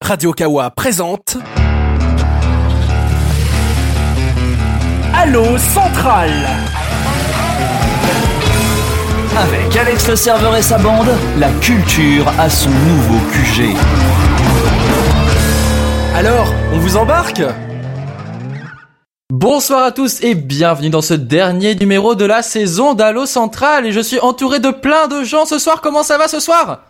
Radio Kawa présente Allo Central Avec Alex le serveur et sa bande, la culture a son nouveau QG. Alors, on vous embarque Bonsoir à tous et bienvenue dans ce dernier numéro de la saison d'Allo Central et je suis entouré de plein de gens ce soir. Comment ça va ce soir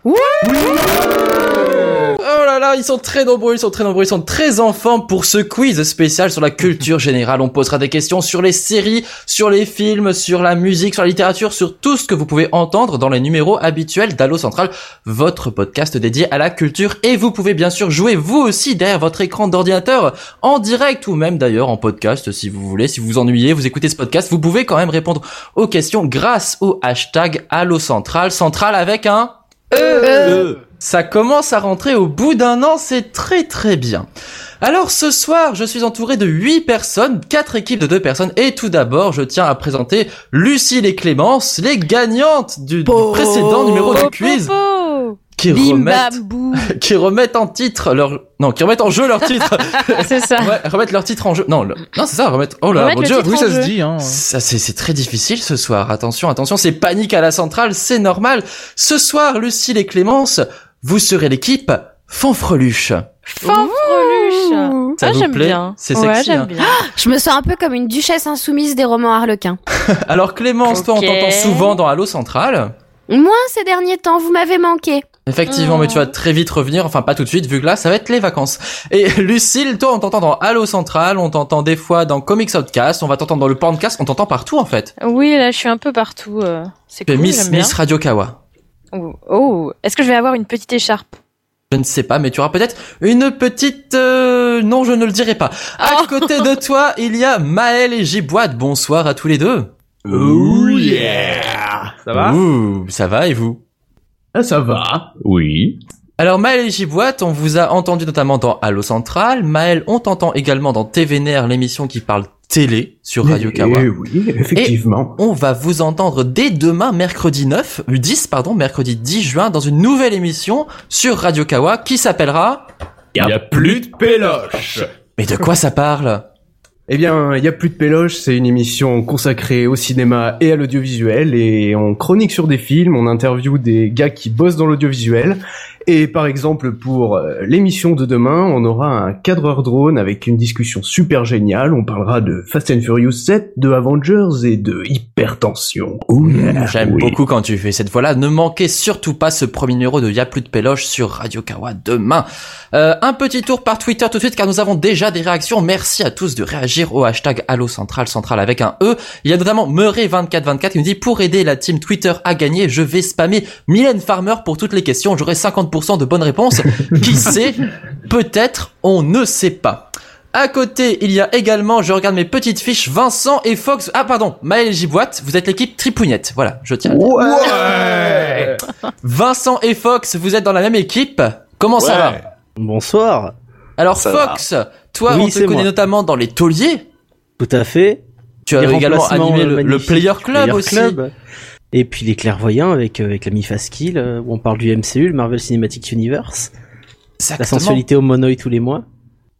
Oh là là, ils sont très nombreux, ils sont très nombreux, ils sont très en forme pour ce quiz spécial sur la culture générale. On posera des questions sur les séries, sur les films, sur la musique, sur la littérature, sur tout ce que vous pouvez entendre dans les numéros habituels d'Allo Central, votre podcast dédié à la culture. Et vous pouvez bien sûr jouer vous aussi derrière votre écran d'ordinateur en direct ou même d'ailleurs en podcast si vous voulez. Si vous vous ennuyez, vous écoutez ce podcast, vous pouvez quand même répondre aux questions grâce au hashtag Allo Central, central avec un... Ça commence à rentrer au bout d'un an, c'est très très bien. Alors ce soir, je suis entouré de 8 personnes, 4 équipes de 2 personnes, et tout d'abord, je tiens à présenter Lucille et Clémence, les gagnantes du précédent numéro du quiz, qui Bim remettent, bam boum. qui remettent en titre leur, non, qui remettent en jeu leur titre, C'est ça. ouais, remettent leur titre en jeu, non, le- non, c'est ça, remettre, oh là, Remettre mon le dieu, titre en jeu. dit, hein. ça, c'est, c'est très difficile ce soir. Attention, attention, c'est panique à la centrale, c'est normal. Ce soir, Lucille et Clémence, vous serez l'équipe Fanfreluche. Fanfreluche. Ça Ah, vous j'aime plaît bien. C'est ouais, sexy. j'aime hein. bien. Je me sens un peu comme une duchesse insoumise des romans harlequins. Alors Clémence, toi, on Ok. t'entend souvent dans Halo Central. Moins ces derniers temps, vous m'avez manqué. Effectivement, Oh. mais tu vas très vite revenir, enfin pas tout de suite, vu que là, ça va être les vacances. Et Lucille, toi, on t'entend dans Halo Central, on t'entend des fois dans Comics Outcast, on va t'entendre dans le Porncast, on t'entend partout en fait. Oui, là, je suis un peu partout. euh, C'est Tu es cool, Miss, j'aime bien. Miss Radio Kawa. Oh, oh. est-ce que je vais avoir une petite écharpe Je ne sais pas, mais tu auras peut-être une petite... euh, Non, je ne le dirai pas. À Oh. côté de toi, il y a Maël et Giboite. Bonsoir à tous les deux. Oh yeah Ça va Ouh, ça va et vous Ah, ça va. Oui. alors Maël et Giboite, on vous a entendu notamment dans Halo Central. Maël, on t'entend également dans TVNR, l'émission qui parle télé sur Radio Kawa. Eh oui, effectivement. On va vous entendre dès demain, mercredi 9, euh, 10, pardon, mercredi 10 juin, dans une nouvelle émission sur Radio Kawa qui s'appellera... Il y a plus de péloche. Mais de quoi ça parle Eh bien, il y a plus de péloche, c'est une émission consacrée au cinéma et à l'audiovisuel et on chronique sur des films, on interview des gars qui bossent dans l'audiovisuel et par exemple pour euh, l'émission de demain, on aura un cadreur drone avec une discussion super géniale, on parlera de Fast and Furious 7, de Avengers et de Hypertension. Mmh, J'aime Oui. beaucoup quand tu fais cette fois-là. Ne manquez surtout pas ce premier numéro de Y'a plus de péloche sur Radio Kawa demain. Euh, un petit tour par Twitter tout de suite car nous avons déjà des réactions. Merci à tous de réagir au hashtag Allo Central Central avec un E. Il y a notamment Meuret2424 qui nous dit pour aider la team Twitter à gagner, je vais spammer Mylène Farmer pour toutes les questions. J'aurai 50% de bonnes réponses. qui sait Peut-être, on ne sait pas. À côté, il y a également, je regarde mes petites fiches, Vincent et Fox. Ah pardon, Maël et Giboite, vous êtes l'équipe Tripouillette. Voilà, je tiens. à le dire. Ouais Vincent et Fox, vous êtes dans la même équipe. Comment ça va Bonsoir. Alors Ça Fox, toi, Oui, on te c'est connaît moi. notamment dans les tauliers. Tout à fait. Tu as Les également remplacements, animé euh, le, le magnifiques. Player Club Player aussi. Club. Et puis les clairvoyants avec euh, avec l'ami Faskill euh, où on parle du MCU, le Marvel Cinematic Universe, la Exactement. sensualité au monoï tous les mois.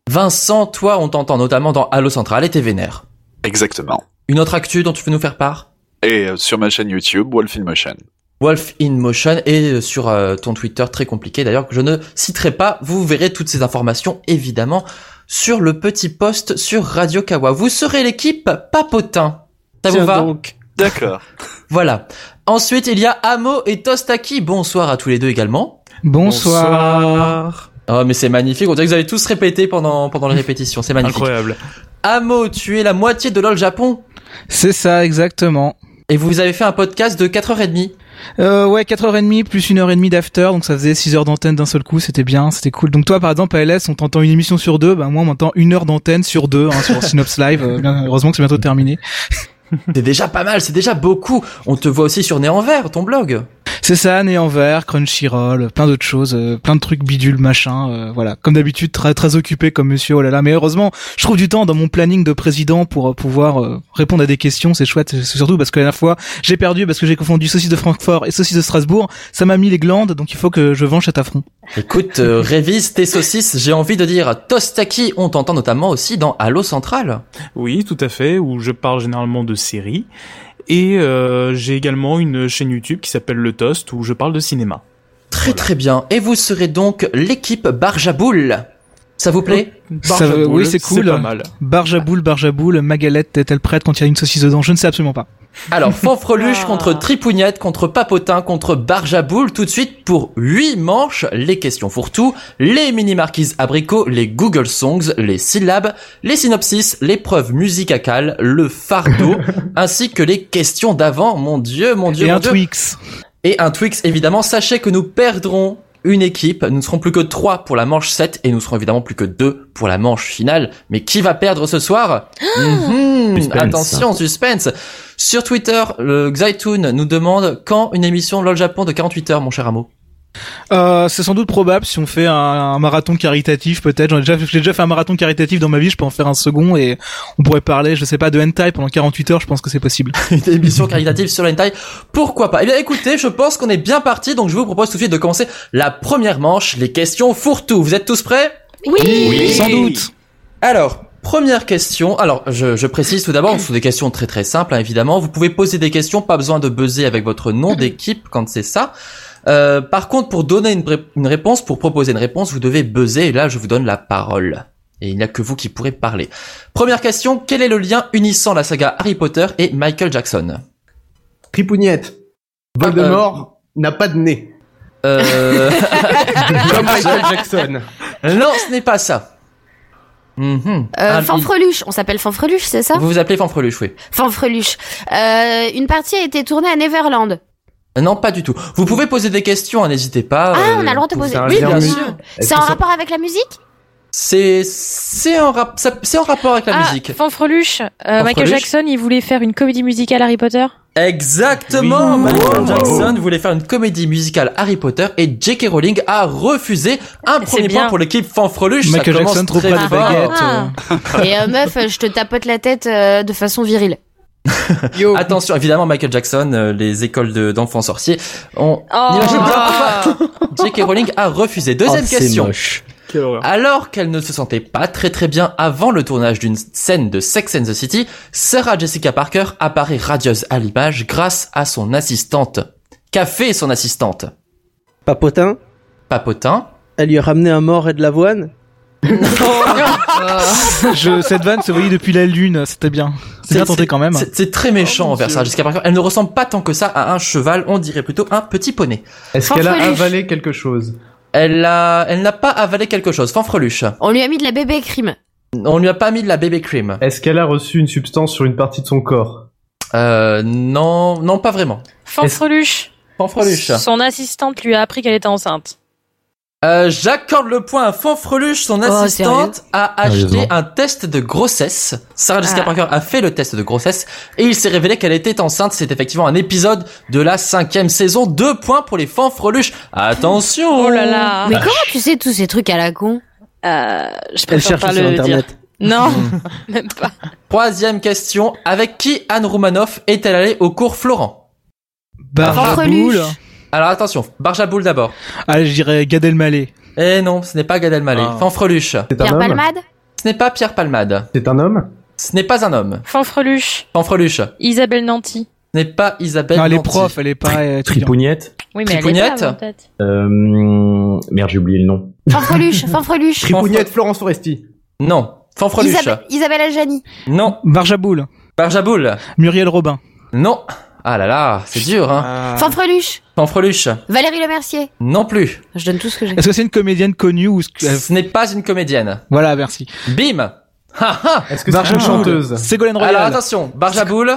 Vincent, toi, on t'entend notamment dans Halo Central et tes vénères. Exactement. Une autre actu dont tu peux nous faire part Et euh, sur ma chaîne YouTube, Wolf in Motion. Wolf in Motion et euh, sur euh, ton Twitter très compliqué d'ailleurs que je ne citerai pas. Vous verrez toutes ces informations évidemment sur le petit post sur Radio Kawa. Vous serez l'équipe Papotin. Ça vous Tiens va donc. D'accord. Voilà. Ensuite, il y a Amo et Tostaki. Bonsoir à tous les deux également. Bonsoir. Oh, mais c'est magnifique. On dirait que vous avez tous répété pendant, pendant les répétitions. C'est magnifique. Incroyable. Amo, tu es la moitié de LOL Japon. C'est ça, exactement. Et vous avez fait un podcast de 4h30. Euh, ouais, 4h30 plus 1h30 d'after, donc ça faisait 6 heures d'antenne d'un seul coup, c'était bien, c'était cool. Donc toi, par exemple, à LS, on t'entend une émission sur deux, bah moi, on m'entend une heure d'antenne sur deux, hein, sur Synops Live, Euh, bien, heureusement que c'est bientôt terminé. C'est déjà pas mal, c'est déjà beaucoup. On te voit aussi sur Néanvers, ton blog. C'est ça, né en vert, Crunchyroll, plein d'autres choses, euh, plein de trucs bidules, machin, euh, voilà. Comme d'habitude, très très occupé comme monsieur, oh là là. Mais heureusement, je trouve du temps dans mon planning de président pour euh, pouvoir euh, répondre à des questions, c'est chouette. C'est surtout parce que la dernière fois, j'ai perdu parce que j'ai confondu saucisse de Francfort et saucisse de Strasbourg. Ça m'a mis les glandes, donc il faut que je venge cet affront. Écoute, euh, révise tes saucisses, j'ai envie de dire Tostaki, on t'entend notamment aussi dans Halo Central. Oui, tout à fait, où je parle généralement de séries. Et euh, j'ai également une chaîne YouTube qui s'appelle Le Toast, où je parle de cinéma. Très très bien, et vous serez donc l'équipe Barjaboul. Ça vous plaît Ça veut- oui, c'est cool. pas mal. Barjaboul, Barjaboul, Magalette est-elle prête quand il y a une saucisse dedans Je ne sais absolument pas. Alors, Ah. Fanfreluche contre Tripougnette, contre Papotin, contre Barjaboul, tout de suite pour 8 manches, les questions fourre-tout, les mini-marquises abricots, les Google Songs, les syllabes, les synopsis, l'épreuve musicale, le fardeau, ainsi que les questions d'avant, mon dieu, mon dieu, Et mon un Dieu. Twix. Et un Twix, évidemment, sachez que nous perdrons une équipe, nous ne serons plus que 3 pour la manche 7 et nous serons évidemment plus que 2 pour la manche finale. Mais qui va perdre ce soir Mhm, Suspense. Attention, suspense Sur Twitter, le Xaitoon nous demande quand une émission LOL Japon de 48 heures, mon cher Amo. Euh, c'est sans doute probable si on fait un, un marathon caritatif peut-être. J'en ai déjà, j'ai déjà fait un marathon caritatif dans ma vie, je peux en faire un second et on pourrait parler, je sais pas, de hentai pendant 48 heures, je pense que c'est possible. Une émission caritative sur l'hentai, pourquoi pas Eh bien écoutez, je pense qu'on est bien parti, donc je vous propose tout de suite de commencer la première manche, les questions fourre-tout. Vous êtes tous prêts Oui. Sans doute Alors, première question. Alors, je, je précise tout d'abord, ce sont des questions très très simples, hein, évidemment. Vous pouvez poser des questions, pas besoin de buzzer avec votre nom d'équipe quand c'est ça. Euh, par contre, pour donner une, pré- une réponse, pour proposer une réponse, vous devez buzzer, et là, je vous donne la parole. Et il n'y a que vous qui pourrez parler. Première question, quel est le lien unissant la saga Harry Potter et Michael Jackson Tripougnette. Voldemort n'a pas de nez. Euh... Comme Michael Jackson. Non, ce n'est pas ça. Mhm. Euh, Un- Fanfreluche, hein. on s'appelle Fanfreluche, c'est ça Vous vous appelez Fanfreluche, oui. Fanfreluche. Euh, une partie a été tournée à Neverland. Euh, Non, pas du tout. Vous pouvez poser des questions, hein, n'hésitez pas. Ah, euh, on a le droit de vous- poser. Oui, bien sûr. C'est en rapport avec la musique C'est c'est en rap- ça- c'est en rapport avec la Ah, musique. Fanfreluche, euh, Michael Fanfreluche. Jackson, il voulait faire une comédie musicale Harry Potter Exactement. Michael Jackson voulait faire une comédie musicale Harry Potter et J.K. Rowling a refusé. Un premier bien. point pour l'équipe Fanfreluche. ça Michael commence Jackson trouve très pas de fort. baguette. Ah. Et euh, meuf, je te tapote la tête euh, de façon virile. Attention, évidemment, Michael Jackson, euh, les écoles de- d'enfants sorciers, on n'imagine bien pourquoi J.K. Rowling a refusé. Deuxième Oh, c'est question. moche. Alors qu'elle ne se sentait pas très très bien avant le tournage d'une scène de Sex and the City, Sarah Jessica Parker apparaît radieuse à l'image grâce à son assistante. Qu'a fait son assistante Papotin, Papotin. Oh, elle lui a ramené un mort et de l'avoine. Je, cette vanne se voyait depuis la lune, c'était bien. C'est bien tenté quand même. c'est- C'est très méchant envers Sarah Jessica Parker. Elle ne ressemble pas tant que ça à un cheval, on dirait plutôt un petit poney. Est-ce qu'elle a Fanfreluche. avalé quelque chose Elle a, elle n'a pas avalé quelque chose. Fanfreluche. On lui a mis de la bébé crime. On lui a pas mis de la bébé cream. Est-ce qu'elle a reçu une substance sur une partie de son corps Euh, non, non, pas vraiment. Fanfreluche, Fanfreluche. son assistante lui a appris qu'elle était enceinte. Euh, J'accorde le point à Fanfreluche, son Oh, sérieux assistante a Ah, Sérieusement acheté un test de grossesse. Sarah Jessica Ah. Parker a fait le test de grossesse et il s'est révélé qu'elle était enceinte. C'est effectivement un épisode de la cinquième saison. Deux points pour les Fanfreluches. Attention Oh là là. Mais comment tu sais tous ces trucs à la con Euh, je Elle préfère cherche pas sur le internet. dire. Non, même pas. Troisième question. Avec qui Anne Roumanoff est-elle allée au cours Florent Barjaboul. Fanfreluche. Alors attention, Barjaboul d'abord. Ah, je dirais Gad Elmaleh. Eh non, ce n'est pas Gad Elmaleh. Ah. Fanfreluche. C'est un Pierre homme Palmade Ce n'est pas Pierre Palmade. C'est un homme Ce n'est pas un homme. Fanfreluche, Fanfreluche. Ce Isabelle Nanty. n'est pas Isabelle non, elle est Nanty. prof, elle est pas euh, étudiante. Tripougnette. Oui, mais elle est hein, Tripougnette pas, en tête. Euh, merde, j'ai oublié le nom. Fanfreluche, Fanfreluche. Tripougnette Florence Foresti. Non. Fanfreluche. Isab- Isabelle Aljani. Non. Barjaboul. Barjaboul. Muriel Robin. Non. Ah là là, c'est dur, hein. Ah. Fanfreluche. Fanfreluche. Valérie Lemercier. Non plus. Je donne tout ce que j'ai. Est-ce que c'est une comédienne connue ou... euh, Ce n'est pas une comédienne. Voilà, merci. Bim. Ha ha. Est-ce que c'est une chanteuse Ségolène Alors Royal. attention. Barjaboul.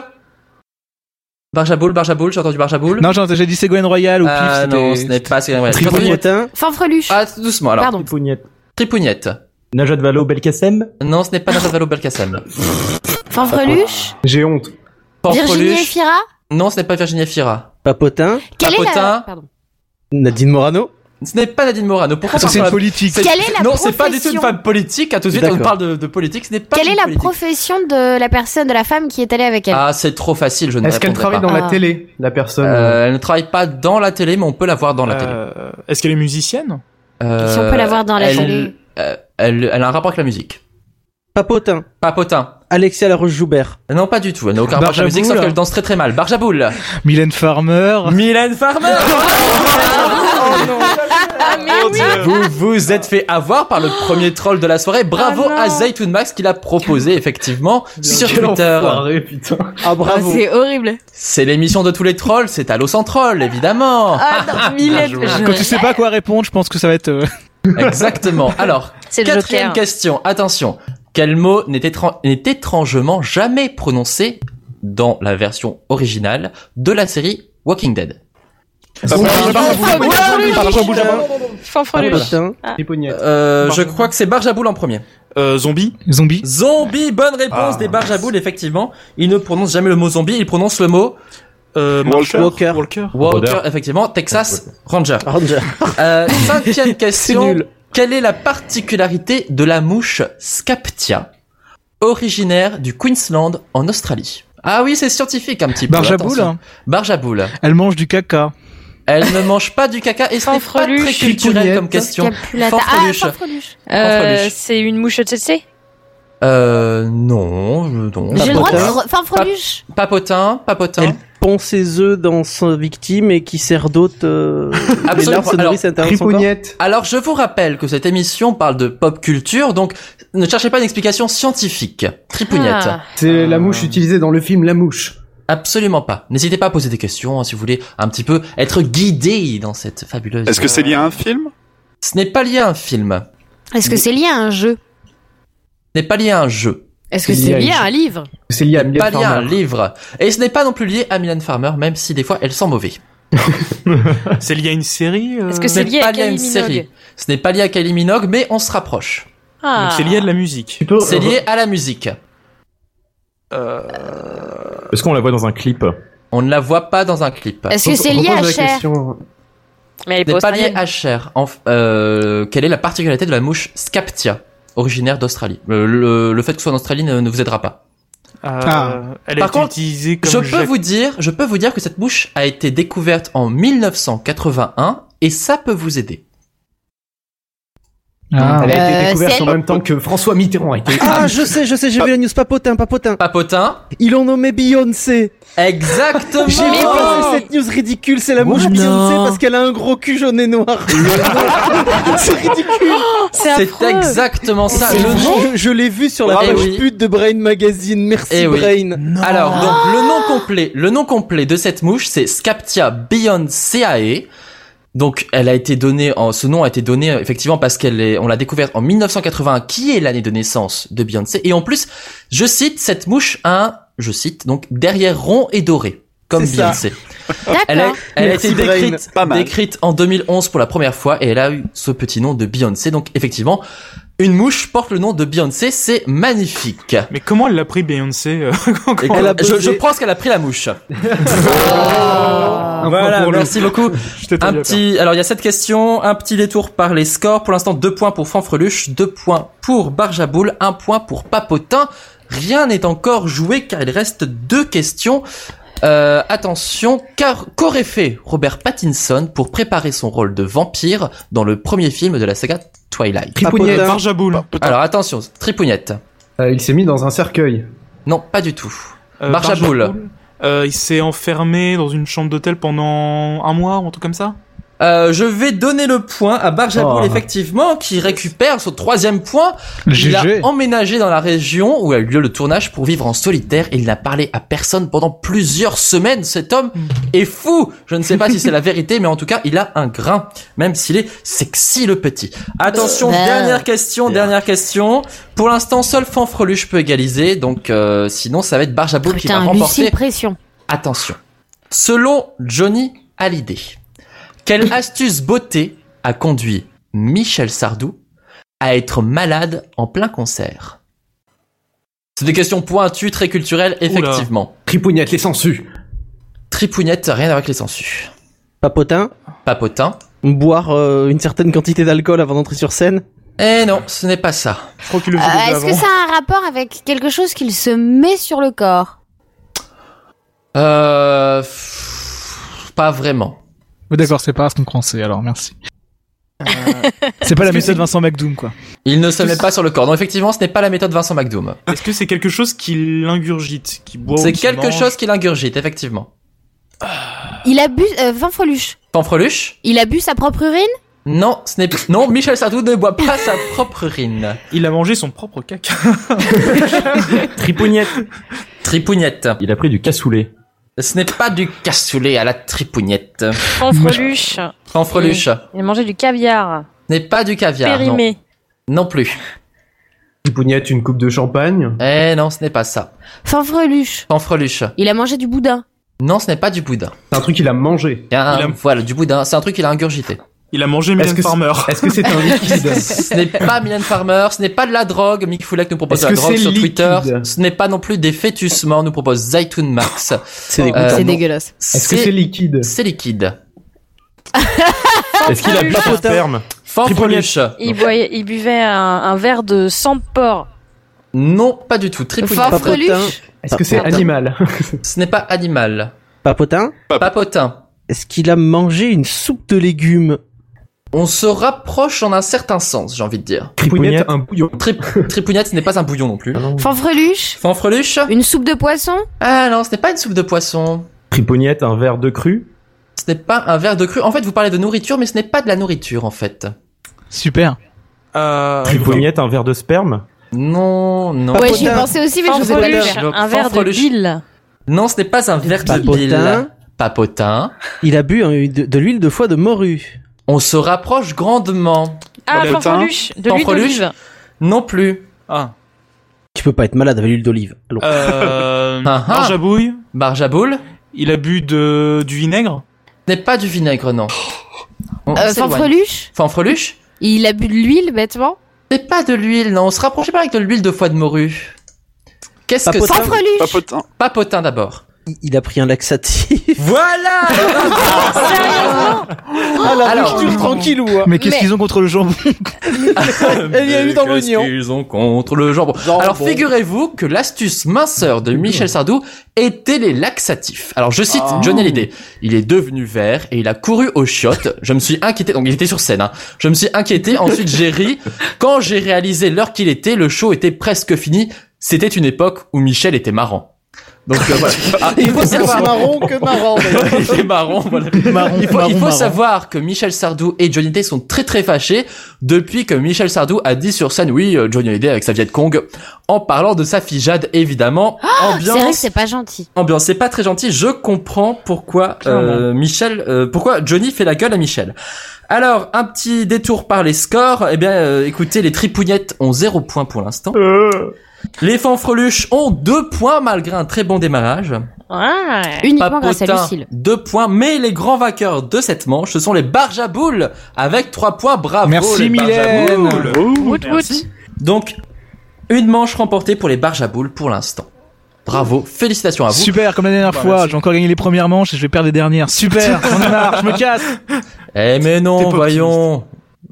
Barjaboul, Barjaboul, j'ai entendu Barjaboul. Non, j'ai j'ai dit Ségolène Royal ou Ah pif, non, ce c'était- n'est pas Ségolène Royal. J'ai entendu- Papotin, Fanfreluche. Ah, tout doucement, alors. Pardon. Tripougnette. Tripougnette. Najat Valo Belkacem Non, ce n'est pas Najat Vallaud-Belkacem. Fanfreluche. J'ai honte. Fanfreluche. Virginie Efira. Non, ce n'est pas Virginia Fira. Papotin Quelle est la... Papotin. Pardon. Nadine Morano Ce n'est pas Nadine Morano. Pourquoi Ça, c'est parle-t-on une politique. c'est- Quelle est la Non, c'est pas du tout une profession femme politique. À tout de suite, on D'accord. parle de, de politique. Ce n'est pas Quelle une est la politique. profession de la personne, de la femme qui est allée avec elle Ah, c'est trop facile. Je ne Est-ce qu'elle répondrai travaille pas. dans la Ah. télé, la personne euh, Euh, elle ne travaille pas dans la télé, mais on peut la voir dans la télé. Euh, Euh, Est-ce qu'elle est musicienne Si on peut la voir dans la elle- télé. euh, elle, elle a un rapport avec la musique. Papotin Papotin. Alexia Laroche-Joubert Non, pas du tout. Elle n'a aucun rapport avec la Barjaboul, musique, sauf hein. qu'elle danse très très mal. Barjaboul. Mylène Farmer. Mylène Farmer. Oh Ah, mais oui. Vous Euh, vous êtes fait avoir par le premier troll de la soirée. Bravo Ah non. à Zaytoun Max qui l'a proposé effectivement sur quel Twitter. enfoiré, putain. Ah Ah, bravo c'est horrible. C'est l'émission de tous les trolls, c'est Allo sans troll évidemment. Ah, non, Millet. Quand tu sais pas quoi répondre, je pense que ça va être. euh, Exactement. Alors, C'est le quatrième Joker. question, attention. Quel mot n'est étran- n'est étrangement jamais prononcé dans la version originale de la série Walking Dead Fanfreluche. Papotin Dépognac. Ah, Euh, Je crois que c'est Barjaboul en premier. Euh, Zombie Zombie. Zombie, bonne réponse Ah, des Barjaboul, effectivement. Il ne prononce jamais le mot zombie, il prononce le mot euh, Walker. Walker Walker. Walker, Rôdeur. effectivement, Texas Ranger. Ranger Euh, cinquième question. C'est nul. Quelle est la particularité de la mouche Scaptia, originaire du Queensland en Australie Ah oui, c'est scientifique un petit peu. Barjaboul. attention. hein. Barjaboul. Elle mange du caca. Elle ne mange pas du caca et ce n'est pas Fanfreluche. très culturel comme question. Capulata. Ah, Fanfreluche. Fanfreluche. Euh, Fanfreluche. c'est une mouche ETC Euh, non, euh, non. J'ai le droit de Papotin. re- Fanfreluche. Papotin, papotin. Elle pond ses œufs dans sa victime et qui sert d'autres. Euh... les Absolument. larves se Alors, nourrissent à l'intérieur de son corps. Tripognette. Alors je vous rappelle que cette émission parle de pop culture, donc ne cherchez pas une explication scientifique. Tripougnette. Euh. Ah. C'est la mouche utilisée dans le film La Mouche. Absolument pas. N'hésitez pas à poser des questions hein, si vous voulez un petit peu être guidé dans cette fabuleuse. euh, Est-ce que c'est lié à un film Ce n'est pas lié à un film. Est-ce que c'est lié à un jeu Ce n'est pas lié à un jeu. Est-ce que C'est c'est lié à lié une- à un livre C'est lié à Mylène pas lié à un Farmer. livre. Et ce n'est pas non plus lié à Mylène Farmer, même si des fois elle sent mauvais. C'est lié à une série euh, Est-ce que Ce c'est n'est lié pas à lié à une Kylie Minogue série. Ce n'est pas lié à Kylie Minogue, mais on se rapproche. Ah. donc c'est lié à de la musique. Tu peux- C'est lié à la musique. Euh. Est-ce qu'on la voit dans un clip On ne la voit pas dans un clip. Est-ce que c'est lié à Repose la Cher question. Mais elle est Ce n'est pas pas lié australienne. à Cher. En f- euh, quelle est la particularité de la mouche Scaptia, originaire d'Australie Euh, le, le fait que ce soit en Australie ne- ne vous aidera pas. Euh, Ah. Elle a Par été contre, utilisée comme Je peux Jacques- vous dire, je peux vous dire que cette mouche a été découverte en 1981 et ça peut vous aider. Ah. Elle a Euh, été découverte c'est- en même temps que François Mitterrand a été. Ah, je sais, je sais, j'ai vu la news. Papotin, papotin. Papotin. Ils l'ont nommé Beyoncé. Exactement. Oh. J'ai vu passer cette news ridicule. C'est la mouche Non. Beyoncé parce qu'elle a un gros cul jaune et noir. C'est ridicule. C'est C'est affreux. exactement ça. Le nom. je je l'ai vu sur la Ah page oui. pute de Brain Magazine. Merci Eh oui. Brain. Ah. Alors, donc, le nom complet, le nom complet de cette mouche, c'est Scaptia beyoncéae. E. Donc, elle a été donnée en, ce nom a été donné euh, effectivement parce qu'elle est, on l'a découverte en 1981, qui est l'année de naissance de Beyoncé. Et en plus, je cite, cette mouche a un, je cite, donc, derrière rond et doré. Comme C'est ça. Beyoncé. Elle a, D'accord. elle a Merci, été Brain. décrite, Pas mal. décrite en 2011 pour la première fois et elle a eu ce petit nom de Beyoncé. Donc effectivement, une mouche porte le nom de Beyoncé, c'est magnifique. Mais comment elle l'a pris Beyoncé euh, quand- Et quand- Elle a je, posé. je pense qu'elle a pris la mouche. Oh, Un point voilà, pour le- merci beaucoup. Je t'ai Un tendu à faire. petit, alors il y a cette question, un petit détour par les scores. Pour l'instant, deux points pour Fanfreluche, deux points pour Barjaboul, un point pour Papotin. Rien n'est encore joué car il reste deux questions. Euh, attention, car qu'aurait fait Robert Pattinson pour préparer son rôle de vampire dans le premier film de la saga Twilight Tripognette. Papotin. Barjaboul. Alors attention, Tripougnette. Euh, il s'est mis dans un cercueil. Non, pas du tout. Euh, Barjaboul. Barjaboul. Euh, il s'est enfermé dans une chambre d'hôtel pendant un mois ou un truc comme ça Euh, je vais donner le point à Barjaboul, Oh. effectivement, qui récupère son troisième point. Il a GG. emménagé dans la région où a eu lieu le tournage pour vivre en solitaire. Il n'a parlé à personne pendant plusieurs semaines. Cet homme Mm. est fou. Je ne sais pas si c'est la vérité, mais en tout cas, il a un grain, même s'il est sexy le petit. Attention, Euh, dernière question, dernière question. Pour l'instant, seul Fanfreluche peut égaliser, donc euh, sinon, ça va être Barjaboul qui va Putain, Lucille remporter. Pression. Attention. Selon Johnny Hallyday, quelle astuce beauté a conduit Michel Sardou à être malade en plein concert C'est des questions pointues, très culturelles, effectivement. Tripougnette, les sangsues. Tripougnette, rien à voir avec les sangsues. Papotin Papotin. Boire euh, une certaine quantité d'alcool avant d'entrer sur scène Eh non, ce n'est pas ça. Je crois qu'il le Euh, Est-ce que ça a un rapport avec quelque chose qu'il se met sur le corps Euh... pff, Pas vraiment. Oui, D'accord, c'est pas ce qu'on pensait, alors merci. c'est pas la méthode Vincent McDoom, quoi. Il ne se met pas sur le corps. Non, effectivement, ce n'est pas la méthode Vincent McDoom. Est-ce que c'est quelque chose qu'il ingurgite, qu'il boit ou C'est qu'il quelque mange chose qu'il ingurgite, effectivement. Il abuse. Euh, Fanfreluche. Fanfreluche Il abuse sa propre urine Non, ce n'est non. Michel Sardou ne boit pas sa propre urine. Il a mangé son propre caca. Tripougnette. Tripougnette. Il a pris du cassoulet. Ce n'est pas du cassoulet à la tripougnette. Fanfreluche. Fanfreluche. Il- Il mangeait du caviar. Ce n'est pas du caviar. non. Périmé. Non. plus. Tripougnette, une coupe de champagne. Eh non, ce n'est pas ça. Fanfreluche. Fanfreluche. Il a mangé du boudin. Non, ce n'est pas du boudin. C'est un truc qu'il a mangé. Il y a un- Il a- Voilà, du boudin. C'est un truc qu'il a ingurgité. Il a mangé Mylène que c'est- Farmer. Est-ce que c'est un liquide ce n'est pas Mylène Farmer, ce n'est pas de la drogue. Mick Foulak nous propose Est-ce de la que drogue c'est sur Twitter. liquide Ce n'est pas non plus des fœtussements, nous propose Zaytoun Max. C'est dégoûtant. Euh, c'est non. dégueulasse. Est-ce que c'est liquide C'est liquide. Est-ce qu'il a pas de sperme Fanfreluche. Il, boyait- il buvait un, un verre de sang de porc. Non, pas du tout. Tripouille. Papotin. Fanfreluche. Est-ce que c'est Papotin. animal Ce n'est pas animal. Papotin Papotin. Est-ce qu'il a mangé une soupe de légumes On se rapproche en un certain sens, j'ai envie de dire. Tripougnette. Tripougnette, un bouillon. Trip- Tripougnette, ce n'est pas un bouillon non plus. Fanfreluche. Fanfreluche Une soupe de poisson Ah non, ce n'est pas une soupe de poisson. Tripognette, un verre de cru. Ce n'est pas un verre de cru. En fait, vous parlez de nourriture, mais ce n'est pas de la nourriture, en fait. Super. Euh, Tripognette, un verre de sperme. Non, non. Ouais, j'y ai pensé aussi, mais je vous ai pas Fanfreluche. dire. dire. Un verre de Fanfreluche. bile. Non, ce n'est pas un verre de Papotin. bile. Papotin. Il a bu euh, de, de l'huile de foie de morue. On se rapproche grandement. Ah, Papotin. fanfreluche. De l'huile Fanfreluche. d'olive. Non plus. Ah. Tu peux pas être malade avec l'huile d'olive. Allons. Euh, Ah, ah. Marge à bouille. Barjaboul Il a bu de, du vinaigre. Ce n'est pas du vinaigre, non. On Euh, s'éloigne. Fanfreluche. Fanfreluche Il a bu de l'huile bêtement. Ce n'est pas de l'huile, non. On se rapprochait pas avec de l'huile de foie de morue. Qu'est-ce que Papotin. c'est Fanfreluche. Papotin. Papotin d'abord. Il- Il a pris un laxatif. Voilà Sérieusement Ah, Ah, Alors, tranquille ou Mais qu'est-ce Mais- qu'ils ont contre le jambon il y a eu dans l'oignon. Ils ont contre le jambon. Alors, figurez-vous que l'astuce minceur de Michel Sardou était les laxatifs. Alors, je cite Johnny Hallyday. Il est devenu vert et il a couru aux chiottes. Je me suis inquiété. Donc, il était sur scène. hein. Je me suis inquiété. Ensuite, j'ai ri. Quand j'ai réalisé l'heure qu'il était, le show était presque fini. C'était une époque où Michel était marrant. Donc, euh, voilà. Ah, il faut savoir. marron que marrant. Il était marrant, voilà. Marron, Il faut, marron, il faut marron. savoir que Michel Sardou et Johnny Hallyday sont très très fâchés depuis que Michel Sardou a dit sur scène, oui, euh, Johnny Hallyday avec sa Viet Cong, en parlant de sa fille Jade, évidemment. C'est vrai que ambiance, c'est pas gentil. ambiance, c'est pas très gentil. Je comprends pourquoi euh, Michel, euh, pourquoi Johnny fait la gueule à Michel. Alors, un petit détour par les scores. Eh bien, euh, écoutez, les tripouillettes ont 0 points pour l'instant. Les fanfreluches ont 2 points malgré un très bon démarrage. Ouais. Uniquement Papotin, grâce à Lucille. Deux points, mais les grands vainqueurs de cette manche, ce sont les Barjaboules avec trois points. Bravo Merci, les Mylène. Barjaboules. Wout wout. Donc une manche remportée pour les Barjaboules pour l'instant. Bravo, félicitations à Ah, vous. Super, comme la dernière Bah, fois, merci. j'ai encore gagné les premières manches et je vais perdre les dernières. Super, on en a marre, je me casse. Eh mais T'es pas non, optimiste. voyons.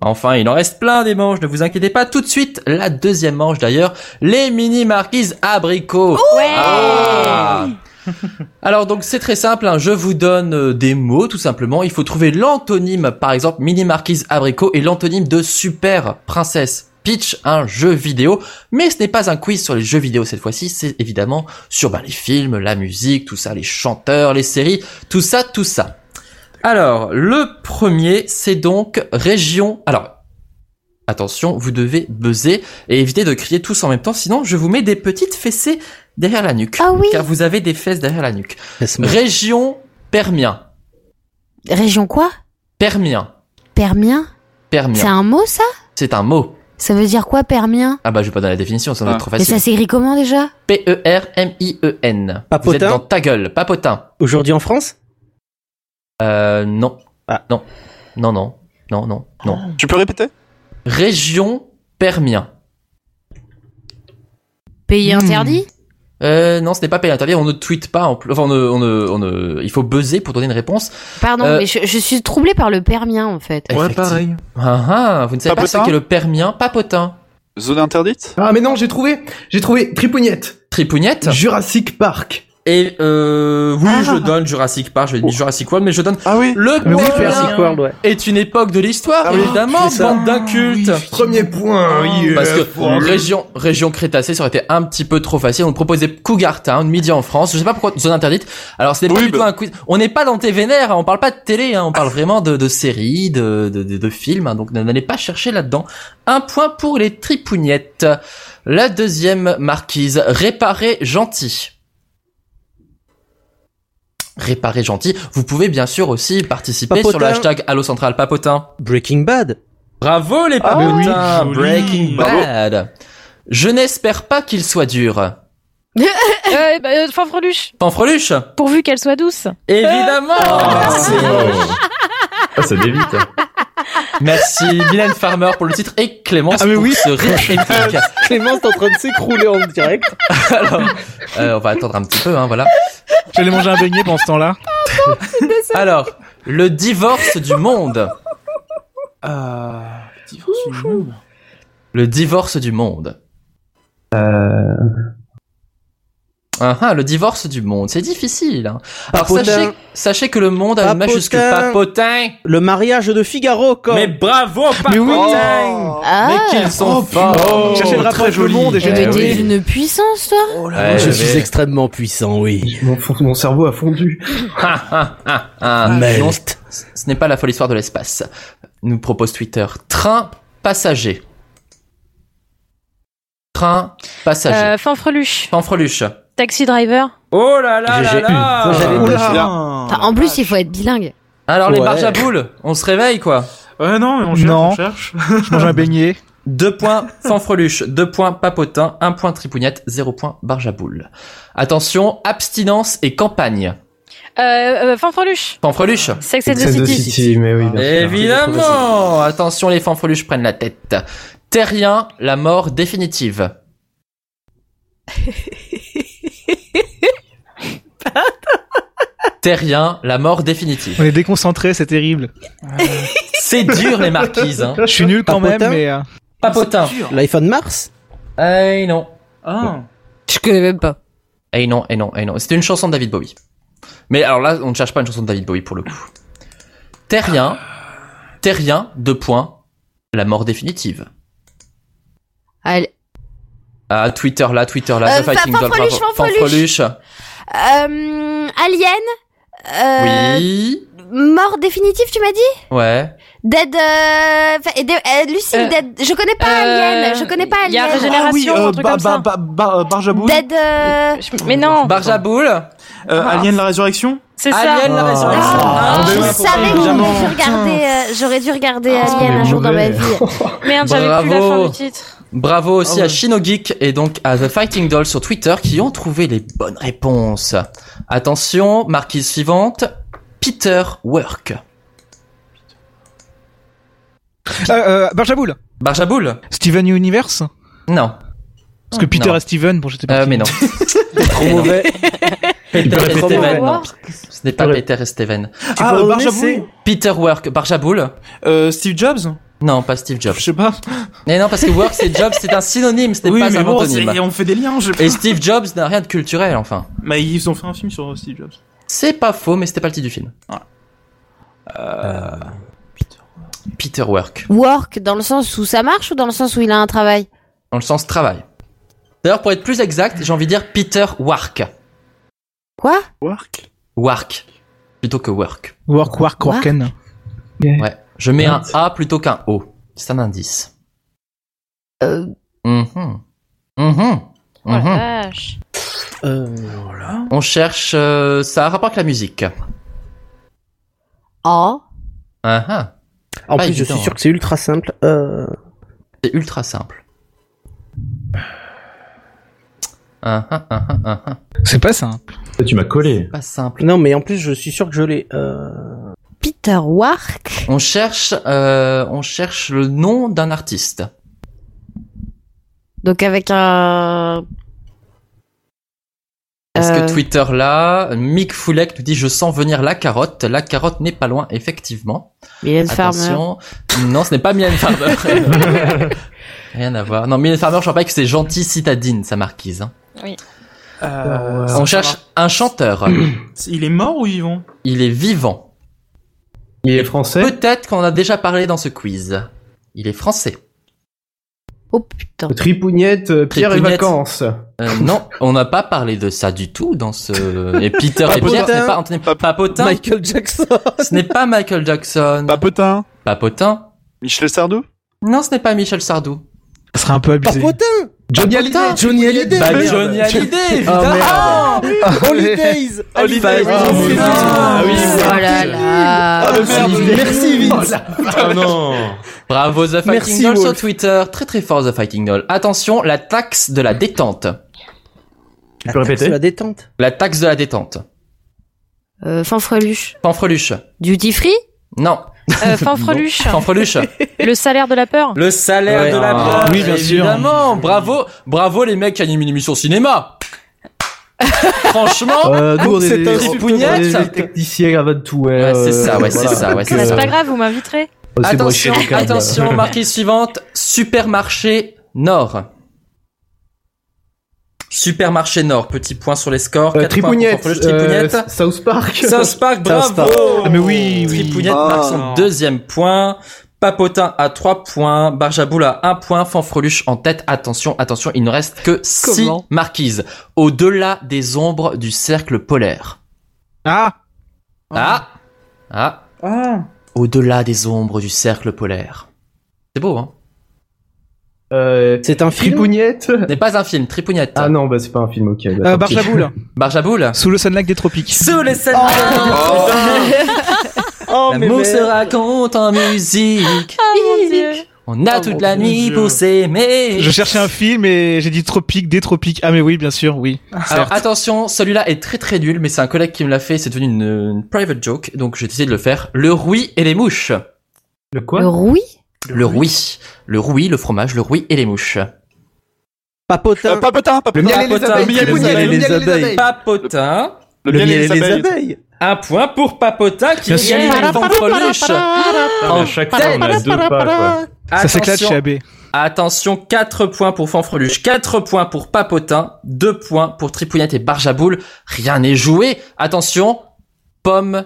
Enfin, il en reste plein des manches, ne vous inquiétez pas. Tout de suite, la deuxième manche d'ailleurs, les mini marquises abricots. Ouais. Ah. Alors donc c'est très simple, hein. je vous donne euh, des mots tout simplement, il faut trouver l'antonyme par exemple mini marquise abricot et l'antonyme de super princesse Peach, un jeu vidéo, mais ce n'est pas un quiz sur les jeux vidéo cette fois-ci, c'est évidemment sur bah, les films, la musique, tout ça, les chanteurs, les séries, tout ça, tout ça. Alors, le premier, c'est donc région. Alors, attention, vous devez buzzer et éviter de crier tous en même temps, sinon je vous mets des petites fessées derrière la nuque. Ah oui. Car vous avez des fesses derrière la nuque. Région Permien. Région quoi Permien. Permien C'est Permien. un mot ça C'est un mot. Ça veut dire quoi Permien Ah bah je vais pas donner la définition, ça va Ah. être trop Mais ça facile. s'écrit comment déjà E P-E-R-M-I-E-N. Vous Papotin êtes dans ta gueule. Papotin. Aujourd'hui en France Euh, non. Ah. Non. Non, non. Non, non, non. Ah. Tu peux répéter Région Permien. Pays Hmm. interdit Euh, non, ce n'est pas payé interdit. On ne tweet pas. En plus. Enfin, on ne, on ne, on ne- il faut buzzer pour donner une réponse. Pardon, Euh, mais je, je suis troublée par le permien en fait. Effectivement. Ah, ah, vous ne savez pas Papotin ce qu'est le permien papotin. Zone interdite Ah mais non, j'ai trouvé, j'ai trouvé Tripounette. Tripounette Jurassic Park. Et euh, oui, je donne Jurassic Park, je dis Jurassic World, mais je donne ah oui. le Mais oui, permien Jurassic World, ouais. est une époque de l'histoire, Ah oui, évidemment, c'est ça. bande d'incultes. Premier point. E yeah, Parce que fuck. région, région Crétacée, ça aurait été un petit peu trop facile. On proposait Cougar Town, Midi en France. Je sais pas pourquoi, zone interdite. Alors, ce n'est pas du tout un quiz. On n'est pas dans TV Vénère, hein, on parle pas de télé, hein, on parle vraiment de, de séries, de, de, de, de films. hein, donc, n'allez pas chercher là-dedans. Un point pour les tripougnettes. La deuxième marquise, réparer gentil. Réparer gentil. Vous pouvez bien sûr aussi participer sur le Papotin. hashtag Allo Central Papotin. Breaking Bad. Bravo les Ah papotins oui, joli. Breaking Bravo. Bad. Je n'espère pas qu'il soit dur. euh, bah, euh, Fanfreluche, Panfreluche pourvu qu'elle soit douce. Euh, Évidemment Merci Oh. Ah, ça dévite. Merci Mylène Farmer pour le titre et Ah, Clémence pour ce riche épique. Clémence est en train de s'écrouler en direct. Euh, on va attendre un petit peu, hein, voilà. J'allais manger un beignet pendant ce temps-là. Alors, le divorce du monde. Le divorce du monde. Ah ah, le divorce du monde, c'est difficile. hein. Alors Papotin. sachez, sachez que le monde a une majuscule papotin. Le mariage de Figaro, comme. Mais bravo, papotin Mais oui. Oh. Ah. Mais qu'ils sont forts Cherchez le rappel très le monde et j'ai Eh, Mais t'es trouvé. d'une puissance toi Ouais, Oh je mais- suis extrêmement puissant, oui. Mon, mon cerveau a fondu. Ah, ah, ah, ah. Mais- Non, c- ce n'est pas la folle histoire de l'espace. Nous propose Twitter. Train passager. Train passager. Euh, Fanfreluche, Fanfreluche. Taxi Driver. Oh là là là là Enfin, En plus, il faut être bilingue. Alors les Ouais. barges à boules, on se réveille quoi Ouais non, mais on cherche, on Non, cherche. je mange un beignet. Deux points fanfreluche, deux points papotin, un point tripougnette, zéro point barge à boules. Attention, abstinence et campagne. Euh, euh, Fanfreluche, Fanfreluche Sex and the City. mais Eh oui. Ah, Évidemment Attention, les fanfreluches prennent la tête. Terrien, la mort définitive. Terrien, la mort définitive. On est déconcentré, c'est terrible. C'est dur, les marquises. Hein. Je suis nul quand Papotin même, mais. euh, Papotin. L'iPhone Mars Eh non. Je connais même pas. Eh non, eh non, eh non. C'était une chanson de David Bowie. Mais alors là, on ne cherche pas une chanson de David Bowie pour le coup. Terrien, Terrien, deux points, la mort définitive. Allez. Ah, Twitter là, Twitter là, Euh, The Fighting Doll, Fanfreluche, bravo. Fanfreluche. Fanfreluche. Euh, Alien. Euh, Oui, Mort définitive, tu m'as dit ouais. Dead. Euh, enfin, et de- euh, Lucille, Euh, Dead. Je connais pas euh, Alien. Je connais pas il y a Alien. Ah Régénération, euh, un truc comme ça. Dead. euh, Mais non, Barjaboul, Euh, Ah. Alien la résurrection c'est ça. Alien Ah. la résurrection. bah je Ah, savais que j'aurais dû regarder, euh, j'aurais dû regarder Alien un jour dans ma vie. Merde, j'avais plus la Bravo. fin du titre. Bravo aussi à Shinogeek et donc à The Fighting Doll sur Twitter qui ont trouvé les bonnes réponses. Attention, marquise suivante, Peter Work. Euh, euh, Barjaboul. Barjaboul Steven Universe Non. Parce que Peter Non. et Steven, bon, j'étais pas. Euh, mais non. Trop mauvais. Peter et répéter. Steven, non. Ce n'est pas Peter et Steven. Ah, peux euh, redonner, Barjaboul c'est- Peter Work, Barjaboul. Euh, Steve Jobs Non, pas Steve Jobs. Je sais pas. Mais non, parce que Work c'est Jobs, c'est un synonyme, ce n'est Oui, pas mais un bon, antonyme. c'est- on fait des liens. Je... Et Steve Jobs n'a rien de culturel, enfin. Mais ils ont fait un film sur Steve Jobs. C'est pas faux, mais c'était pas le titre du film. Euh, Peter Work, Work dans le sens où ça marche ou dans le sens où il a un travail dans le sens travail. D'ailleurs, pour être plus exact, j'ai envie de dire Peter Work. Quoi Work Work. Plutôt que work. Work, work, worken. Ouais. Je mets un A plutôt qu'un O. C'est un indice. Euh. Mhm. Mhm. Oh la Mhm. vache. Euh, On cherche... euh, ça a rapport avec la musique. Oh. Ah ah. En Pas plus, je évident, suis sûr hein. que c'est ultra simple. Euh, C'est ultra simple. Ah ah ah ah ah ah. C'est pas simple. Tu m'as collé. Pas simple. Non, mais en plus, je suis sûr que je l'ai. Euh... Peter Work. On cherche... euh, on cherche le nom d'un artiste. Donc avec un Est-ce Euh, que Twitter là, Mick Foulek nous dit je sens venir la carotte. La carotte n'est pas loin effectivement. Mylène Attention. Non, ce n'est pas Mylène Farmer. Rien à voir. Non, Mylène Farmer, je crois pas que c'est gentille citadine, sa marquise. hein. Oui. Euh, Euh, On cherche un chanteur. Il est mort ou vivant Il est vivant. Il est français. Peut-être qu'on en a déjà parlé dans ce quiz. Il est français. Oh putain. Tripougnette, euh, Pierre et Tripougnette. vacances. Euh, non, on n'a pas parlé de ça du tout dans ce. Et Peter et Papotin. Pierre, ce n'est pas Anthony Papotin. Michael Jackson. Ce n'est pas Michael Jackson. Papotin. Papotin. Michel Sardou. Non, ce n'est pas Michel Sardou. Ça serait un peu abusé. Ah, Johnny Hallyday. Johnny Hallyday. Ah, Bah, merde. Johnny Hallyday, Oh, évidemment. merde. Ah Holidays. Holidays. Ah, Oh, oui. putain. Ah, oui. Oh là là. Ah, Oh, merde. Merci Vince. Ah Ah, non. Bravo The Fighting Merci, Doll sur Wolf. Twitter. Très très fort The Fighting Doll. Attention, la taxe de la détente. Tu peux répéter La détente. La taxe de la détente. Euh, Fanfreluche. Panfreluche. Duty Free Non. Euh, Fanfreluche. Fanfreluche. Le salaire de la peur. Le salaire Ouais. de la Ah, peur. oui, bien sûr. Évidemment. Bravo, bravo les mecs qui animent une émission cinéma. Franchement, Euh, nous, on est des, des pougnettes. on est des techniciens avant tout. hein, Ouais, c'est euh, ça, ouais, c'est voilà. ça, ouais, c'est Mais ça. c'est pas grave, vous m'inviterez. Oh, c'est bon, Attention, je suis local. attention, marquise suivante. Supermarché Nord. Supermarché Nord, petit point sur les scores. Euh, Quatre points pour Tripougnette, Fanfreluche, euh, Tripougnette. South Park. South Park, bravo Park. Ah, mais oui, oui. Tripougnette marque son deuxième point. Papotin à 3 points, Barjaboul à 1 point, Fanfreluche en tête. Attention, attention, il ne reste que 6 Comment marquises. Au-delà des ombres du cercle polaire. Ah Ah Ah Ah Au-delà des ombres du cercle polaire. C'est beau, hein Euh, C'est un film. Tripougnette. Ce n'est pas un film, Tripougnette. Ah non, bah c'est pas un film, ok. bah, Euh, tant pis. Barjaboul. Barjaboul Sous le sunlight des tropiques. Sous les scènes Oh. Oh. L'amour se raconte en musique. Ah, On Oh, a toute la nuit pour s'aimer. Je cherchais un film et j'ai dit tropique, des tropiques. Ah mais oui, bien sûr, oui. Alors ah. Certes. attention, celui-là est très très nul, mais c'est un collègue qui me l'a fait, c'est devenu une, une private joke, donc j'ai décidé de le faire. Le rouit et les mouches. Le quoi Le rouille Le rouit. Le rouit, le fromage, le rouit et les mouches. Papotin. Papotin, Le papotin. miel et les abeilles. Le miel et Papotin. les abeilles. Papotin. Le miel et les abeilles. Un point pour Papotin qui Bien sûr. gagne les fanfreluches. Ah, mais à chaque fois, on a deux pas, quoi. Ça s'éclate Attention. chez AB. Attention, 4 points pour Fanfreluche, 4 points pour Papotin, 2 points pour Tripouillette et Barjaboul. Rien n'est joué. Attention, pomme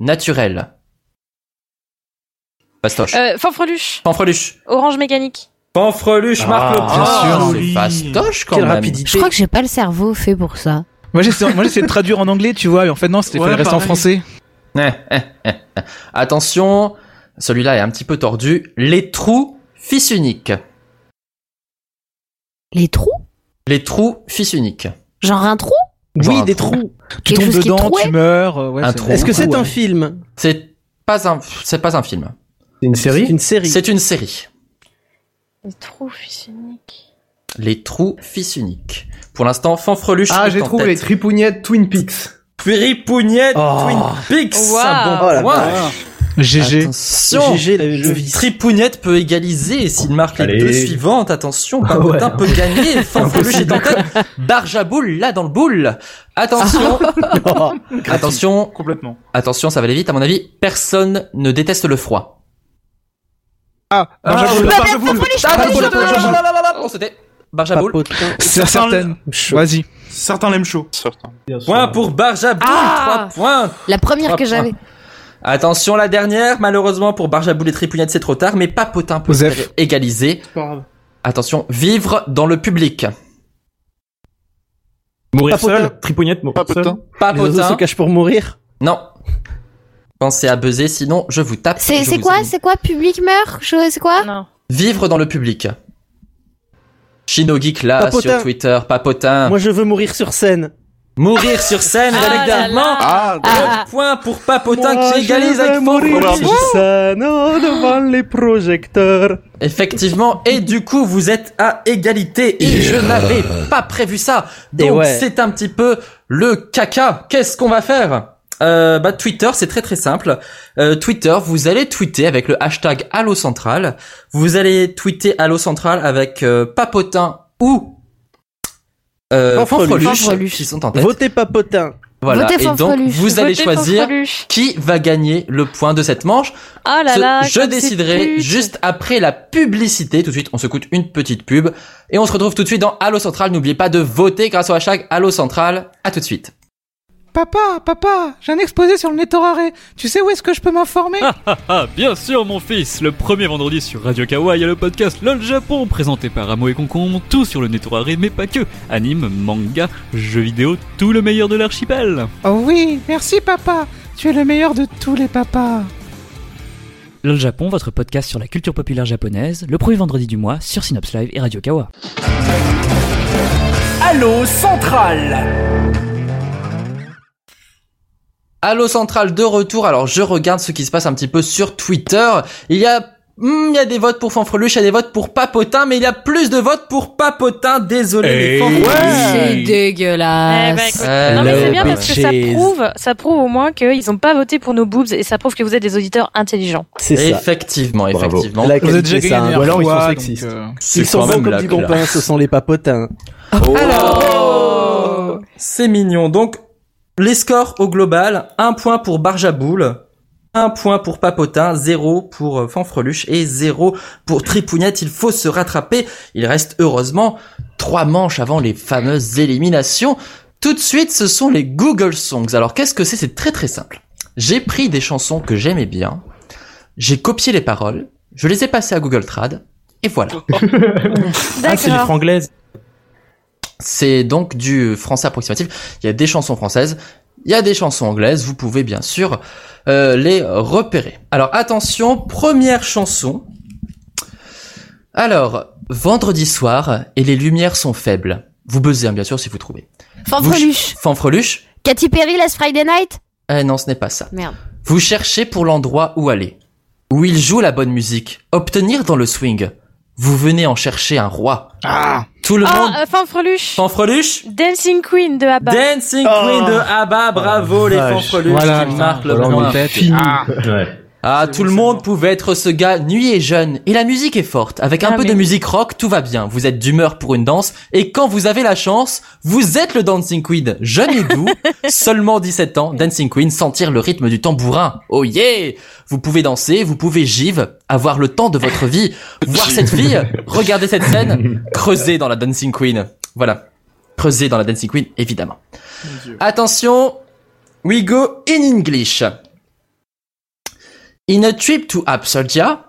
naturelle. Pastoche. Euh, Fanfreluche. Fanfreluche. Orange mécanique. Fanfreluche Ah, marque le bien point. Ah, sûr. C'est Pastoche quand Quelle même. rapidité. Je crois que j'ai pas le cerveau fait pour ça. Moi j'essaie moi, j'essaie de traduire en anglais, tu vois, et en fait non, c'était Ouais, fallait rester en pareil. français. Attention, celui-là est un petit peu tordu. Les trous fils uniques. Les trous Les trous fils uniques. Genre un trou Genre Oui, un des trou. trous. Tu Quelque tombes chose qui est dedans, troué tu meurs. euh, ouais, Un c'est- trou. Est-ce que c'est Ouais. un film C'est pas un, c'est pas un film. C'est une série C'est une série. C'est une série. Les trous fils uniques. Les trous fils uniques. Pour l'instant, Fanfreluche Ah, est j'ai en trouvé. tête. Tripougnette, Twin Peaks. Puripouniette Oh. Twin Peaks Wow. un bon Oh la point. GG. Attention GG, la- le vice. Tripougnette peut égaliser et s'il marque les Allez. deux suivantes, attention, Papotin peut gagner, Fanfreluche est en tête, Barjaboul là dans le boule. Attention, attention, Complètement. attention, ça va aller vite à mon avis, personne ne déteste le froid. Ah, Barjaboul. Barjaboul, Barjaboul, Barjaboul, on se tait. Barjaboul, Papotin. C'est certain. Vas-y. Certains l'aiment chaud. Certain. point pour Barjaboul, trois Ah. points. La première que Hop, j'avais. Attention, la dernière, malheureusement pour Barjaboul et Tripougnette, c'est trop tard, mais Papotin peut Osef. égaliser. Attention, vivre dans le public. Mourir Papotin. seul. Tripougnette, mourir seul. Papotin. Les oiseaux se Papotin. cachent pour mourir. Non. Pensez à buzzer, sinon je vous tape. C'est je c'est vous quoi élimine. C'est quoi Public meurt Je- C'est quoi Non. Vivre dans le public. Shino Geek là Papotin. sur Twitter, papotin. Moi, je veux mourir sur scène. Mourir sur scène, Ah là évidemment. là. Ah, Un point pour papotin Moi, qui égalise je avec vais mourir Fanfreluche. sur scène, oh, devant les projecteurs. Effectivement, et du coup, vous êtes à égalité, et je n'avais pas prévu ça. Et Donc, ouais. c'est un petit peu le caca. Qu'est-ce qu'on va faire euh, bah, Twitter, c'est très très simple. Euh, Twitter, vous allez tweeter avec le hashtag Allo Central. Vous allez tweeter Allo Central avec euh, Papotin ou euh, Fanfreluche. Fanfreluche, qui sont en tête. Votez Papotin. Voilà, Votez et donc Fanfreluche. vous allez Votez choisir Fanfreluche. qui va gagner le point de cette manche. Ah là Ce- là, je comme c'est déciderai pute. juste après la publicité. Tout de suite, on se coûte une petite pub et on se retrouve tout de suite dans Halo Central. N'oubliez pas de voter grâce au hashtag Halo Central. À tout de suite. Papa, papa, j'ai un exposé sur le Netorare. Tu sais où est-ce que je peux m'informer Ah ah, bien sûr mon fils Le premier vendredi sur Radio Kawaii, il y a le podcast LOL Japon, présenté par Amo et Concombre, tout sur le Netorare, mais pas que. Anime, manga, jeux vidéo, tout le meilleur de l'archipel Oh oui, merci papa. Tu es le meilleur de tous les papas. LOL Japon, votre podcast sur la culture populaire japonaise, le premier vendredi du mois sur Synops Live et Radio Kawa. Halo Central. Halo Central de retour. Alors, je regarde ce qui se passe un petit peu sur Twitter. Il y a hmm, il y a des votes pour Fanfreluche, il y a des votes pour Papotin, mais il y a plus de votes pour Papotin. Désolé les C'est Fanfreluches. Ah. Eh dégueulasse. ben, écoute, non mais c'est bien parce que ça prouve, ça prouve au moins qu'ils ont pas voté pour nos boobs et ça prouve que vous êtes des auditeurs intelligents. Effectivement, effectivement. La qualité, ça, hein. Ou alors ils sont sexistes. Ils sont bons comme du bon pain, ce sont les papotins. Oh. C'est mignon. Donc, les scores au global, un point pour Barjaboul, un point pour Papotin, zéro pour euh, Fanfreluche et zéro pour Tripougnette. Il faut se rattraper. Il reste heureusement trois manches avant les fameuses éliminations. Tout de suite, ce sont les Google Songs. Alors, qu'est-ce que c'est C'est très très simple. J'ai pris des chansons que j'aimais bien, j'ai copié les paroles, je les ai passées à Google Trad, et voilà. Ah, c'est les D'accord. franglaises. C'est donc du français approximatif. Il y a des chansons françaises, il y a des chansons anglaises. Vous pouvez bien sûr euh, les repérer. Alors attention, première chanson. Alors, vendredi soir et les lumières sont faibles. Vous buzzez hein, bien sûr si vous trouvez. Fanfreluche. Vous- Fanfreluche Katy Perry, Last Friday Night Eh non, ce n'est pas ça. Merde. Vous cherchez pour l'endroit où aller. Où il joue la bonne musique. Obtenir dans le swing. Vous venez en chercher un roi. Tout le monde... Ah, euh, Fanfreluche. Fanfreluche Dancing Queen de ABBA. Oh. Dancing Queen Oh. de ABBA, bravo les fanfreluches Voilà, qui putain, marquent le voilà, on point. est tête. Fini. Ah, Ah, tout le monde pouvait être ce gars, nuit et jeune, et la musique est forte. Avec un Ah, peu mais de oui. musique rock, tout va bien. Vous êtes d'humeur pour une danse, et quand vous avez la chance, vous êtes le Dancing Queen, jeune et doux, seulement 17 ans, Dancing Queen, sentir le rythme du tambourin. Oh yeah! Vous pouvez danser, vous pouvez give, avoir le temps de votre vie, voir cette fille, regarder cette scène, creuser dans la Dancing Queen. Voilà. Creuser dans la Dancing Queen, évidemment. Ah, Attention, we go in English. In a trip to Absurdia,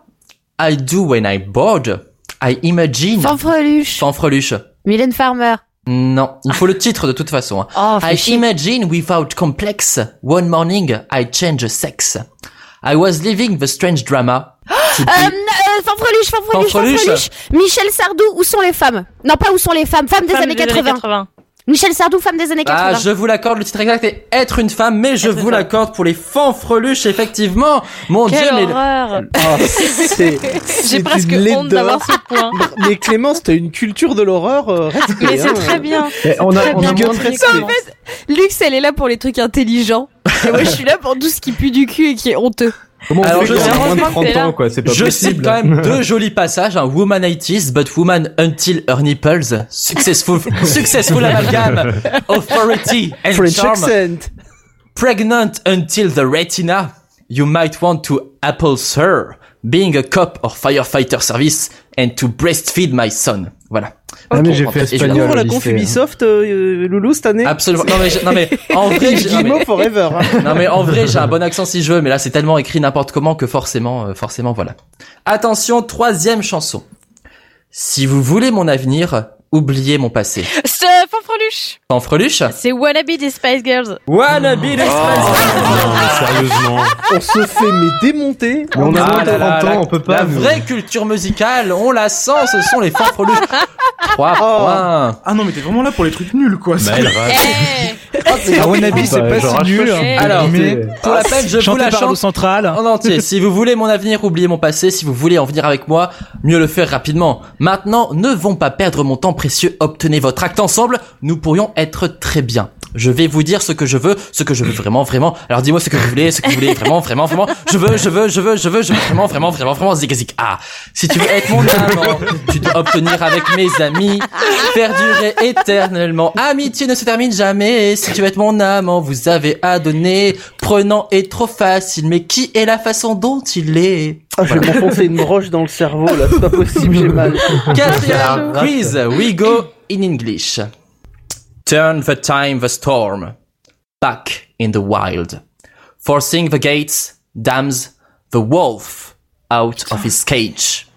I do when I bored, I imagine. Fanfreluche. Fanfreluche. Mylène Farmer. Non, il faut le titre de toute façon. hein. Oh, fais I chier. imagine without complex. One morning, I change sex. I was living the strange drama. Euh, euh, Fanfreluche, Fanfreluche, Fanfreluche. Fanfreluche. Michel Sardou, où sont les femmes Non, pas où sont les femmes, femmes des Femmes années des années 80. Michel Sardou, femmes des années 80. Ah, je vous l'accorde, le titre exact est être une femme, mais je vous l'accorde pour les fanfreluches, effectivement. Mon Quelle dieu, mais... horreur Oh, Ah, c'est- J'ai presque honte d'avoir ce point. Mais Clémence, t'as une culture de l'horreur. euh, respect, Mais c'est hein. très bien. C'est très bien. moins de respect. En fait, Lux, elle est là pour les trucs intelligents. Et moi, je suis là pour tout ce qui pue du cul et qui est honteux. Alors, je sais moins de 30 ans, quoi, c'est pas je possible. cite quand même deux jolis passages, un woman 80s, but woman until her nipples, successful, successful amalgam, authority and French charm, accent. pregnant until the retina, you might want to apple her, being a cop or firefighter service, and to breastfeed my son. Voilà. Ah, mais j'ai Ok. fait Et je espagnol Pour hein. au l'adore. la conf Ubisoft, euh, euh, Loulou, cette année Absolument. Non mais, je- non, mais en vrai, j'ai- non, Guillemot mais- forever. hein. non mais en vrai j'ai un bon accent si je veux mais là c'est tellement écrit n'importe comment que forcément euh, forcément voilà. Attention troisième chanson. Si vous voulez mon avenir, oubliez mon passé. ce Fanfreluche. Fanfreluche C'est Wannabe des Spice Girls. Wannabe Oh. des Spice sérieusement. On se fait mais démonter. Mais on a moins de Ah là là, 30 ans, la- on peut pas, La nous. vraie culture musicale, on la sent, ce sont les fanfreluches. Trois points. Ah non, mais t'es vraiment là pour les trucs nuls, quoi. Mais Bah, elle rate. Eh. Oh, Ah, Wannabe, Bah, c'est pas si nul. hein. Alors, Mais- pour Ah, la peine, je vous Chanté la par chante Central. en entier. si vous voulez mon avenir, oubliez mon passé. Si vous voulez en venir avec moi, Mieux le faire rapidement. Maintenant, ne vont pas perdre mon temps précieux. Obtenez votre acte ensemble. Nous pourrions être très bien. Je vais vous dire ce que je veux, ce que je veux vraiment, vraiment. Alors dis-moi ce que vous voulez, ce que vous voulez vraiment, vraiment, vraiment. Je veux, je veux, je veux, je veux, je veux vraiment, vraiment, vraiment, vraiment. Zik, zik. Ah, si tu veux être mon amant, tu dois obtenir avec mes amis, perdurer éternellement. Amitié ne se termine jamais. Si tu veux être mon amant, vous avez à donner. Prenant est trop facile, mais qui est la façon dont il est Ah, je vais m'enfoncer une roche dans le cerveau, là, c'est pas possible, j'ai mal. Quatrième quiz, we go in English. Turn the time the storm back in the wild, forcing the gates, dams, the wolf out of his cage.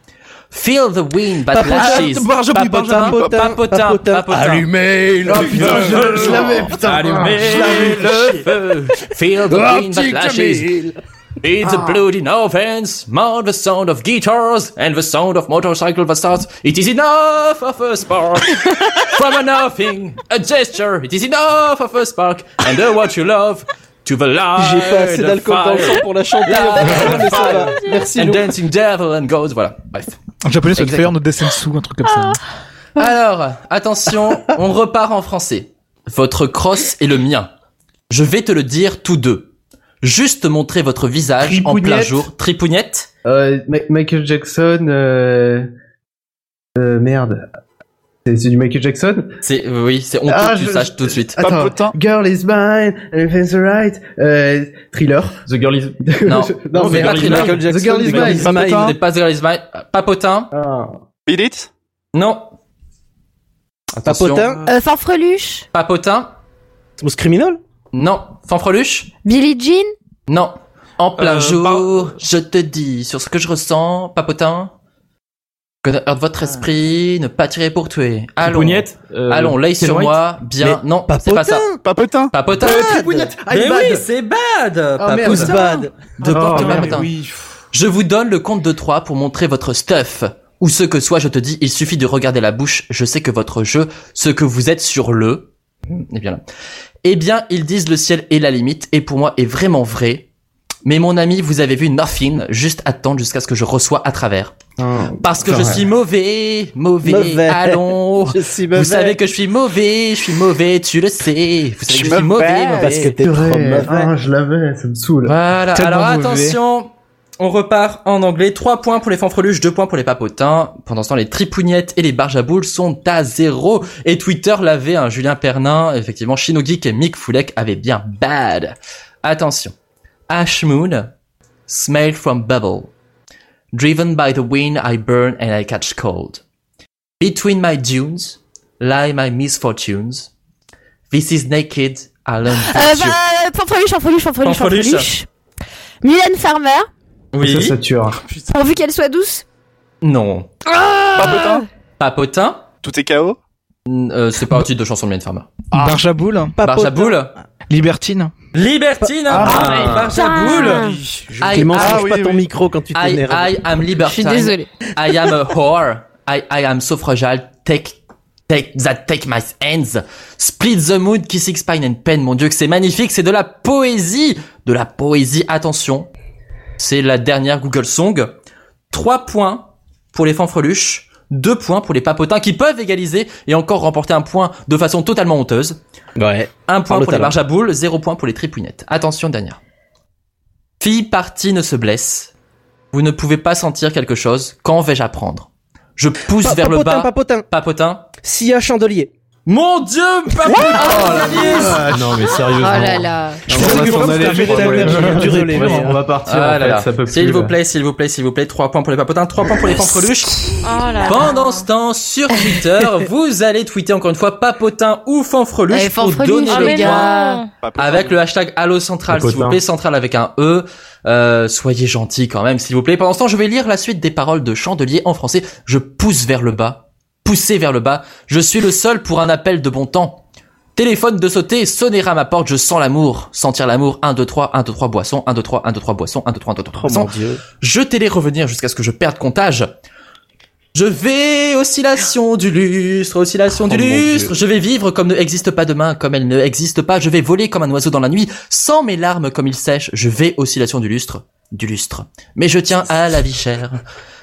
Feel the wind that Papotin, lashes. Barge- Papotin, Barge- papotin, Papotin. papotin. Allumez le Oh, putain, feu. je- je l'avais, putain. Allumez Je l'avais. le feu. Feel the Oh, wind that petit lashes. Camille. It's Ah. a bloody offense. Mount the sound of guitars and the sound of motorcycle that starts. It is enough of a spark. From a nothing, a gesture. It is enough of a spark. And a what you love to the light. J'ai pas assez of d'alcool dans le fire. sang pour la chanter. Light mais of ça va. fire. Merci, And Lou. dancing devil and gods. Voilà. Bref. En japonais, ça doit Exactement. faire notre dessin sous, un truc comme ça. Alors, attention, on repart en français. Votre cross et le mien. Je vais te le dire tous deux. Juste montrer votre visage en plein Tripougnette. jour. Tripougnette Euh, Ma- Michael Jackson. Euh... euh, merde. C'est c'est du Michael Jackson C'est, euh, oui, c'est honteux Ah, que tu je- saches tout de suite. Attends. Girl is mine, everything's alright. Euh, thriller. The Girl is... Non, Non, non c'est mais pas Michael Thriller. Jackson, The Girl is Mine. Papotin. n'est pas The Girl is Mine. Papotin. Beat It Non. Attention. Papotin. Euh, Fanfreluche. Papotin. Smooth Criminal Non. Fanfreluche Billie Jean. Non. En plein Euh, jour, je te dis sur ce que je ressens, papotin. Connaisseur de Ah. votre esprit, ne pas tirer pour tuer. Allons. Pougnette, euh, Allons, l'œil Ken sur White. moi, bien. Mais non, c'est pas ça. Papotin. Papotin. Euh, Ah, Mais oui, c'est Oh, bad. Pas merde. pouce bad. De porte merde. matin. Je vous donne le compte de 3 pour montrer votre stuff. Ou ce que soit, je te dis, il suffit de regarder la bouche. Je sais que votre jeu, ce que vous êtes sur le... Et bien là. Eh bien, ils disent le ciel est la limite, et pour moi est vraiment vrai. Mais mon ami, vous avez vu nothing, juste attendre jusqu'à ce que je reçois à travers. Parce que je Ouais. suis mauvais, Ah. mauvais, Mauvais. allons. Je suis Vous mauvais. savez que je suis mauvais, je suis mauvais, tu le sais. Vous savez que je suis mauvais, mauvais. Purée, Ah, je l'avais, ça me saoule. Voilà, alors attention, on repart en anglais. 3 points pour les fanfreluches, 2 points pour les papotins. Pendant ce temps, les tripougnettes et les barges à boules sont à zéro. Et Twitter l'avait, hein, Julien Pernin, effectivement, Shino Geek et Mick Foulek avaient bien bad. Attention. Ash Moon, smell from bubble. Driven by the wind, I burn and I catch cold. Between my dunes lie my misfortunes. This is naked, I learn Euh, virtue. bah, Fanfreluche, Fanfreluche, Fanfreluche, Fanfreluche. Fanfreluche. Mylène Farmer. Oui. Ça, ça tue. Pourvu qu'elle soit douce. Non. Papotin. Papotin. Ah Tout est KO euh, C'est pas un titre de chanson de Mylène Farmer. Barge à boules. Barge à boules Libertine. Libertine Ah, ah, Barge à boules I- Clément, I- change oui, pas Ah, oui, ton oui. micro quand tu I, t'énerves. I am libertine. Je suis désolé. I am a whore. I, I am so fragile. Take, take that, take my hands. Split the mood, kissing spine and pain. Mon dieu, que c'est magnifique. C'est de la poésie. De la poésie. Attention. C'est la dernière Google Song. Trois points pour les fanfreluches. Deux points pour les papotins qui peuvent égaliser et encore remporter un point de façon totalement honteuse. Ouais. Un point Parle pour les talent. barges à boules, zéro point pour les tripounettes. Attention, dernière. Fille partie ne se blesse. Vous ne pouvez pas sentir quelque chose. Quand vais-je apprendre Je pousse Pa- vers le papotin, bas. Papotin. Papotin. Sia Chandelier. Oh, Mon dieu, papotin. Ah, non, mais sérieusement. Oh là là. Je pensais que Pomme, t'avais ta mère, je vais durer, mais on va partir, Ah en là fait, là. ça peut plus, S'il vous là. plaît, s'il vous plaît, s'il vous plaît. Trois points pour les papotins, trois points pour les fanfreluches. Oh là. Pendant ce temps, sur Twitter, vous allez tweeter encore une fois papotin ou fanfreluche Eh, pour fanfreluche, donner ah, le mais point non. avec le hashtag Allo Central, s'il Papotin. vous plaît, central avec un E. Euh, soyez gentils quand même, s'il vous plaît. Pendant ce temps, je vais lire la suite des paroles de Chandelier en français. Je pousse vers le bas, poussez vers le bas. Je suis le seul pour un appel de bon temps. Téléphone de sauter, sonnera ma porte, je sens l'amour. Sentir l'amour, 1, 2, 3, 1, 2, 3, boisson, 1, 2, 3, 1, 2, 3, boisson, 1, 2, 3, 1, 2, 3, boisson. Jetez-les revenir jusqu'à ce que je perde comptage. Je vais, oscillation du lustre, oscillation du Oh mon lustre, Dieu. je vais vivre comme ne existe pas demain, comme elle ne existe pas, je vais voler comme un oiseau dans la nuit, sans mes larmes comme il sèche, je vais, oscillation du lustre, du lustre. Mais je tiens à la vie chère,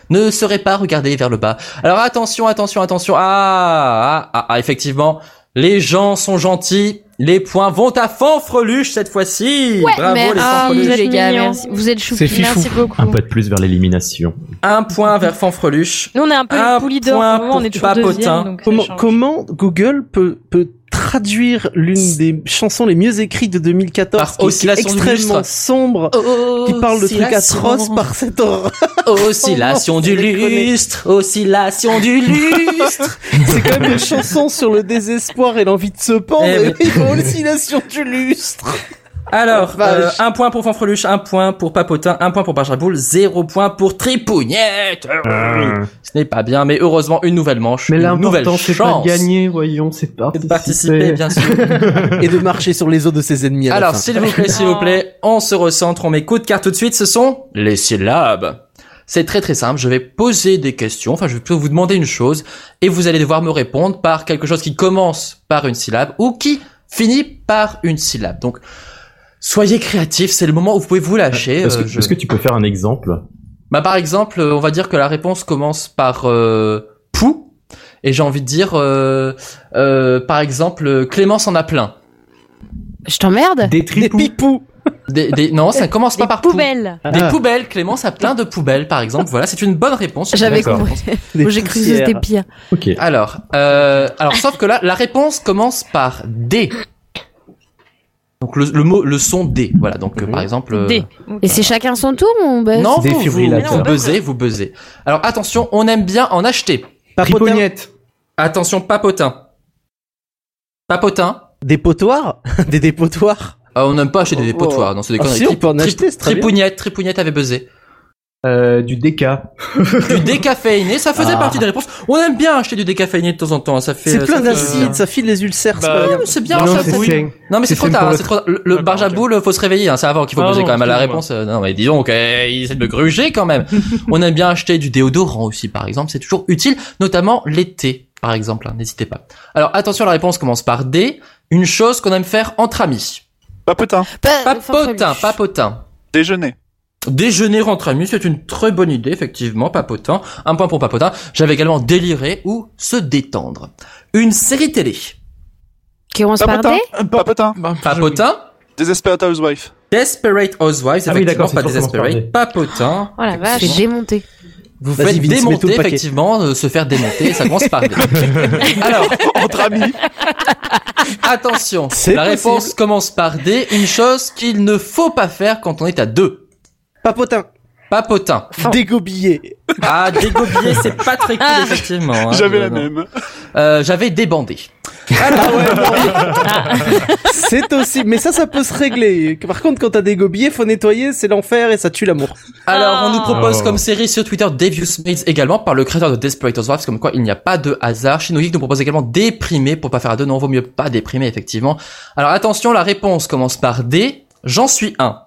ne serait pas regardé vers le bas. Alors attention, attention, attention. Ah, ah, ah, ah, effectivement, les gens sont gentils. Les points vont à Fanfreluche cette fois-ci. Ouais, Bravo mais- les ah, Fanfreluches. les gars, merci. Vous êtes choupi, merci beaucoup. Un pas de plus vers l'élimination. Un point vers Fanfreluche. Nous, on est un peu Un les poulies d'or. Ah, point Pour le moment, on pour est toujours Papotin. deuxième. Donc ça comment, change. comment Google peut, peut traduire l'une des chansons les mieux écrites de 2014 Par qui est oscillation du extrêmement lustre. sombre, Oh, qui parle de trucs atroces par cette horreur. Oscillation du lustre, oscillation du lustre. C'est quand même une chanson sur le désespoir et l'envie de se pendre Eh et, oui. l'hallucination du lustre. Oh, Alors, Vache. euh, un point pour Fanfreluche, un point pour Papotin, un point pour Barjaboul, zéro point pour Tripougnette. Euh, Ce n'est pas bien, mais heureusement une nouvelle manche, Mais une nouvelle l'important, c'est pas chance. de gagner, voyons, c'est de participer. participer, bien sûr. et de marcher sur les os de ses ennemis. à la Alors, fin. s'il vous plaît, s'il vous plaît, on se recentre, on met coup de carte tout de suite, ce sont les syllabes. C'est très très simple, je vais poser des questions, enfin je vais plutôt vous demander une chose, et vous allez devoir me répondre par quelque chose qui commence par une syllabe ou qui finit par une syllabe. Donc, soyez créatifs, c'est le moment où vous pouvez vous Ah, lâcher. Est-ce que, euh, je- est-ce que tu peux faire un exemple Bah par exemple, euh, on va dire que la réponse commence par euh, pou et j'ai envie de dire euh, euh, par exemple euh, Clémence en a plein. Je t'emmerde Des tripous. Des non, ça commence pas par pou. poubelles. Des Ah. poubelles, Clémence a plein de poubelles par exemple. Voilà, c'est une bonne réponse. J'avais D'accord. compris. Moi, j'ai cru que poussières. c'était pire. OK. Alors, euh, alors sauf que là la réponse commence par D. Donc le, le mot le son D, voilà. Donc Mhm. euh, par exemple euh, Et c'est chacun son tour ou on buzz Non, vous, vous, vous buzzez, vous buzzez. Alors attention, on aime bien en acheter. Tripognette. Attention, papotin. Papotin. Des potoirs Des dépotoirs Hein Ah, on n'aime pas acheter des dépotoirs, non, c'est des Ah conneries. si, on Tri- peut en tri- acheter, c'est très bien. Tripougnette, Tripougnette avait buzzé. Euh, du déca. Du décaféiné, ça faisait Ah. partie des réponses. On aime bien acheter du décaféiné de temps en temps, hein. ça fait... euh, C'est plein ça fait- d'acide, ça file les ulcères. Bah, pas non, bien. mais c'est bien, ça bouille. Non, mais c'est trop tard, hein, c'est trop tard. Le, le barjaboule, faut se réveiller, hein, c'est avant qu'il faut Ah poser non, quand même à la excuse-moi. réponse. Euh, Non, mais dis donc, euh, il essaie de me gruger quand même. on aime bien acheter du déodorant aussi, par exemple, c'est toujours utile, notamment l'été, par exemple, hein, n'hésitez pas. Alors, attention, la réponse commence par D, une chose qu'on aime faire entre amis. Papotin. Papotin, papotin. Déjeuner. Déjeuner entre amis, c'est une très bonne idée, effectivement, papotin. Un point pour papotin. J'avais également déliré ou se détendre. Une série télé. Qui commence par D Papotin. Euh, Papotin. Bah, Papotin. Desperate Housewife. Desperate Housewives, Ah oui, effectivement, d'accord, pas c'est forcément Desperate. parlé. Papotin. Oh la Effectivement. vache. J'ai démonté. Vous Vas-y, faites Vince, mets tout le démonter, paquet. effectivement, euh, se faire démonter, et ça commence par D. Alors, entre amis. Attention, C'est la possible. réponse commence par D, une chose qu'il ne faut pas faire quand on est à deux. Papotin. Papotin. Dégobillé. Ah, dégobillé, c'est pas très Ah. cool, effectivement. hein, J'avais la non. même. Euh, J'avais débandé. C'est aussi, mais ça, ça peut se régler. Par contre, quand t'as des gobiers, faut nettoyer, c'est l'enfer et ça tue l'amour. Alors, on nous propose Oh. comme série sur Twitter Devious Maids également par le créateur de Desperate Housewives, comme quoi il n'y a pas de hasard. Shino Geek nous propose également déprimer pour pas faire à deux. Non, vaut mieux pas déprimer, effectivement. Alors, attention, la réponse commence par D. J'en suis un.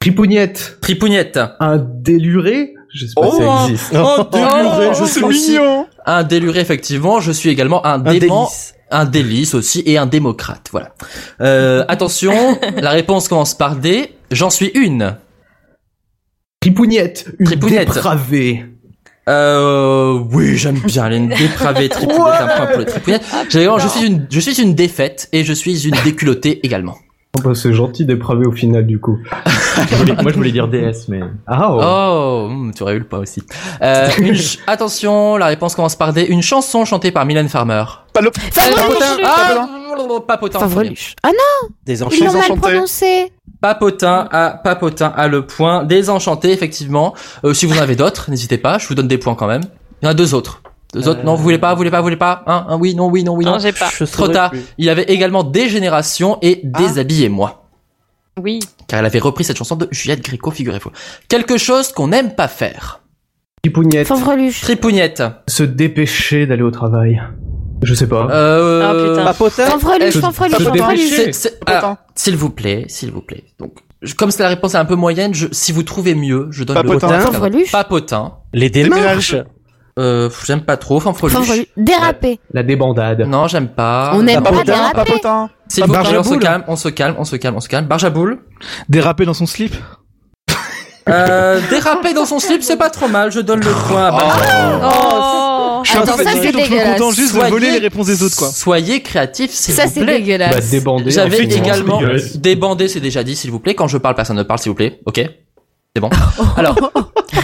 Tripougnette. Tripougnette. Oh, Un déluré Je sais pas si ça existe. aussi Un déluré, effectivement. Je suis également un dément. Un délice aussi et un démocrate, voilà. Euh, attention, la réponse commence par D. J'en suis une. Tripougnette. Une Tripougnette. dépravée. Euh, oui, j'aime bien les dépravés tripounettes, un point pour les tripounettes. J'ai vraiment- je suis une, je suis une défaite et je suis une déculottée également. Oh, bah, c'est gentil dépravé au final du coup. Moi, je voulais dire DS, mais. Ah, oh. Oh, hmm, tu aurais eu le point aussi. Euh, une ch- attention, la réponse commence par D. Une chanson chantée par Mylène Farmer. Favreluche. Ah, papotin. Ah non Des Ils l'ont mal prononcé. Papotin à Papotin à le point. Désenchanté, effectivement. Euh, si vous en avez d'autres, n'hésitez pas. Je vous donne des points quand même. Il y en a deux autres. Deux autres. Non, vous voulez pas, vous voulez pas, vous voulez pas. Un, un oui, non, oui, non, oui, non. Non, j'ai pas. Je Trop saurais tard. plus. Il y avait également Dégénération et Déshabillez-moi. Oui. Car elle avait repris cette chanson de Juliette Gréco, figurez-vous. Quelque chose qu'on n'aime pas faire. Tripougnette. Tripougnette. Se dépêcher d'aller au travail. Je sais pas. Ah, Euh... Papotin. Fanfreluche, Se- fanfreluche, se fanfreluche. dépêcher. C'est- c'est- ah, alors, S'il vous plaît, s'il vous plaît. Donc, je- comme c'est la réponse est un peu moyenne, je- si vous trouvez mieux, je donne Papotin. le Fanfreluche. Papotin. Les démarches. Déménage. Euh, j'aime pas trop, fanfreluche. Fanfreluche. Dérapé. La débandade. Non, j'aime pas. On aime pas déraper. S'il vous plaît, on hein. se Barjaboule. calme, on se calme, on se calme, on se calme. Barjaboule. Déraper dans son slip Euh, déraper dans son slip, c'est pas trop mal. Je donne le point à Benjamin. Oh, Je suis un peu Attends, ça, fatigué, c'est donc je me contente dégueulasse. juste de Soyez- voler les réponses des autres, quoi. Soyez créatifs, s'il Ça, vous c'est plaît. dégueulasse. Bah, débander, J'avais effectivement, c'est également dégueulasse. débander, c'est déjà dit, s'il vous plaît. Quand je parle, personne ne parle, s'il vous plaît. Ok, c'est bon. Alors,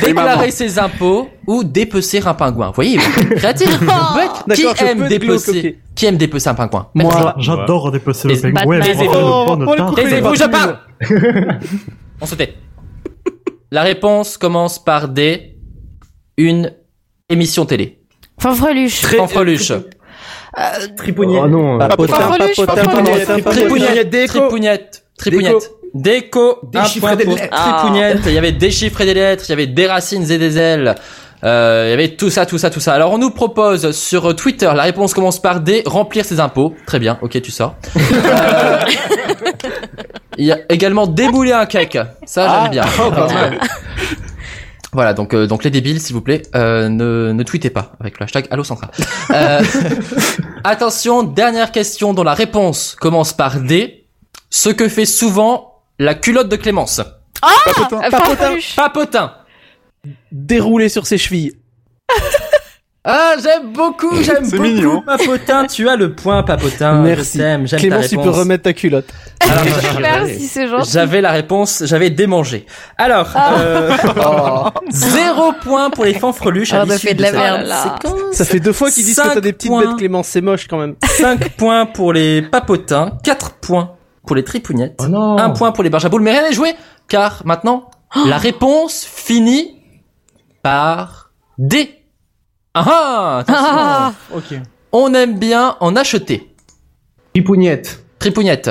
déclarer ses impôts ou dépecer un pingouin. Vous voyez, vous êtes créatif. Vous êtes- qui D'accord, je peux aime être dépecer glauque, ok. Qui aime dépecer un pingouin Moi, j'adore dépecer le Batman. pingouin. Taisez-vous. Taisez-vous, je parle. On se tait. La réponse commence par D. Une émission télé. Fanfreluche. Très Fanfreluche. Tripounier. Oh non. euh, Papotin, Fanfreluche, papotin, fanfreluche. papotin, Tripounier, Tripouniette, tripouniette, tripouniette. Déco, un Déchiffrer point des pour lettres. tripouniette. Il y avait des chiffres et des lettres, il y avait des racines et des ailes. Euh, il y avait tout ça, tout ça, tout ça. Alors on nous propose sur Twitter, la réponse commence par D, remplir ses impôts. Très bien, ok, tu sors. Euh, Il y a également débouler un cake. Ça, j'aime Ah. bien. Oh, pas mal. Voilà, donc euh, donc les débiles, s'il vous plaît, euh, ne ne tweetez pas avec le hashtag Allo Central. Euh, attention, dernière question dont la réponse commence par D. Ce que fait souvent la culotte de Clémence. Ah Papotin. Papotin. Déroulé sur ses chevilles. Ah, j'aime beaucoup, j'aime beaucoup Papotin. Tu as le point, Papotin. Merci. Je t'aime, j'aime ta Clémence, tu peux réponse. remettre ta culotte. Ah, bah, Merci, c'est gentil. Ah. J'avais la réponse, j'avais démangé. Alors, Ah. euh, Oh. zéro point pour les fanfreluches. à Ah bah, l'issue fais de la cette merde, là. séquence. Ça fait deux fois qu'ils disent que Cinq t'as des petites points. bêtes, Clémence, c'est moche quand même. 5 points pour les papotins, 4 points pour les tripounettes, 1 point pour les barjaboules, mais rien n'est joué, car maintenant, Oh. la réponse finit par D. Ah ah, attention. Ah. Ok. On aime bien en acheter. Tripougnette. Tripougnette.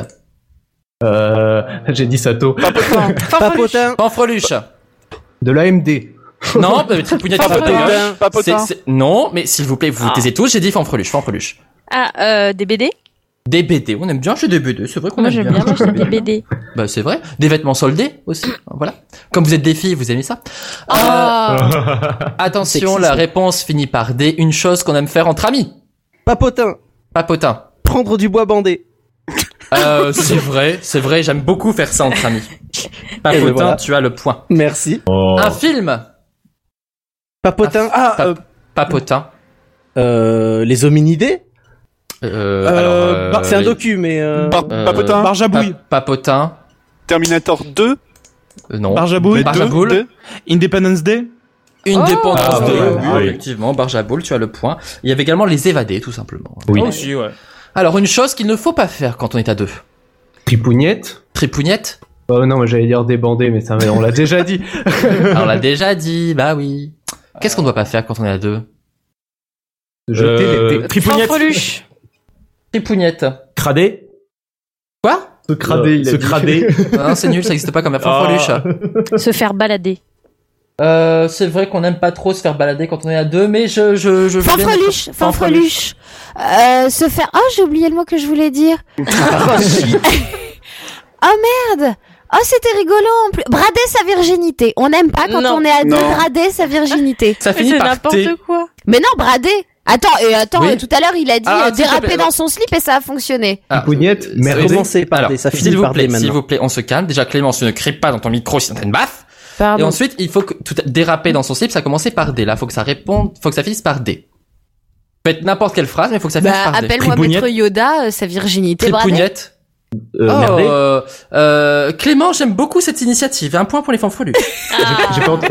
Euh, j'ai dit ça tôt. Papotin. Panfreluche. De l'AMD. Non, mais tripougnette, Papotin. papotin. Papotin. C'est- c'est- Non, mais s'il vous plaît, vous vous taisez tous, j'ai dit fanfreluche, fanfreluche. Ah, euh, des BD Des BD, on aime bien acheter des BD, c'est vrai qu'on Moi aime j'aime bien acheter acheter des BD. Bah c'est vrai, des vêtements soldés aussi, voilà. Comme vous êtes des filles, vous aimez ça. Ah. Euh, Attention, la réponse finit par D, une chose qu'on aime faire entre amis. Papotin. Papotin. Prendre du bois bandé. Euh, c'est vrai, c'est vrai, j'aime beaucoup faire ça entre amis. Eh Papotin, ben voilà. tu as le point. Merci. Un film Papotin. Ah, euh, Papotin. euh, les hominidés Euh, Euh, alors, bah, euh, c'est un les- docu, mais. Euh... euh, Papotin. Barjabouille. Pa- Papotin. Terminator 2. Euh, non. Barjaboul. Barjaboul. Deux. Independence Day. Independence Ah, Day. ouais. oui, Ah, oui. Oh. Effectivement, Barjaboul, tu as le point. Il y avait également les évadés, tout simplement. Oui. Aussi, ouais. Alors, une chose qu'il ne faut pas faire quand on est à deux. Tripougnette. Tripougnette. Oh non, mais j'allais dire débandé, mais ça, on l'a déjà dit. Alors, on l'a déjà dit, bah oui. Qu'est-ce qu'on ne doit pas faire quand on est à deux Jeter Euh, des- des- Tripougnette. Fanfreluche. Tripougnette. Cradé. Quoi Se crader, il a Se dit. crader. Non, c'est nul, ça n'existe pas comme la fanfreluche. Oh. Se faire balader. Euh, c'est vrai qu'on n'aime pas trop se faire balader quand on est à deux, mais je... je, je Fanfreluche, fanfreluche. Euh, se faire. Oh, j'ai oublié le mot que je voulais dire. Oh merde. Oh, c'était rigolo en plus. Brader sa virginité. On n'aime pas quand Non. on est à deux Non. brader sa virginité. Ça Mais finit c'est par n'importe T. quoi. Mais non, brader. Attends, et attends, Oui. et tout à l'heure, il a dit Ah, euh, s'il te déraper plaît, dans son slip et ça a fonctionné. Ah, Tripougnette, merdez. Commencez par des, ça finit s'il vous par plaît, des S'il maintenant. vous plaît, on se calme. Déjà, Clémence, tu ne cries pas dans ton micro si t'as une baffe. Pardon. Et ensuite, il faut que tout déraper dans son slip, ça commençait par D. Là, faut que ça réponde, faut que ça finisse par D. Faites n'importe quelle phrase, mais faut que ça finisse Bah, par D. appelle-moi maître Yoda, euh, sa virginité bradée. Tripougnette. oh, merdé. euh, euh, Clément, j'aime beaucoup cette initiative. Un point pour les fanfreluches.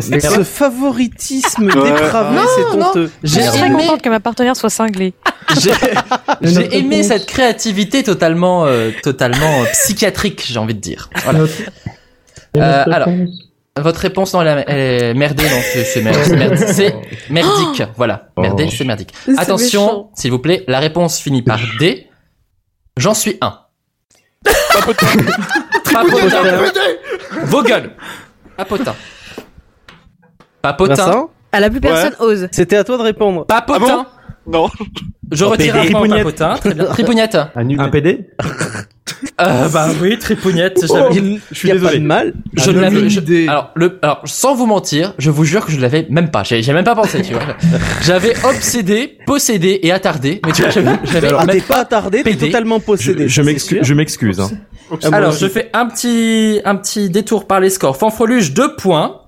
Mais ce favoritisme Ouais. dépravé, Non, c'est non. honteux. J'ai Ah, Je suis très aimé. contente que ma partenaire soit cinglée. J'ai j'ai aimé cette créativité totalement, euh, totalement euh, psychiatrique, j'ai envie de dire. Voilà. Euh, alors, votre réponse, non, elle est- elle est merdée, non, c'est c'est mer- c'est merdi- c'est merdique, voilà. Merdée, c'est merdique. Oh. C'est Attention, méchant. s'il vous plaît, la réponse finit par D. J'en suis un. Papotin. Vos gueules. Papotin. Papotin. Vincent À la plus personne ose. C'était à toi de répondre. Papotin. Non. Je retire un point au papotin. Très bien. Tripougnette. Un PD Euh, bah oui, tripougnette. Oh, il- je suis désolé. mal. Je Un ne l'avais. mini je- Alors, le, alors, sans vous mentir, je vous jure que je ne l'avais même pas. J'ai j'ai même pas pensé, tu vois. J'avais obsédé, possédé et attardé. Mais tu vois, j'avais- j'avais Alors, même t'es pas attardé, t'es PD. totalement possédé. Je ça, m'excuse. c'est sûr. Je m'excuse. hein. Alors, je fais un petit, un petit détour par les scores. Fanfreluche, 2 points.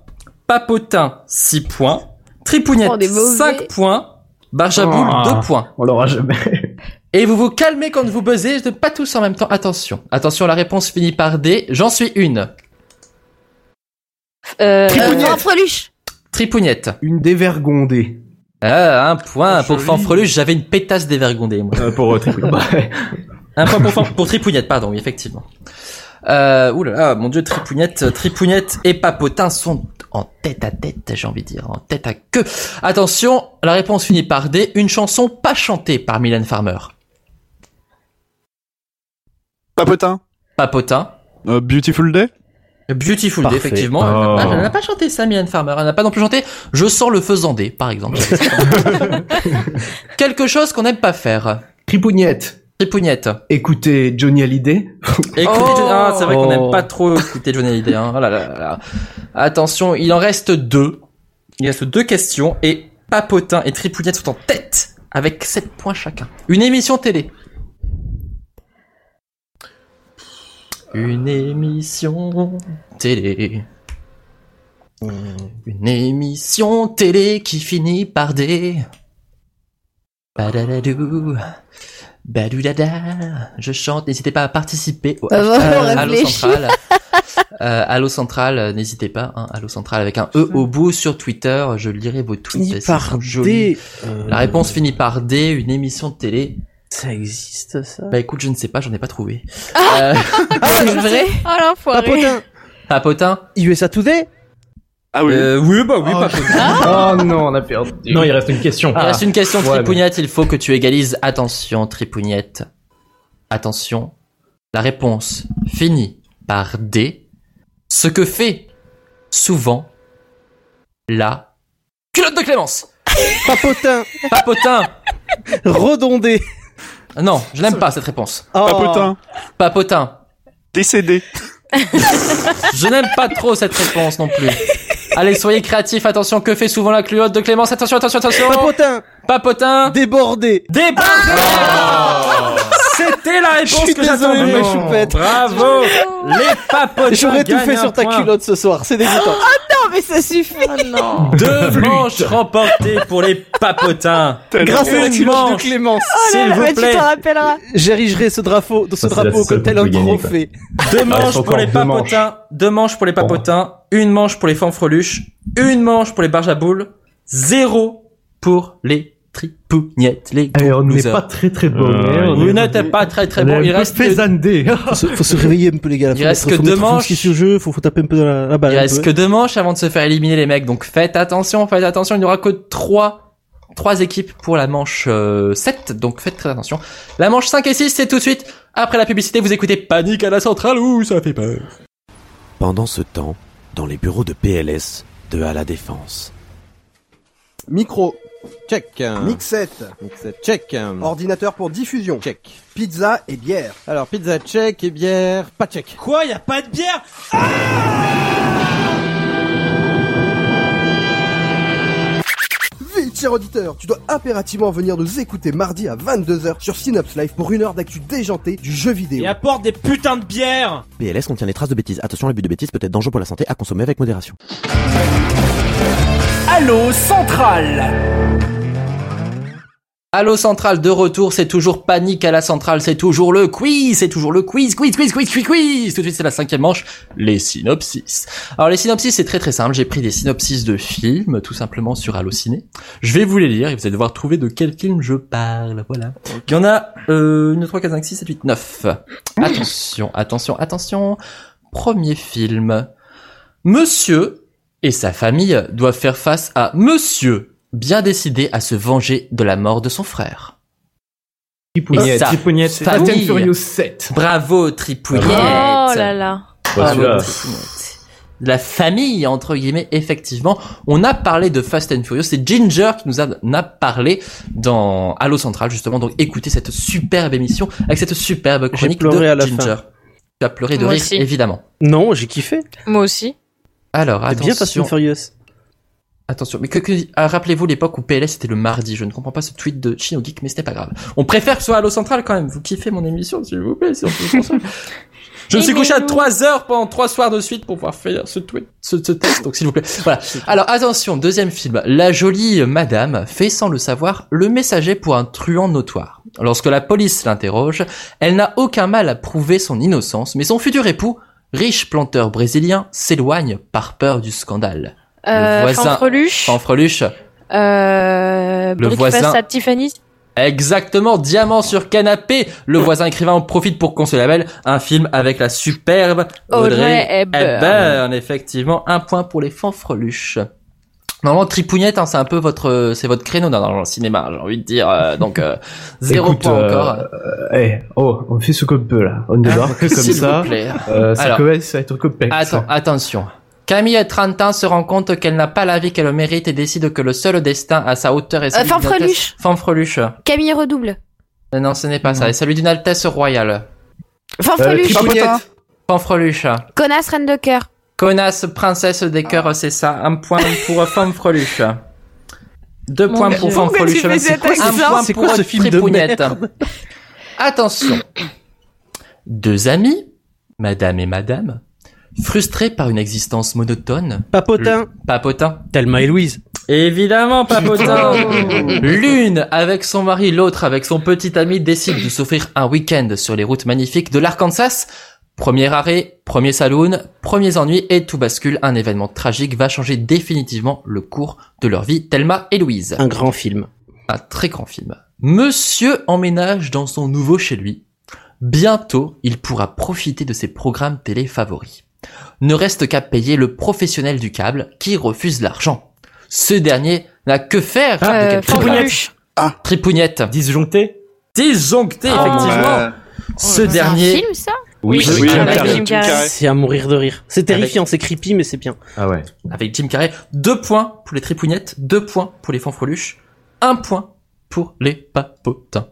Papotin, 6 points. Tripougnette, On est mauvais. 5 points. Barjaboul, Ah, 2 points. On l'aura jamais. Et vous vous calmez quand vous buzzez, je ne pas tous en même temps. Attention. Attention, la réponse finit par D. J'en suis une. Euh, Tripougnette. euh, Fanfreluche. Tripougnette. Une dévergondée. Ah, un point pour Fanfreluche, j'avais une pétasse dévergondée, moi. Euh, Bah, pour un point pour, Fan- pour Tripougnette, pardon, oui, effectivement. Euh, oulala, mon dieu, Tripougnette, Tripougnette et Papotin sont en tête à tête, j'ai envie de dire, en tête à queue. Attention, la réponse finit par D, une chanson pas chantée par Mylène Farmer. Papotin. Papotin. Euh, Beautiful Day. Beautiful Day, effectivement. Ah, Oh. Elle n'a pas- elle n'a pas chanté ça, Mylène Farmer. Elle n'a pas non plus chanté Je sens le faisandé, par exemple. Quelque chose qu'on n'aime pas faire. Tripougnette. Tripougnette. Écoutez Johnny Hallyday. Écoutez, Oh. Johnny- ah, c'est vrai qu'on n'aime Oh. pas trop écouter Johnny Hallyday. Hein. Oh là là là. Attention, il en reste deux. Il reste deux questions et Papotin et Tripouillette sont en tête avec 7 points chacun. Une émission télé. Une émission télé. Une émission télé qui finit par des... Badaladou. Badulada. Je chante, n'hésitez pas à participer au Bah, Ça va, hashtag on Allo réfléchit. Central. Euh, Allo Central, euh, n'hésitez pas, hein, Allo Central avec un E au bout sur Twitter, je lirai vos tweets. Finit elles par sont jolies. D, euh, La réponse finit par D, une émission de télé. Ça existe ça Ah Bah écoute, je ne sais pas, j'en ai pas trouvé. Euh, c'est vrai Oh l'enfoiré Papotin. Papotin USA Today Ah oui. oui, bah oui, Papotin. Oh non, on a perdu. Non, il reste une question. Ah. Il reste une question, Ouais, Tripougnette, il faut que tu égalises. Attention, Tripougnette. Attention. La réponse finit par D. Ce que fait souvent la culotte de Clémence. Papotin. Papotin. Redondé. Non, je n'aime pas cette réponse. Oh. Papotin. Papotin. Décédé. Je n'aime pas trop cette réponse non plus. Allez, soyez créatifs, attention, que fait souvent la culotte de Clémence Attention, attention, attention Papotin Papotin Débordé Ah Débordé C'était la Je suis réponse que désolé, j'attendais ma choupette. Bravo Les papotins J'aurais tout gagnent fait un sur ta point. culotte ce soir, c'est dégoûtant. Oh, non, mais ça suffit. Oh, non. Deux manches remportées pour les papotins Grâce à la Une culotte de manche. Clémence. Oh S'il vous plaît rappelleras. J'érigerai ce drapeau, ce Ça, c'est la drapeau seule comme tel un qu'on peut gagner, trophée. Ah, Deux manches pour les papotins, deux manches pour les papotins, une manche pour les fanfreluches, une manche pour les barges à boules, zéro pour les tripounettes, les Allez, Eh, on n'est losers. pas très très bon. mais on Vous est- n'êtes pas très très on est bon. un Il peu reste faisandé. Euh, Faut se, faut se réveiller un peu les gars. Il faut reste mettre- que faut deux mettre manches. Qui sur le jeu, faut, faut taper un peu dans la, la balle. Il un reste peu. que deux manches avant de se faire éliminer les mecs, donc faites attention, faites attention, il n'y aura que trois, trois équipes pour la manche euh, 7, donc faites très attention. La manche 5 et 6, c'est tout de suite, après la publicité, vous écoutez Panique à la centrale, ouh, ça fait peur. Pendant ce temps, dans les bureaux de PLS de à la Défense. Micro. Check. Hmm. Mixette. Mixette. Check. Oh, Ordinateur pour diffusion. Check. Pizza et bière. Alors pizza check et bière pas check. Quoi, y a pas de bière Ah Vite, cher auditeur, tu dois impérativement venir nous écouter mardi à 22h sur Synops Live pour une heure d'actu déjantée du jeu vidéo. Et apporte des putains de bières PLS contient les traces de bêtises. Attention, l'abus de bêtises peut être dangereux pour la santé à consommer avec modération. Allô Centrale Allo Centrale de retour, c'est toujours panique à la centrale, c'est toujours le quiz, c'est toujours le quiz, quiz, quiz, quiz, quiz, quiz. Tout de suite, c'est la cinquième manche, les synopsis. Alors les synopsis, c'est très très simple. J'ai pris des synopsis de films, tout simplement sur Allociné. Je vais vous les lire et vous allez devoir trouver de quel film je parle. Voilà. Il y en a euh, 1, 2, 3, 4, 5, 6, 7, 8, 9. Attention, attention, attention. Premier film. Monsieur et sa famille doivent faire face à Monsieur, bien décidé à se venger de la mort de son frère. Tripougnette, Et sa Tripougnette, c'est Fast and famille. Furious 7. Bravo Tripouillette. Oh là là Bravo, celui-là. Tripouillette. La famille, entre guillemets, effectivement. On a parlé de Fast and Furious. C'est Ginger qui nous en a parlé dans Halo Central, justement. Donc écoutez cette superbe émission avec cette superbe chronique de pleuré à la Ginger. fin. Tu as pleuré de Moi rire, aussi. évidemment. Non, j'ai kiffé. Moi aussi. Alors, C'est attention. bien Fast and Furious. Attention, mais que, que- ah, rappelez-vous l'époque où PLS était le mardi. Je ne comprends pas ce tweet de Chino Geek, mais c'était pas grave. On préfère que ce soit Halo Central quand même. Vous kiffez mon émission, s'il vous plaît. si on peut- Je me suis couché à 3 heures pendant 3 soirs de suite pour pouvoir faire ce tweet, ce, ce test. Donc s'il vous plaît. Voilà. Alors attention, deuxième film. La jolie euh, madame fait sans le savoir le messager pour un truand notoire. Lorsque la police l'interroge, elle n'a aucun mal à prouver son innocence, mais son futur époux, riche planteur brésilien, s'éloigne par peur du scandale. Euh, Fanfreluche. Fanfreluche. Euh, Le Brickfast voisin. à Tiffany. Exactement, diamant sur canapé. Le voisin écrivain en profite pour qu'on se labelle un film avec la superbe Audrey Audrey Hepburn. Hepburn. Effectivement, un point pour les fanfreluches. Normalement, tripougnette, hein, c'est un peu votre, euh, c'est votre créneau dans, dans le cinéma. J'ai envie de dire, euh, donc euh, zéro Écoute, point euh, encore. Ah, euh, eh, oh, on fait ce qu'on peut là. On débarque comme S'il ça. vous plaît. Euh, ça Alors. commence à être complexe. hein. Attends, attention. Camille, 30 ans, se rend compte qu'elle n'a pas la vie qu'elle mérite et décide que le seul destin à sa hauteur est celui d'une Fanfreluche. altesse- Fanfreluche. Camille redouble. Euh, Non, ce n'est pas ça. C'est celui d'une altesse royale. Fanfreluche. Fanfreluche. Connasse reine de cœur. Connasse, princesse des Ah. cœurs, c'est ça. Un point pour Fanfreluche. Deux Mon points Dieu. pour Pourquoi tu Fanfreluche. fais Un cet accent point C'est pour quoi ce film de Tripougnette. merde Attention. Deux amis, madame et madame, frustrés par une existence monotone. Papotin. Papotin. Thelma et Louise. Évidemment, papotin. Oh. L'une avec son mari, l'autre avec son petit ami décide de s'offrir un week-end sur les routes magnifiques de l'Arkansas. Premier arrêt, premier saloon, premiers ennuis et tout bascule. Un événement tragique va changer définitivement le cours de leur vie. Thelma et Louise. Un grand film. Un très grand film. Monsieur emménage dans son nouveau chez lui. Bientôt, il pourra profiter de ses programmes télé favoris. Ne reste qu'à payer le professionnel du câble qui refuse l'argent. Ce dernier n'a que faire Ah, de euh, quelqu'un. Tripougnette. Ah, Tripougnette. Disjoncté. Disjoncté, Oh, effectivement. bah. Ce C'est un dernier. film, ça Oui, Oui, oui, oui, Jim avec Carrey. Jim Carrey. C'est à mourir de rire. C'est Avec- terrifiant, c'est creepy, mais c'est bien. Ah ouais. Avec Jim Carrey, deux points pour les tripounettes, deux points pour les fanfreluches, un point pour les papotins.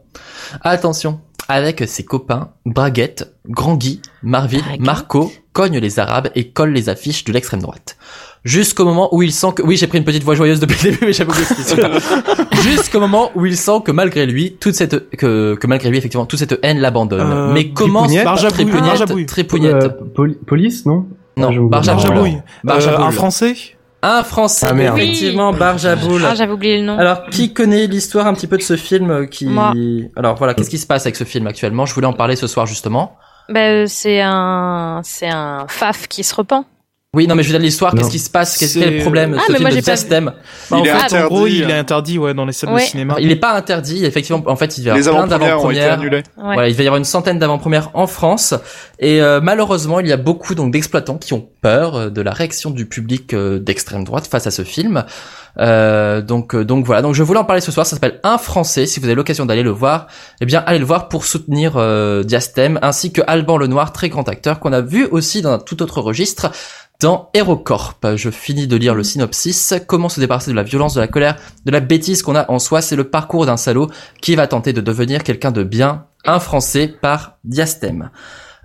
Attention, avec ses copains, Braguette, Grand Guy, Marvin, Marco cogne les Arabes et colle les affiches de l'extrême droite. Jusqu'au moment où il sent que... Oui, j'ai pris une petite voix joyeuse depuis le début, mais j'avais oublié ce qui se passe. Jusqu'au moment où il sent que malgré lui, toute cette... Que, que malgré lui, effectivement, toute cette haine l'abandonne. Euh, mais comment... Tripougnette Trépugnette, Trépugnette. Euh, poli- police, non Euh, Non, Barjaboul. Barjaboul. Un français, Ah, merde. effectivement, Barjaboul. Ah, j'avais oublié le nom. Alors, qui connaît l'histoire un petit peu de ce film euh, qui... Moi. Alors voilà, qu'est-ce qui se passe avec ce film actuellement Je voulais en parler ce soir justement. Bah, euh, c'est un, c'est un faf qui se repent. Oui, non, mais je veux dire l'histoire, Non. qu'est-ce qui se passe Qu'est-ce C'est- quel est le problème de Ah, ce mais film moi, de j'ai pas Diastème vu. Bah, en Il est fait, interdit, en gros, il est interdit, ouais, dans les salles de Ouais. cinéma. Il est pas interdit, effectivement. En fait, il va y Les avoir plein avant-premières ont été d'avant-premières. annulées. Ouais. Voilà, il va y avoir une centaine d'avant-premières en France. Et euh, malheureusement, il y a beaucoup donc d'exploitants qui ont peur euh, de la réaction du public euh, d'extrême droite face à ce film. Euh, donc, euh, donc voilà. Donc je voulais en parler ce soir. Ça s'appelle Un Français. Si vous avez l'occasion d'aller le voir, eh bien allez le voir pour soutenir euh, Diastème ainsi que Alban Lenoir, très grand acteur qu'on a vu aussi dans un tout autre registre dans HeroCorp. Je finis de lire le synopsis. Comment se débarrasser de la violence, de la colère, de la bêtise qu'on a en soi C'est le parcours d'un salaud qui va tenter de devenir quelqu'un de bien, un Français par Diastème.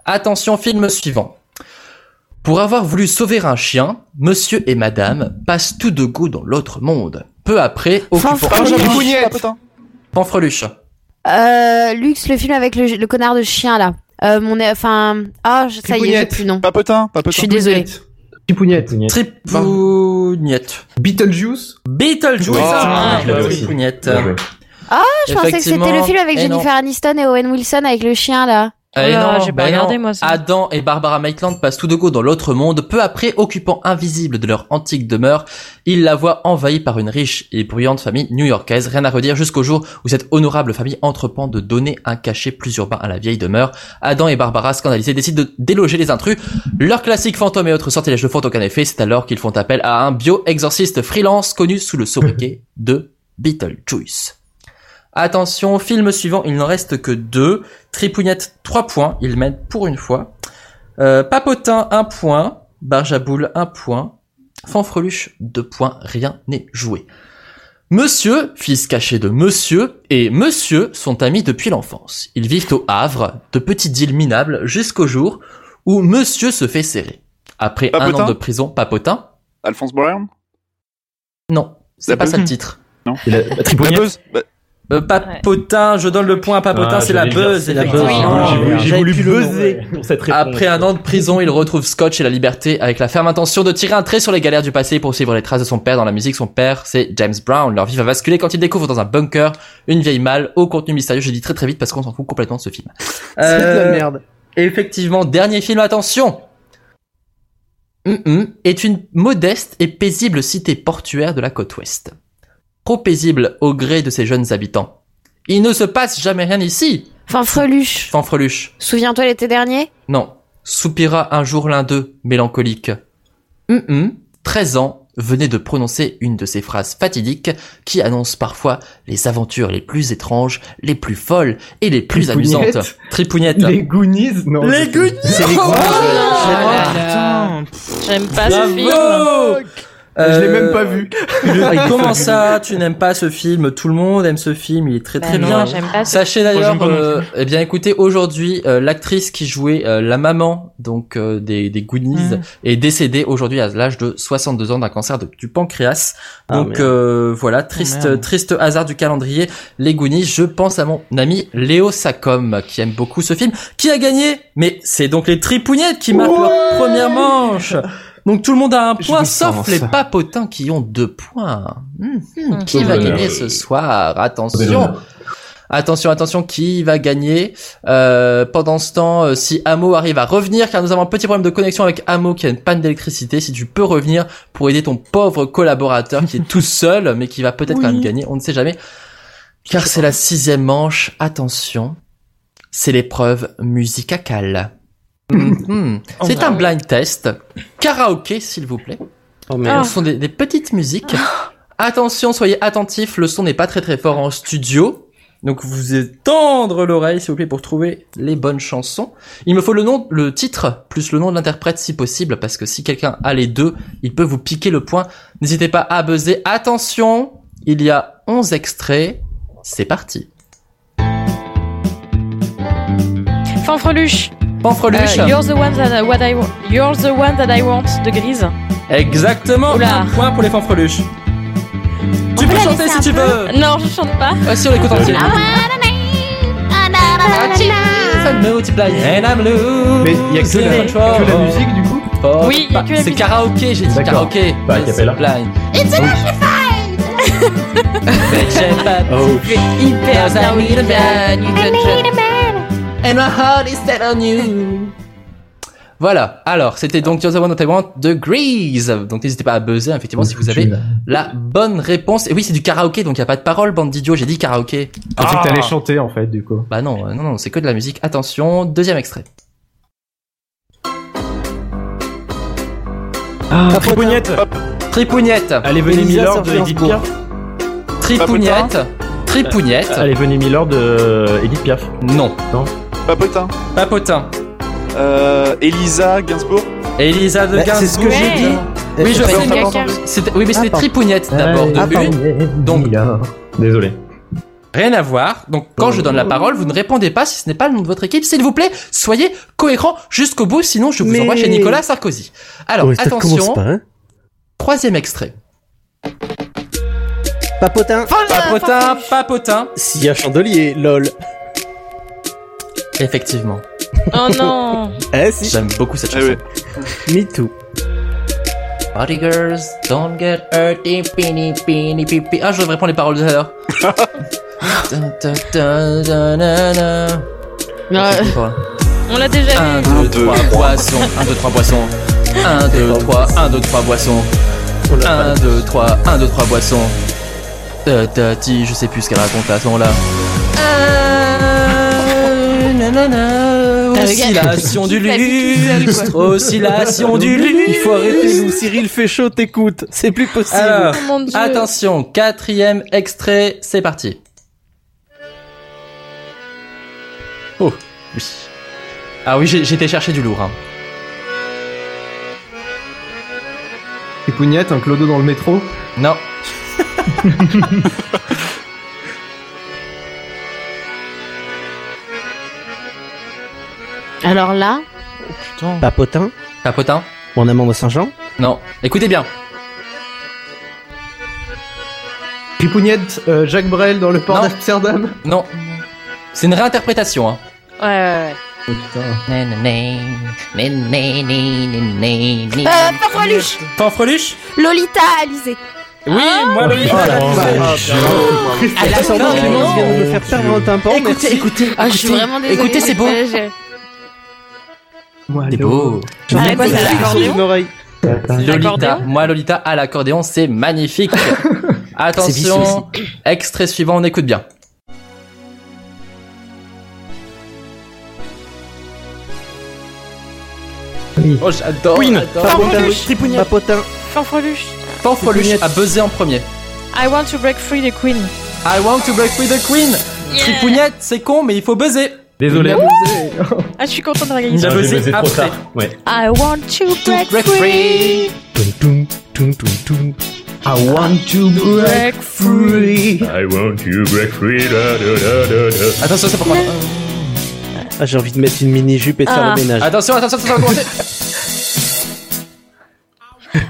Attention, film suivant. Pour avoir voulu sauver un chien, monsieur et madame passent tout de go dans l'autre monde. Peu après, occupant... Ah, Panfreluche. Euh, Lux, le film avec le, le connard de chien là. Euh, mon, enfin, ah, je- ça y est, j'ai plus le nom. Papotin, papotin. Je suis désolée. Tripougnette. Tripougnette. Beetlejuice. Beetlejuice. Ouais, Ah, je l'avais aussi. Tripougnette. Bien joué. Ah, je pensais que c'était le Effectivement. film avec Eh non. Jennifer Aniston et Owen Wilson avec le chien là. Eh non, Oh j'ai bah pas non. regardé, moi, ça. Adam et Barbara Maitland passent tout de go dans l'autre monde. Peu après, occupants invisibles de leur antique demeure, ils la voient envahie par une riche et bruyante famille new-yorkaise. Rien à redire jusqu'au jour où cette honorable famille entreprend de donner un cachet plus urbain à la vieille demeure. Adam et Barbara, scandalisés, décident de déloger les intrus. Leur classique fantôme et autres sortilèges ne font aucun effet. C'est alors qu'ils font appel à un bio-exorciste freelance connu sous le sobriquet de Beetlejuice. Attention, film suivant, il n'en reste que deux. Tripougnette, 3 points, il mène pour une fois. Euh, Papotin, 1 point. Barjaboul, 1 point. Fanfreluche, 2 points, rien n'est joué. Monsieur, fils caché de monsieur, et monsieur sont amis depuis l'enfance. Ils vivent au Havre, de petites îles minables, jusqu'au jour où monsieur se fait serrer. Après un Papotin an de prison, Papotin, Alphonse Brown non, c'est La pas Beuse ça le titre. Non. La- la Tripougnette La Beuse Bah, Euh, Papotin, je donne le point à Papotin, Ah, c'est la j'allais dire, buzz, c'est la buzz. Ah, effectivement. J'ai voulu- j'ai J'avais voulu plus le nom, buzzer ouais, pour cette réponse. Après un an de prison, il retrouve Scotch et la liberté avec la ferme intention de tirer un trait sur les galères du passé pour suivre les traces de son père dans la musique. Son père, c'est James Brown. Leur vie va basculer quand ils découvrent dans un bunker une vieille malle au contenu mystérieux. Je dis très très vite parce qu'on s'en fout complètement de ce film. C'est de la merde. Effectivement, dernier film, attention Mm-mm est une modeste et paisible cité portuaire de la côte ouest. Trop paisible au gré de ses jeunes habitants. Il ne se passe jamais rien ici. Fanfreluche. Fanfreluche. Souviens-toi l'été dernier Non. Soupira un jour l'un d'eux, mélancolique. Mm-mm, 13 ans, venait de prononcer une de ces phrases fatidiques qui annoncent parfois les aventures les plus étranges, les plus folles et les plus Tripounette. amusantes. Tripounette. Les Goonies Non. Les Goonies C'est Oh les Goonies J'aime pas ce film. Bravo Je l'ai Euh, même pas vu. Le- Comment ça Tu n'aimes pas ce film Tout le monde aime ce film. Il est très Bah très non, bien. j'aime pas ce- Sachez Moi, j'aime d'ailleurs, pas non euh, eh bien écoutez, aujourd'hui euh, l'actrice qui jouait euh, la maman donc euh, des des Goonies Mm. est décédée aujourd'hui à l'âge de 62 ans d'un cancer de, du pancréas. Ah, Donc merde. euh, voilà, triste Oh, merde. triste hasard du calendrier. Les Goonies. Je pense à mon ami Léo Sacom qui aime beaucoup ce film, qui a gagné. Mais c'est donc les Tripounettes qui marquent leur première manche. Donc tout le monde a un point, sauf sens. les papotins qui ont deux points. Hmm, hmm, Hmm. Qui va Sauf gagner l'honneur. ce soir Sauf Attention. l'honneur. Attention, attention, qui va gagner Euh, Pendant ce temps, euh, si Amo arrive à revenir, car nous avons un petit problème de connexion avec Amo qui a une panne d'électricité, si tu peux revenir pour aider ton pauvre collaborateur qui est tout seul, mais qui va peut-être quand même gagner, on ne sait jamais. Car c'est la sixième manche, attention, c'est l'épreuve musicale. Mhm. C'est un blind test. Karaoké, s'il vous plaît. merde. Ce sont des, des petites musiques. Attention, soyez attentifs, le son n'est pas très très fort en studio. Donc vous êtes tendre l'oreille, s'il vous plaît, pour trouver les bonnes chansons. Il me faut le nom, le titre, plus le nom de l'interprète si possible, parce que si quelqu'un a les deux, il peut vous piquer le point. N'hésitez pas à buzzer. Attention, il y a 11 extraits. C'est parti. Fanfreluche. Fanfreluche. Euh, you're the one that I, what I wa- You're the one that I want de Grise. Exactement, un point pour les fanfreluches. Tu peux chanter si tu veux. Non, je chante pas. Ah si, on l'écoute entier. Euh, Mais il y a que la, que la musique du coup Oui, il y a que la Oh, bah, C'est musique. karaoké, j'ai dit D'accord. karaoké. Pas a cappella. blind. Mais j'ai pas Oh. trouvé hyper Now I need a man, you I need a man. And my heart is set on you. Voilà. Alors, c'était donc You're the One That I Want de Grease. Donc, n'hésitez pas à buzzer, effectivement, si vous avez la bonne réponse. Et oui, c'est du karaoké, donc il n'y a pas de parole, bande d'idiots. J'ai dit karaoké. Je pensais que t'allais Ah. chanter en fait du coup. Bah non, euh, non, non, c'est que de la musique. Attention, deuxième extrait. Ah, Tripougnette. Tripounette. Allez, venez, Elisa Milord, sur Edith Piaf. Euh, Tripounette. Tripounette. Allez, venez Milord de Edith Piaf. Non. Non. Papotin. Papotin. Euh, Elisa Gainsbourg. Elisa de Bah, Gainsbourg. c'est ce que j'ai dit. Oui, je C'est sais. pas mais ensemble. c'était- Oui, mais Ah, c'était pardon. Tripounette d'abord de une. Donc. Désolé. Rien à voir. Donc, quand je donne la parole, vous ne répondez pas si ce n'est pas le nom de votre équipe. S'il vous plaît, soyez cohérent jusqu'au bout, sinon je vous Mais- envoie chez Nicolas Sarkozy. Alors, Ouais, ça attention. commence pas, hein. Troisième extrait. Papotin. Papotin, papotin. S'il y a chandelier, lol. Effectivement. Oh non. Eh si. J'aime beaucoup cette chanson. Me too. Party girls, don't get hurt, pini, pini, pipi. Ah, je devrais prendre les paroles de tout à l'heure. Dun, dun, dun, dun, dun, dun. C'est qui, toi On l'a déjà Un, vu. deux, trois boissons. Un, deux, trois boissons. Un, deux, trois. Un, deux, trois boissons. Un, deux, trois. Un, deux, trois boissons. Euh, Tati, je sais plus ce qu'elle raconte à ce moment-là. Oscillation du lustre, oscillation du lustre. Il faut arrêter nous. Cyril fait chaud, t'écoutes. C'est plus possible. Alors, attention, quatrième extrait, c'est parti. Oh, oui. Ah oui, j'ai- j'étais chercher du lourd. hein. Tripougnette, un clodo dans le métro Non. Alors là, Papotin. Papotin. Mon amant de Saint-Jean. Non. Écoutez bien. Ripougnette, euh, Jacques Brel dans le port d'Amsterdam Non. C'est une réinterprétation, hein. Ouais, ouais, Oh putain. Euh, Fanfreluche Fanfreluche Lolita Alizé. Oui, Ah, moi Oh, le Ah, Ah, Elle a sans doute Clémence vient de me faire perdre un tympan. Écoutez, Merci. écoutez, Ah, je suis écoutez, vraiment désolée. Écoutez, c'est beau. Ouais, j'ai- C'est beau. Arrête, Moi, c'est ça l'accordéon. fait une oreille. Lolita, moi Lolita à l'accordéon, c'est magnifique. vicieux Attention, extrait suivant, on écoute bien. Oh, j'adore. Queen. j'adore. Tripounet. Papotin. Fanfreluche. Fanfreluche a buzzé en premier. I want to break free the queen. I want to break with the queen. Tripougnette, c'est con, mais il faut buzzer. Désolé. Ah, je suis contente d'avoir gagné Il ça. a buzzé trop après. tard. Ouais. I want to break, break free. I want to break free. I want you break free. Da, da, da, da, da. Attention, c'est pas mal. Ah, j'ai envie de mettre une mini jupe et de faire Ah. le ménage. Attention, attention, attention, attention.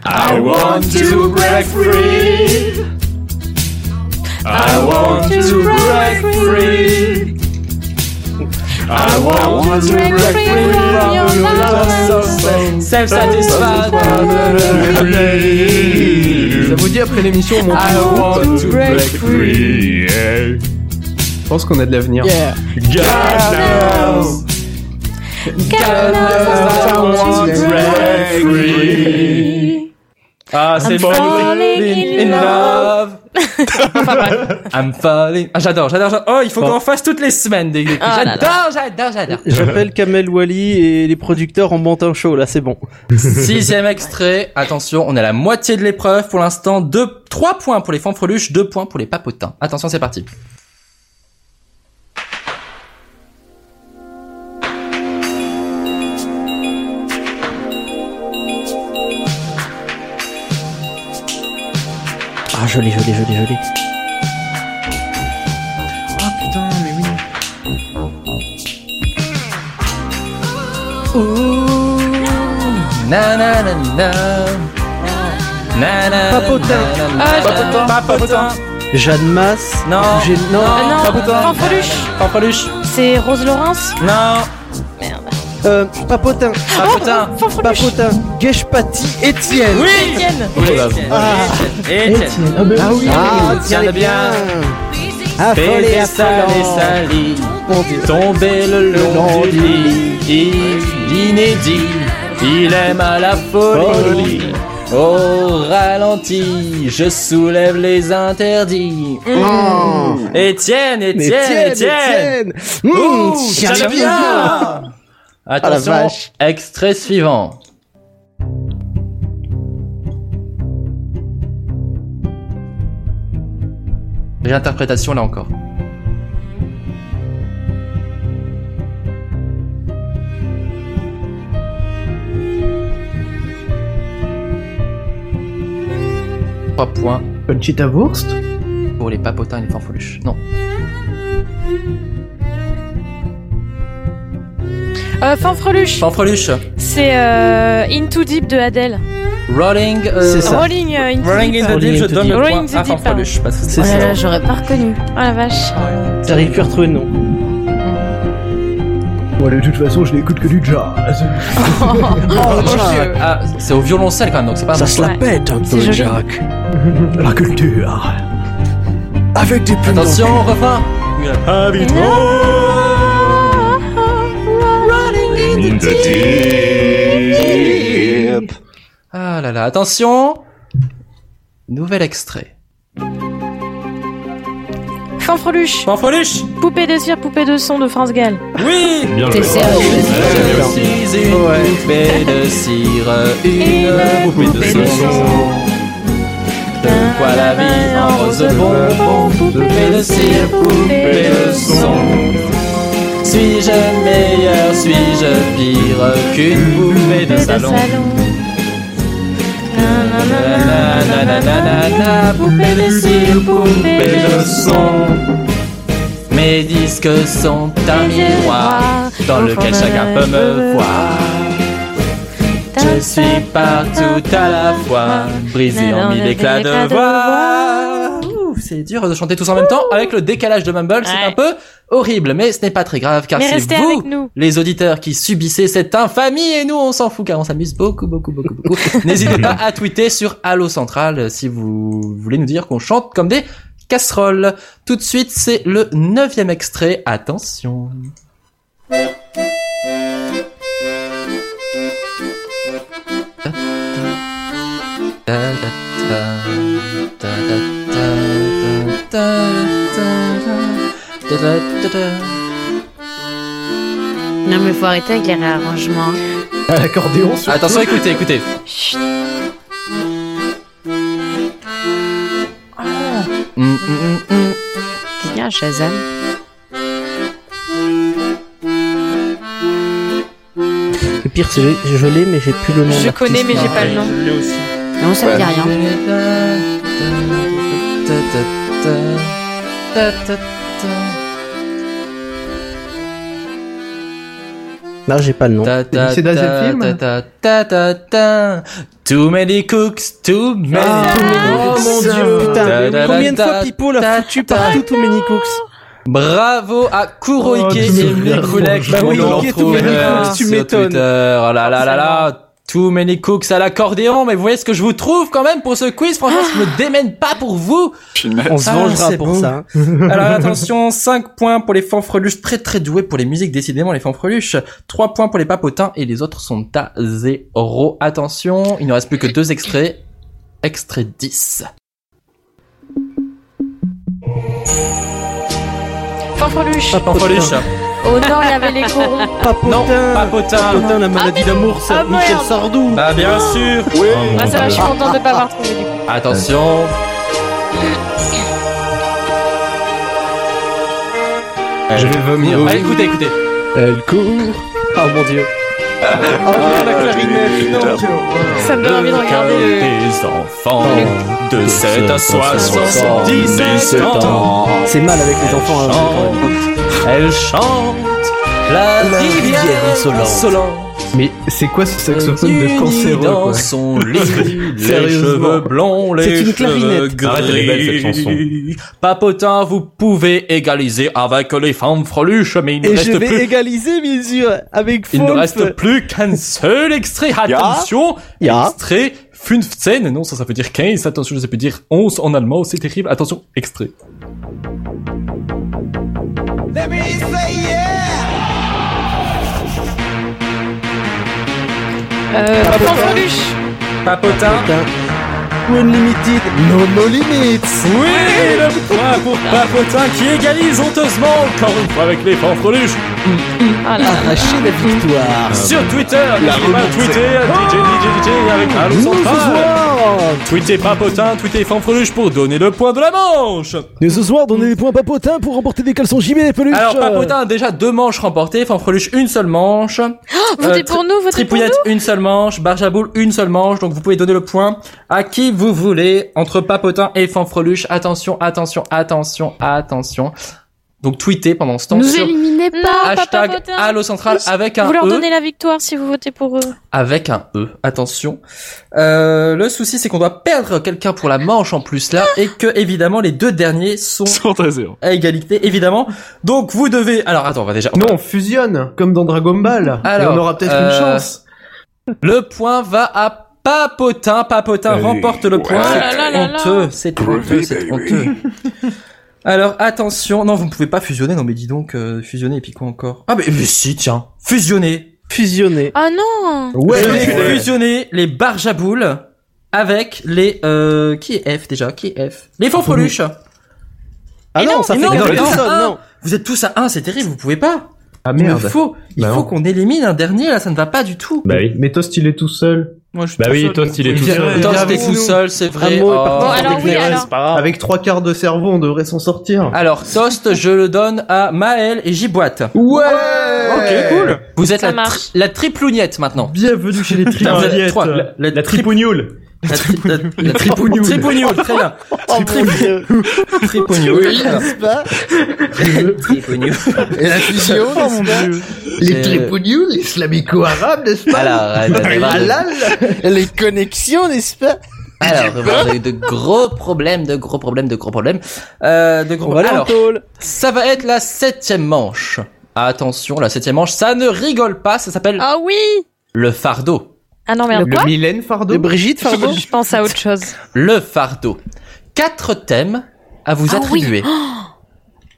I want to break free. I want to break free. I want to break free from your love. Self-satisfied. Ça vous dit après l'émission, on monte I une want route. to break free. Je pense qu'on a de l'avenir. Yeah. God knows. God knows I Ah, want to break free. Ah, c'est I'm bon. falling in love. I'm falling. Ah, j'adore, j'adore, j'adore. Oh, il faut Bon. qu'on fasse toutes les semaines des des- Ah là là. J'adore, j'adore, j'adore. J'appelle Kamel Wally et les producteurs en montent un show, là c'est bon. Sixième extrait. Attention, on est à la moitié de l'épreuve pour l'instant. Deux, trois points pour les fanfreluches, deux points pour les papotins. Attention, c'est parti. Ah joli, joli, joli, joli. Ah putain, mais oui. Na na na na. Na na na. Papotin. na, na, Ah, na, j'adore. na, Papotin. Jeanne Masse. Non. J'ai- Non. Ah non, Papotin. Fanfreluche. Fanfreluche. C'est Rose Laurence. Non. Euh, papotin. Papotin. Papotin. Guèche-Pati. Étienne. Oui. Étienne. Ah. Et tiens. Ah, ben oui. Ah, tiens, tiens bien. Affolé, Fais ça, les affolant. salis. Mon Dieu. Tombé le long du lit, il- inédit, il aime à la folie. Au ralenti, je soulève les interdits. Mmh. Étienne, Étienne, Étienne. Mmh, Ouh, tiens tiens bien. bien. Attention, Ah, la vache. extrait suivant. Réinterprétation là encore. Trois points Conchita Wurst pour les papotins et les fanfreluches. Non. Euh, Fanfreluche. Fanfreluche. C'est euh, Into Deep de Adele. Rolling. euh, C'est ça. Rolling euh, Into Rolling Deep. in the deep, je Rolling in the donne le deep. point Rolling in the à deep, fanfreluche. parce que C'est Ouais, ça. là, j'aurais pas reconnu. Oh la vache. T'arrives plus à retrouver le nom. Moi, de toute façon, je n'écoute que du jazz. Oh, ah, c'est au violoncelle quand même, donc c'est pas un Ça se bon. la pète un C'est peu, joli. Jacques. La culture. Avec des plumes. Attention, refrain. Habite In the deep. Ah là là, attention. Nouvel extrait. Fanfreluche. Fanfreluche. Poupée de cire, poupée de son de France Gall. Oui. Bien T'es joué. sérieux Je suis une poupée de cire, une poupée de son. De quoi la vie en rose bonbon, poupée de cire, poupée de son. Suis-je meilleur, suis-je pire qu'une poupée de salon Nanana, poupée de cire, poupée de son. Mes disques sont un miroir dans lequel chacun peut me voir. Je suis partout à la fois, brisé en mille éclats de voix. c'est dur de chanter tous en même temps avec le décalage de Mumble, c'est un peu horrible, mais ce n'est pas très grave car Mais c'est restez vous, avec nous. les auditeurs, qui subissez cette infamie et nous on s'en fout car on s'amuse beaucoup, beaucoup, beaucoup, beaucoup. N'hésitez pas à tweeter sur Allo Central euh, si vous voulez nous dire qu'on chante comme des casseroles. Tout de suite, c'est le neuvième extrait. Attention. Ta, ta, ta, ta, ta, ta, ta, ta, ta, ta, ta, ta. Non, mais faut arrêter avec les réarrangements. À l'accordéon, surtout. Attention, écoutez, écoutez. Mm, mm, mm, mm. C'est bien, Shazam. Le pire, c'est que je, je l'ai, mais j'ai plus le nom. de Je l'artiste. connais, mais j'ai pas le nom. Non, ça me dit rien. Non, Bah, j'ai pas le nom. Ta, C'est dans un film ta, ta, ta, ta, ta. Too many cooks, too many Oh mon dieu, putain. Combien de fois Pipo l'a foutu partout, tous mes Nicooks Bravo à Oh, Kuroike et Mikulek. Bah oui, Mikulek, Too Many Cooks, tu m'étonnes. hein, Oh là là là là. Too many cooks à l'accordéon, mais vous voyez ce que je vous trouve quand même pour ce quiz. Franchement, Ah. je me démène pas pour vous. On se Ah, vengera c'est pour beau. ça. Alors attention, 5 points pour les fanfreluches, très très doués pour les musiques, décidément les fanfreluches. 3 points pour les papotins et les autres sont à 0. Attention, il ne reste plus que deux extraits. Extrait 10. Fanfreluche. Fanfreluche. Au nord, Oh il y avait les corons. Papotin. Non, papotin. Papotin, la maladie d'amour, ça, Ah, merde. Michel Sardou. Bah bien sûr. Ah, ça va, je suis contente de pas avoir trouvé du coup. Attention. Je vais vomir. Allez, Ah, écoutez, écoutez. Elle court. Oh mon dieu. Oh Ah, la clarinette, non, quelle horreur. Ça me donne envie de regarder. le- des enfants de 7 à 77 77 ans. C'est mal avec les enfants. hein, quand Oh. même. Elle chante la, rivière, insolente. Mais c'est quoi ce saxophone de Unis cancéreux, dans quoi son lit, les Sérieusement. cheveux blonds, les C'est une cheveux clarinette. Arrête, elle est belle, cette chanson. gris. Papotin, vous pouvez égaliser avec les femmes freluches, mais il ne Et je reste vais plus égaliser, bien sûr, avec il ne Fonf. reste plus qu'un seul extrait. Ya. Attention, Ya. extrait 15. Non, ça, ça veut dire 15. Attention, ça peut dire 11 en allemand. C'est terrible. Attention, extrait. Euh, Fanfreluche. Papotin. Unlimited. No, no limits. Oui, le point pour Papotin qui égalise honteusement encore une fois avec les fanfreluches. Ah, Ah là là. Arracher la victoire. Sur Twitter, n'hésitez pas à tweeter Oh à DJ DJ DJ avec Allo Nous ce Central. soir, Tweetez Papotin, tweetez fanfreluche pour donner le point de la manche. nous ce soir, donnez des points à Papotin pour remporter des caleçons JB et peluches. Alors Papotin a déjà deux manches remportées, Fanfreluche une seule manche. Oh, votez pour Tri- nous, votez pour Tripouillette une seule manche, Barjaboul une seule manche, donc vous pouvez donner le point à qui vous voulez entre Papotin et Fanfreluche. Attention, attention, attention, attention. Donc tweetez pendant ce temps Nous sur éliminez pas. hashtag Papotin. Allo Central avec un Vous leur E donnez la victoire si vous votez pour eux. avec un E, attention. Euh, le souci, c'est qu'on doit perdre quelqu'un pour la manche en plus là, et que évidemment les deux derniers sont, à zéro. à égalité, évidemment. Donc vous devez. Alors attends, on va déjà. Non, on fusionne, comme dans Dragon Ball. Alors, Et on aura peut-être euh, une chance. Le point va à Papotin. Papotin Allez, remporte le point. ouais. C'est Là, là, là, honteux, là. c'est honteux, c'est honteux. Alors attention, non, vous ne pouvez pas fusionner. Non, mais dis donc, euh, fusionner et puis quoi encore Ah mais, mais si, tiens, fusionner. Fusionner. Ah non. Je vais fusionner les barjaboules avec les euh, qui est F déjà Qui est F Les fanfreluches. Ah Et non, ça et fait vous quatre êtes tous à personnes, un. non. Vous êtes tous à 1, c'est terrible, vous pouvez pas. Ah Il merde. faut, il Bah faut non. qu'on élimine un dernier là, ça ne va pas du tout. Bah oui. Mais Toast, il est tout seul. Moi, je suis Bah tout oui, seul. Toast, il est Oui, tout bien seul. sûr. Toast est tout seul, c'est vrai. Oh. Avec trois quarts de cerveau, on devrait s'en sortir. Alors, Toast, je le donne à Maël et Jiboite. Ouais Ok, cool Vous êtes Ça la, tri- marche. la triplougnette maintenant. Bienvenue chez les Putain, vous êtes Tripouillettes. trois. La, La, tripougnole. la tri- la- la Tripougnoule. tripougnoule. Tripougnoule, très bien. Oh Tripougnoule. N'est-ce pas Tripougnoule. Et la fusion, Oh, mon n'est-ce Dieu. pas Les Euh, tripounions Ah, islamico-arabes, n'est-ce pas Alors, arrête, arrête, arrête. Halal, Les connexions, n'est-ce pas Alors, vraiment, j'ai eu de gros problèmes, de gros problèmes, de gros problèmes. Euh, de gros On va aller en Alors, tôle. ça va être la septième manche. Ah, Attention, la septième manche, ça ne rigole pas, ça s'appelle Ah oui le fardeau. Ah non, merde. Quoi Mylène Fardeau De Brigitte Fardeau Je pense à autre chose. Le fardeau. Quatre thèmes à vous Ah oui. attribuer. Oh,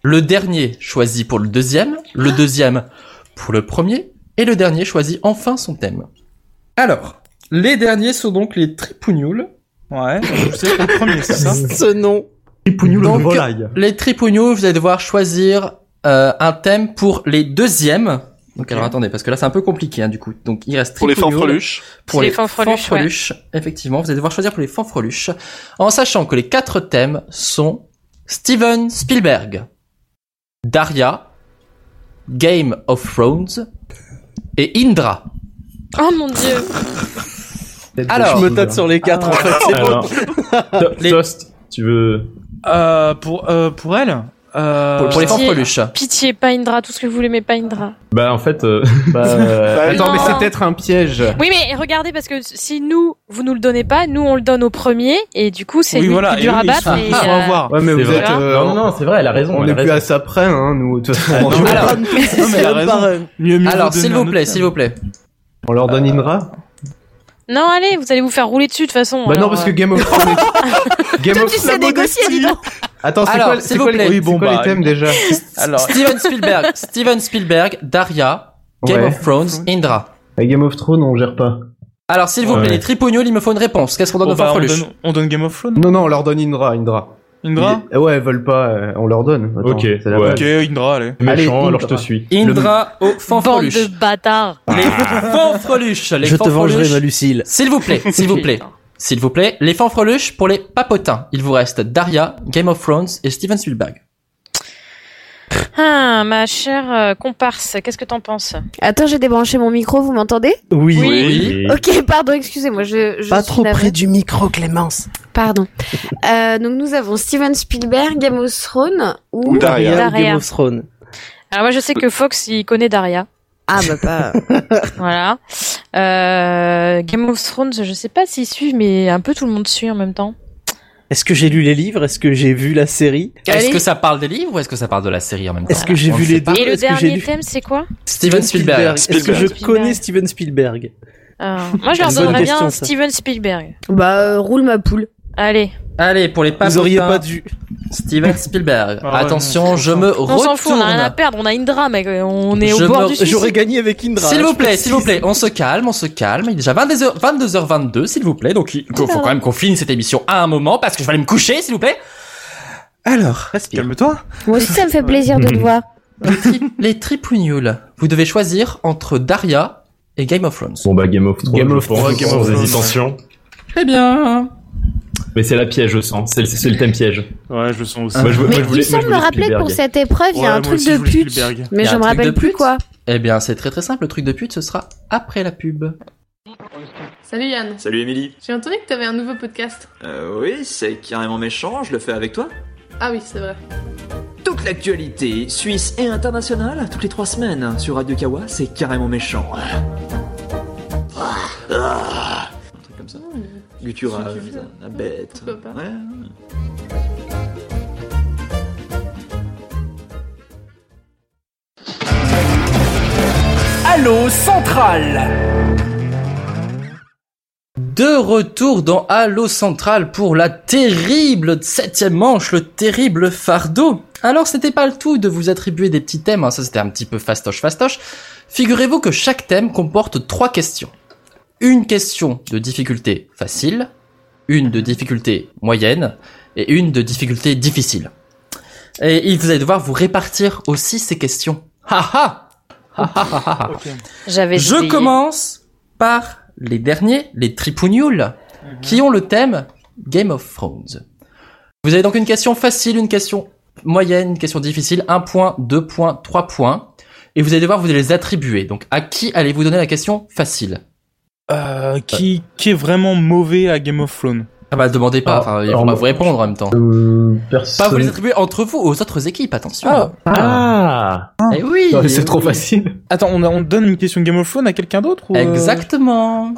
Le dernier choisi pour le deuxième, le deuxième pour le premier, et le dernier choisit enfin son thème. Alors, les derniers sont donc les tripounoules. Ouais, c'est le premier, c'est ça Ce nom. Tripounoules Donc, Les tripounoules, vous allez devoir choisir euh, un thème pour les deuxièmes. Donc alors attendez, parce que là c'est un peu compliqué hein, du coup. Donc il reste Pour les tripounoules, fanfreluches. Pour C'est les les fanfreluches, fanfreluches, effectivement, vous allez devoir choisir pour les fanfreluches. En sachant que les quatre thèmes sont Steven Spielberg, Daria, Game of Thrones et Indra. Oh mon dieu. Alors, je me tape sur les quatre en fait. C'est bon. Alors, To- Toast, tu veux... Euh, pour, euh, pour elle euh... Pour- pour les Pitié. fanfreluches. Pitié, pas Indra, tout ce que vous voulez, mais pas Indra. Bah en fait... euh, Attends, mais Bah Non. c'est peut-être un piège. Oui, mais regardez, parce que si nous, vous nous le donnez pas, nous on le donne au premier, et du coup c'est Oui, lui voilà, le plus dur et à oui, battre. ils et, sont- ils sont à euh, voir. Ouais, mais C'est vous vrai. êtes. euh, Non, non, non, c'est vrai, elle a raison. On elle n'est a plus raison. à ça près, hein, nous. de toute façon. non, mais Alors, Non, mais elle a raison. Mieux, mieux alors vous s'il donner vous un plaît, autre s'il vous plaît. On leur donne Indra Non, allez, vous allez vous faire rouler dessus de toute façon. Bah non, alors, parce euh, que Game of Thrones. Game of Thrones. dis donc. Attends, c'est Alors, quoi, s'il c'est vous quoi, les- plaît. oui, bon, C'est quoi bah, les les thèmes thèmes déjà Alors, Steven Spielberg, Steven Spielberg, Daria, Game Ouais. of Thrones, Indra. Game of Thrones, on gère pas. Alors s'il vous plaît, Ouais. les tripognoules, il me faut une réponse. Qu'est-ce qu'on donne Bon, aux bah, on, fanfreluches donne, on donne Game of Thrones Non, non, on leur donne Indra, Indra. Indra Il- Ouais, elles veulent pas, euh, on leur donne. Attends, Ok, c'est la ouais. base. Ok, Indra, allez. Allez, Méchant, alors je Indra. te suis. Indra Oh, aux Bande de fanfreluches. bâtards. Les fanfreluches, Ah, les Je te fanfreluches. vengerai, ma Lucille. S'il vous plaît, s'il vous plaît. S'il vous plaît, les fanfreluches pour les papotins. Il vous reste Daria, Game of Thrones et Steven Spielberg. Ah, ma chère euh, comparse, qu'est-ce que t'en penses Attends, j'ai débranché mon micro, vous m'entendez Oui. Ok, pardon, excusez-moi, je, je Pas suis trop navrée. près du micro, Clémence. Pardon. Euh, donc nous avons Steven Spielberg, Game of Thrones ou, Ou Daria. Ou Game Daria. of Thrones. Alors moi je sais que Fox il connaît Daria, Ah bah pas. voilà. Euh, Game of Thrones, je sais pas s'ils suivent, mais un peu tout le monde suit en même temps. Est-ce que j'ai lu les livres Est-ce que j'ai vu la série Est-ce Allez. que ça parle des livres ou est-ce que ça parle de la série en même temps Est-ce que j'ai On vu le sait les pas. Bah, deux Et le Est-ce que j'ai dernier lu thème, c'est quoi Steven Spielberg. Est-ce que je Spielberg. connais Steven Spielberg Euh, Moi je leur Bonne donnerais question, bien ça. Steven Spielberg. bah euh, roule ma poule. Allez, Allez, pour les papotins. Vous auriez pas dû. Steven Spielberg. Ah ouais, Attention, je me on s'en fout, on a rien à retourne. perdre, on a une drame, on est Je au bord me- du J'aurais suicide. gagné avec Indra. S'il je vous plaît, précise. s'il vous plaît, on se calme, on se calme. Il est déjà 22h, 22h22, s'il vous plaît. Donc, il faut quand même qu'on finisse cette émission à un moment parce que je vais aller me coucher, s'il vous plaît. Alors, Respire. Calme-toi. Moi aussi ça me fait plaisir de te voir. les tripounoules. Vous devez choisir entre Daria et Game of Thrones. Bon bah Game of Thrones, Game je of pense, Thrones, Game of sans Thrones, hésitation. Très bien. Mais c'est la piège, je sens. C'est le, c'est le thème piège. Ouais, je le sens aussi. Moi, je, veux- moi, Mais je il me voulais, moi, semble je me voulais rappeler que Spielberg. pour cette épreuve, il y a Ouais, un moi truc aussi, de je voulais pute. Spielberg. Il Mais y a je un me truc rappelle de plus pute. quoi. Eh bien, c'est très très simple. Le truc de pute, ce sera après la pub. Salut Yann, Salut Émilie. j'ai entendu que t'avais un nouveau podcast. Euh, oui, c'est carrément méchant, je le fais avec toi. Ah oui, c'est vrai. Toute l'actualité suisse et internationale, toutes les trois semaines, hein, sur Radio Kawa, c'est carrément méchant. Ah, ah, un truc comme ça. Guttura, Si tu veux. la bête. hein. Pourquoi pas. Ouais. Allô Centrale De retour dans Halo Central pour la terrible septième manche, le terrible fardeau. Alors c'était pas le tout de vous attribuer des petits thèmes, hein, ça c'était un petit peu fastoche fastoche. Figurez-vous que chaque thème comporte trois questions. Une question de difficulté facile, une de difficulté moyenne et une de difficulté difficile. Et il- vous allez devoir vous répartir aussi ces questions. Ha ha Ha ha ha ha ha. J'avais Je oublié. commence par les derniers, les tripounoules, qui ont le thème Game of Thrones. Vous avez donc une question facile, une question moyenne, une question difficile, un point, deux points, trois points, et vous allez devoir vous les attribuer. Donc à qui allez-vous donner la question facile Euh, qui, qui est vraiment mauvais à Game of Thrones Ah bah demandez pas, Ah, enfin ils alors vont pas moi- vous répondre en même temps. Euh, Pas vous les personne. attribuer entre vous aux autres équipes, attention. Ah Eh oui. Non, mais C'est trop facile. Attends, on, a- on donne une question Game of Thrones à quelqu'un d'autre ou euh, Ah. Exactement.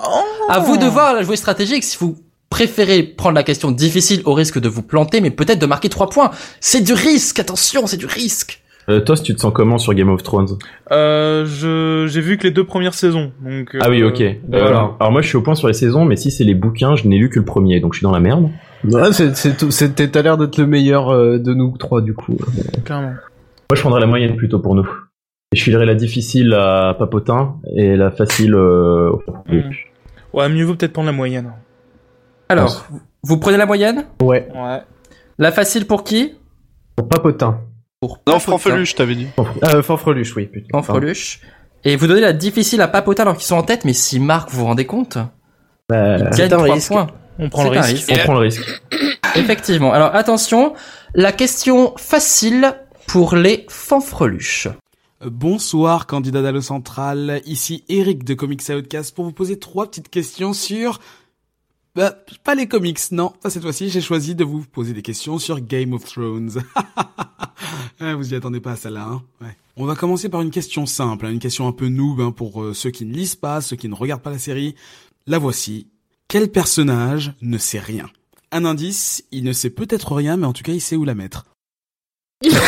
À vous de voir la jouer stratégique. Si vous préférez prendre la question difficile au risque de vous planter, mais peut-être de marquer trois points. C'est du risque, attention, c'est du risque. Euh, Toss, tu te sens comment sur Game of Thrones Euh, je j'ai vu que les deux premières saisons, donc. Ah oui, euh, ok. Euh, voilà. alors moi, je suis au point sur les saisons, mais si c'est les bouquins, je n'ai lu que le premier, donc je suis dans la merde. Ouais, c'est- c'est tout- c'était- t'as l'air d'être le meilleur euh, de nous trois du coup. Clairement. Moi, je prendrais la moyenne plutôt pour nous. Et je filerais la difficile à Papotin et la facile. euh, au Hmm. fond. Ouais, mieux vaut peut-être prendre la moyenne. Alors, vous- vous prenez la moyenne Ouais. Ouais. La facile pour qui Pour Papotin. Non, Franfeluche, je t'avais dit. Euh, Fanfreluche, oui. Putain. Fanfreluche. Et vous donnez la difficile à Papotin alors qu'ils sont en tête, mais si Marc, vous vous rendez compte Bah, Il gagne c'est un trois risque. points. On prend C'est le un risque. On Euh, prend le risque. Effectivement. Alors attention, la question facile pour les fanfreluches. Bonsoir candidat d'Allo Central, ici Eric de Comics à Outcast pour vous poser trois petites questions sur... Bah, pas les comics, non. Ça, cette fois-ci, j'ai choisi de vous poser des questions sur Game of Thrones. Ah, vous y attendez pas à celle-là, hein ouais. On va commencer par une question simple, hein, une question un peu noob hein, pour euh, ceux qui ne lisent pas, ceux qui ne regardent pas la série. La voici. Quel personnage ne sait rien Un indice, il ne sait peut-être rien, mais en tout cas, il sait où la mettre. Niqué,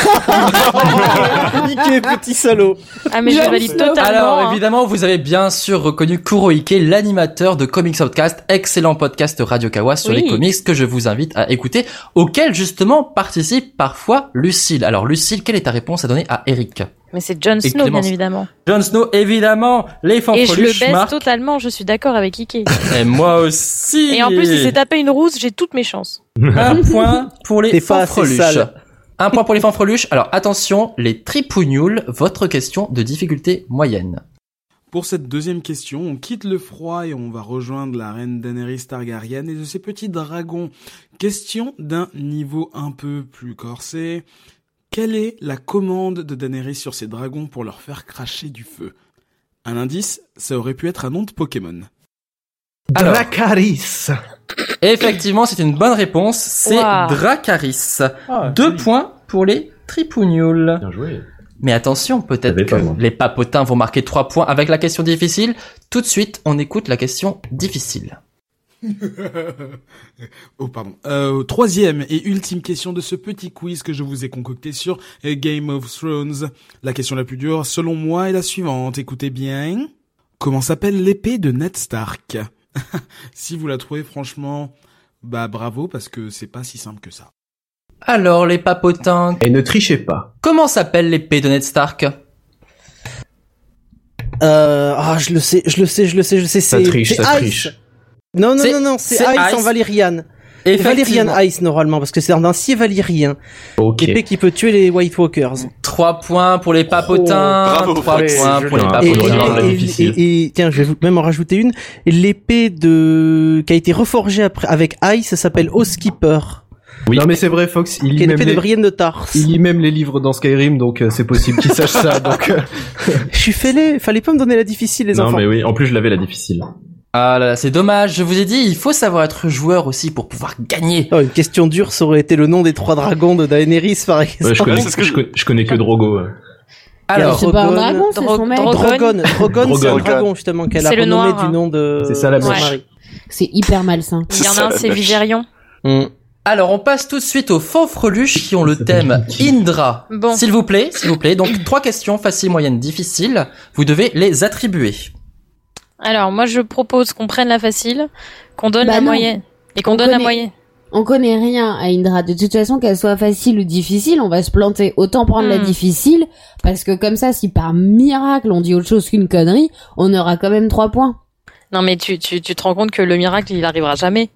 petit salaud. Ah, mais je valide totalement. Alors hein. évidemment, vous avez bien sûr reconnu Kuroike, l'animateur de Comics Outcast, excellent podcast Radio Kawa sur Oui. les comics que je vous invite à écouter, auquel justement participe parfois Lucille. Alors Lucille, quelle est ta réponse à donner à Eric Mais c'est Jon Et Snow, bien Clémence. évidemment. Jon Snow, évidemment, les Et je le fanfreluches, baisse Marc, totalement, je suis d'accord avec Ike. et moi aussi. Et en plus, il s'est tapé une rousse, j'ai toutes mes chances. Un point pour les T'es pas assez fanfreluches. sale. Un point pour les fanfreluches. Alors attention, les tripounoules, votre question de difficulté moyenne. Pour cette deuxième question, on quitte le froid et on va rejoindre la reine Daenerys Targaryen et de ses petits dragons. Question d'un niveau un peu plus corsé. Quelle est la commande de Daenerys sur ses dragons pour leur faire cracher du feu Un indice, ça aurait pu être un nom de Pokémon. Dracaris. Effectivement, c'est une bonne réponse. C'est Ouah. Dracaris. Ah, Deux points pour les tripounoules. Bien joué. Mais attention, peut-être savais que pas, moi. les papotins vont marquer trois points avec la question difficile. Tout de suite, on écoute la question difficile. oh pardon. Euh, troisième et ultime question de ce petit quiz que je vous ai concocté sur euh, Game of Thrones. La question la plus dure, selon moi, est la suivante. Écoutez bien. Comment s'appelle l'épée de Ned Stark Si vous la trouvez, franchement, bah bravo parce que c'est pas si simple que ça. Alors, les papotins. Et ne trichez pas. Comment s'appelle l'épée de Ned Stark Euh, ah, je le sais, je le sais, je le sais, je le sais. Ça c'est- triche, c'est ça Ice. triche. Non, non, C'est- non, non, c'est c'est Ice, en Ice. Valériane. Effectivement. Valériane Ice, normalement, parce que c'est un acier valyrien. Ok. Épée qui peut tuer les White Walkers. Trois points pour les papotins. Oh, bravo, trois points joli. pour les Et- papotins. et- et- et- et- tiens, je vais vous- même en rajouter une. L'épée de qui a été reforgée après avec Ice ça s'appelle Oskipper. Non mais c'est vrai, Fox, il Qui est lit même l'épée de les... Brienne de Tars. Il lit même les livres dans Skyrim, donc euh, c'est possible qu'il sache ça. Donc, euh, Je suis fêlé, fallait pas me donner la difficile les non, enfants. mais oui. En plus, je l'avais la difficile. Ah là là, c'est dommage. Je vous ai dit, il faut savoir être joueur aussi pour pouvoir gagner. Oh, une question dure, ça aurait été le nom des trois dragons de Daenerys, par exemple. Ouais, je, connais, je connais- je connais que Drogo. ouais. Alors, C'est pas un dragon, c'est son mec. Drogon, Drogon, c'est un Drogon. dragon justement qu'elle a C'est le renommé noir, hein. du nom de. C'est ça, la de son mèche. mari. C'est hyper malsain. Il y en a un, c'est Vigérion. Alors, on passe tout de suite aux fanfreluches qui ont le thème Indra. Bon. S'il vous plaît, s'il vous plaît. Donc, trois questions, facile, moyenne, difficile. Vous devez les attribuer. Alors, moi, je propose qu'on prenne la facile, qu'on donne Bah la non. moyenne. Et qu'on On donne la connaît- moyenne. On connaît rien à Indra. De toute façon, qu'elle soit facile ou difficile, on va se planter. Autant prendre la Hmm. difficile, parce que comme ça, si par miracle on dit autre chose qu'une connerie, on aura quand même trois points. Non, mais tu, tu, tu te rends compte que le miracle, il arrivera jamais.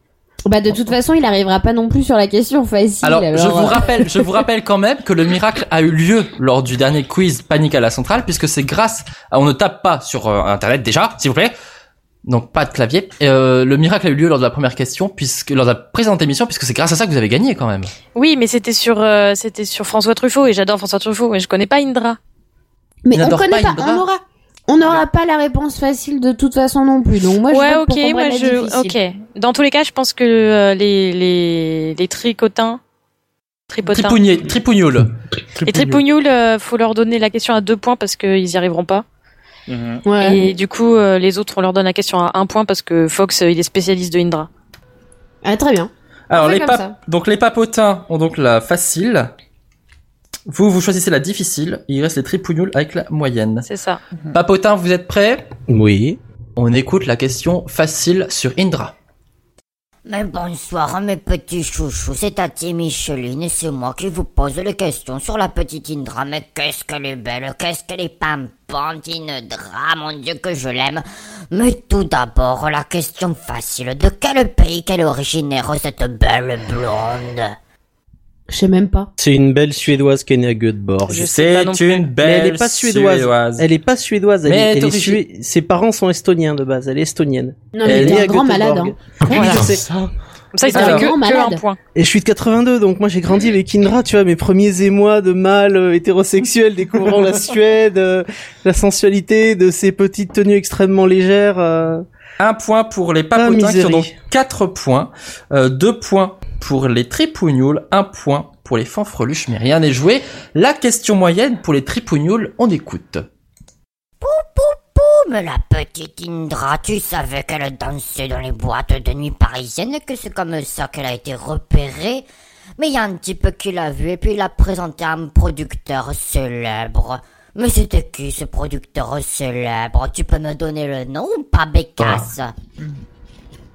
Bah de toute façon, il arrivera pas non plus sur la question facile. Alors, je vous euh, rappelle, je vous rappelle quand même que le miracle a eu lieu lors du dernier quiz Panique à la centrale, puisque c'est grâce à, on ne tape pas sur euh, Internet déjà, s'il vous plaît. Donc pas de clavier. Euh, le miracle a eu lieu lors de la première question, puisque lors de la présente émission, puisque c'est grâce à ça que vous avez gagné quand même. Oui, mais c'était sur, euh, c'était sur François Truffaut, et j'adore François Truffaut, mais je connais pas Indra. Mais on n'adore connaît pas pas, on aura, on n'aura pas la réponse facile de toute façon non plus. Donc moi, je ouais, vote ok, pour qu'on moi prenne la je, difficile. ok. Dans tous les cas, je pense que euh, les, les, les tricotins, tripotins Tripougnée- Tripougnole. et tripounioul, euh, faut leur donner la question à deux points parce qu'ils y arriveront pas. Et du coup, euh, les autres, on leur donne la question à un point parce que Fox, euh, il est spécialiste de Indra. Ah, très bien. Alors fait les comme pap- ça. donc les papotins ont donc la facile. Vous vous choisissez la difficile. Il reste les tripougnoules avec la moyenne. C'est ça. Bah. Papotin, vous êtes prêts Oui. On écoute la question facile sur Indra. Mais bonsoir mes petits chouchous, c'est Tati Micheline et c'est moi qui vous pose les questions sur la petite Indra. Mais qu'est-ce qu'elle est belle, qu'est-ce qu'elle est pimpante, Indra, mon dieu que je l'aime. Mais tout d'abord, la question facile, de quel pays qu'elle est originaire cette belle blonde Je sais même pas. C'est une belle suédoise qui est née à Göteborg. Je sais pas non C'est plus. une Mais elle belle est pas suédoise. Suédoise. Elle est pas suédoise. Elle Mais est- elle est elle est origine- sué- Ses parents sont estoniens de base. Elle est estonienne. Non, mais elle t'es est née un à grand malade, Göteborg. Ah, hein. Oui, Voilà. je sais. Ça. Ça, il te fait que- que un point. Et je suis de 82, donc moi j'ai grandi avec Indra, tu vois, mes premiers émois de mâle euh, hétérosexuel découvrant la Suède, euh, la sensualité de ses petites tenues extrêmement légères. euh. Un point pour les papotins qui ont misérie. donc 4 points, 2 points pour les tripougnoules, 1 point pour les fanfreluches, mais rien n'est joué. La question moyenne pour les tripougnoules, on écoute. Boum, la petite Indra, tu savais qu'elle dansait dans les boîtes de nuit parisiennes et que c'est comme ça qu'elle a été repérée. Mais il y a un type qui l'a vue et puis il l'a présenté à un producteur célèbre. Mais c'était qui ce producteur célèbre Tu peux me donner le nom ou pas, Bécasse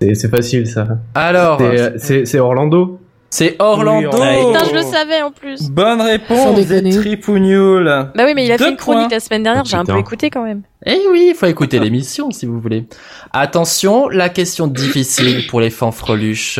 C'est c'est facile ça. Alors. euh, C'est c'est Orlando C'est Orlando Putain, je le Oh. savais en plus. Bonne réponse des tripougnoules. Bah oui, mais il a Deux fait une chronique points. la semaine dernière, j'ai un peu Putain. écouté quand même. Eh oui, il faut écouter l'émission si vous voulez. Attention, la question difficile pour les fanfreluches.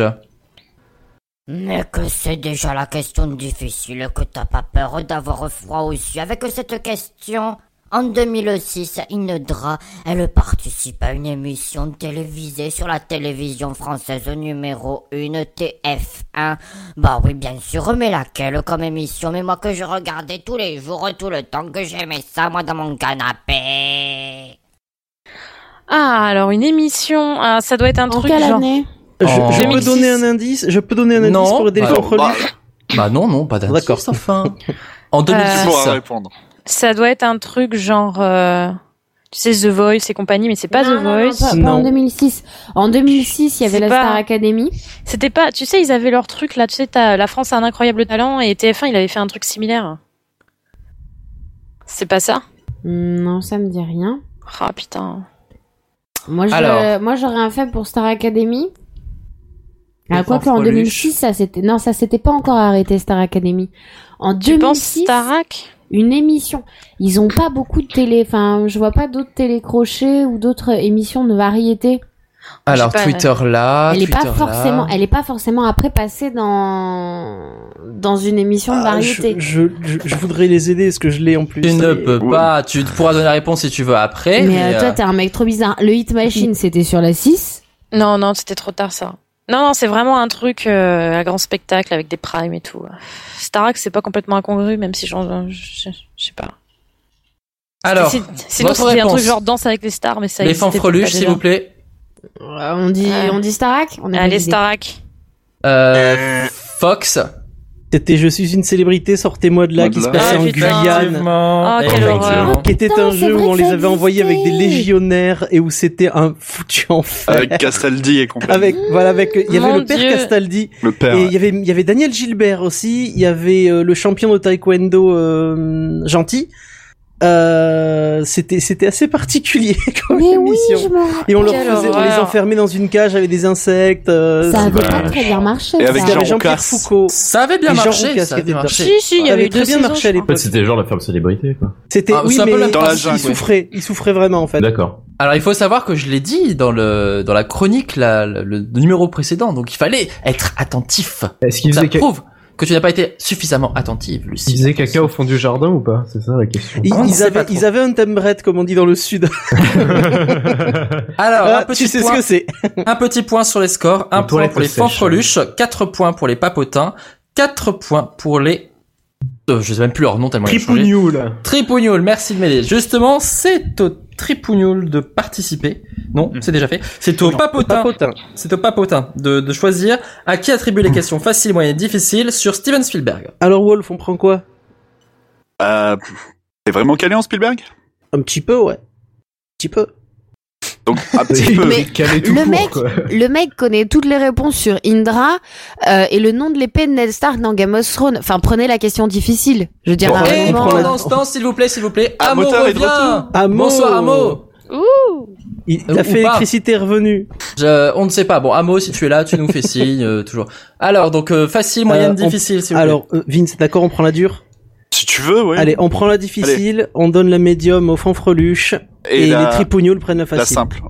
Mais que c'est déjà la question difficile, que t'as pas peur d'avoir froid aux yeux avec cette question. En 2006, Inedra, elle participe à une émission télévisée sur la télévision française numéro 1 TF1. Bah oui, bien sûr, mais laquelle comme émission Mais moi que je regardais tous les jours, tout le temps que j'aimais ça, moi, dans mon canapé. Ah, alors une émission, ah, ça doit être un truc quelle genre. année Je, En- je peux 2006. donner un indice Je peux donner un indice Oh. Non, pour aider les bah, fanfreluches bah, bah non, non, pas d'indice. D'accord. Enfin, en 2006. Tu pourras Ça doit être un truc genre. euh, Tu sais, The Voice et compagnie, mais c'est pas Non, The non, non, Voice. pas- pas en 2006. En 2006, il y avait la Star Academy. C'était pas. Tu sais, ils avaient leur truc là. Tu sais, t'as La France a un incroyable talent et TF1, il avait fait un truc similaire. C'est pas ça Non, ça me dit rien. Ah putain. Moi, je- Alors. moi, j'aurais un fait pour Star Academy. Ah, Les quoi qu'en fanfreluches. 2006, ça c'était non, ça s'était pas encore arrêté Star Academy. En Tu 2006, penses Starac une émission. Ils ont pas beaucoup de télé. Enfin, je vois pas d'autres télécrochés ou d'autres émissions de variété. Alors Je sais pas, Twitter là, elle est pas Twitter là. forcément, elle est pas forcément après passée dans dans une émission de Ah, variété. je, je, je- je voudrais les aider, est-ce que je l'ai en plus Tu ne peux pas, tu pourras donner la réponse si tu veux après. Eh, Mais, mais, euh, toi, euh, t'es un mec trop bizarre. Le Hit Machine, c'était sur la 6. Mm. Non, non, c'était trop tard ça. Non, non, c'est vraiment un truc, euh, un grand spectacle avec des primes et tout. Starac, c'est pas complètement incongru, même si j'en. Je je sais pas. alors, C'est- Sinon, votre c'était un réponse. truc genre danse avec les stars, mais ça les existait pas fanfreluches, s'il déjà. Ah. vous plaît. Euh, On dit, on dit Starac. On a Allez, validé. Starac. Euh, Fox. C'était Je suis une célébrité, sortez-moi de là, qui se passait Ah, en putain. Guyane. Effectivement. Oh, quelle horreur. Qui était Putain, un c'est jeu vrai où on que les ça avait envoyés avec des légionnaires et où c'était un foutu enfer. Avec Castaldi et compagnie. Avec voilà avec il y avait Mon le père Dieu. Castaldi Le père, et il ouais. y avait il y avait Daniel Gilbert aussi il y avait euh, le champion de taekwondo euh, gentil euh, c'était c'était assez particulier comme émission je m'en- et on leur Quelle faisait, on les horreur. enfermait dans une cage avec des insectes euh, Ça avait c'était- pas très bien marché. Et avec ça. Jean Jean-Pierre Roucas. Foucault. Ça avait bien Et Jean marché. Roucas ça qui avait était dedans. marché. Si, si, il y Ça avait avait eu très deux bien saisons, marché à je crois. En fait, c'était genre la femme célébrité quoi. c'était Ah, oui c'est un peu mais le- Dans la il- jungle, il souffrait il souffrait vraiment en fait D'accord. Alors il faut savoir que je l'ai dit dans le dans la chronique la- le, le numéro précédent, donc il fallait être attentif. Est-ce qu'il Ça faisait que- prouve que tu n'as pas été suffisamment attentive, Lucie. Ils faisaient caca au fond du jardin ou pas C'est ça la question. ils, On ne ils sait pas avaient trop. ils avaient un timbrette comme on dit dans le sud Alors, Ah, un petit tu sais ce point, que c'est. un petit point sur les scores, un point toilettes pour les sèches. fanfreluches, quatre points pour les papotins, quatre points pour les euh, je sais même plus leur nom tellement ils ont changé. Tripougnoul. Tripougnoul, merci de m'aider. Justement, c'est au Tripougnoul de participer. Non, c'est déjà fait. C'est au Hmm. Non, papotin. au Papotin. C'est au papotin de, de choisir à qui attribuer les Hmm. questions faciles, moyennes et difficiles sur Steven Spielberg. alors Wolf on prend quoi Euh, pff, T'es vraiment calé en Spielberg un petit peu ouais un petit peu Donc un petit peu. Mais le, mec, le mec connaît toutes les réponses sur Indra euh, et le nom de l'épée de Ned Stark dans Game of Thrones. Enfin, prenez la question difficile. Je veux dire, euh, à un Et moment- pendant ce temps, s'il vous plaît, s'il vous plaît, Ah, Amo moteur est de revient retour. Amo. Bonsoir Amo Euh, Ouh Il Ou la fait pas. électricité est revenue. Je- On ne sait pas. Bon, Amo, si tu es là, tu nous fais signe, euh, toujours. Alors, donc, euh, facile, moyenne, Euh, on- difficile, s'il vous plaît. Alors, euh, Vince, d'accord, on prend la dure Si tu veux, ouais. Allez, on prend la difficile, on donne la médium au fanfreluche, Et et, la- les tripougnols prennent la facile. La simple.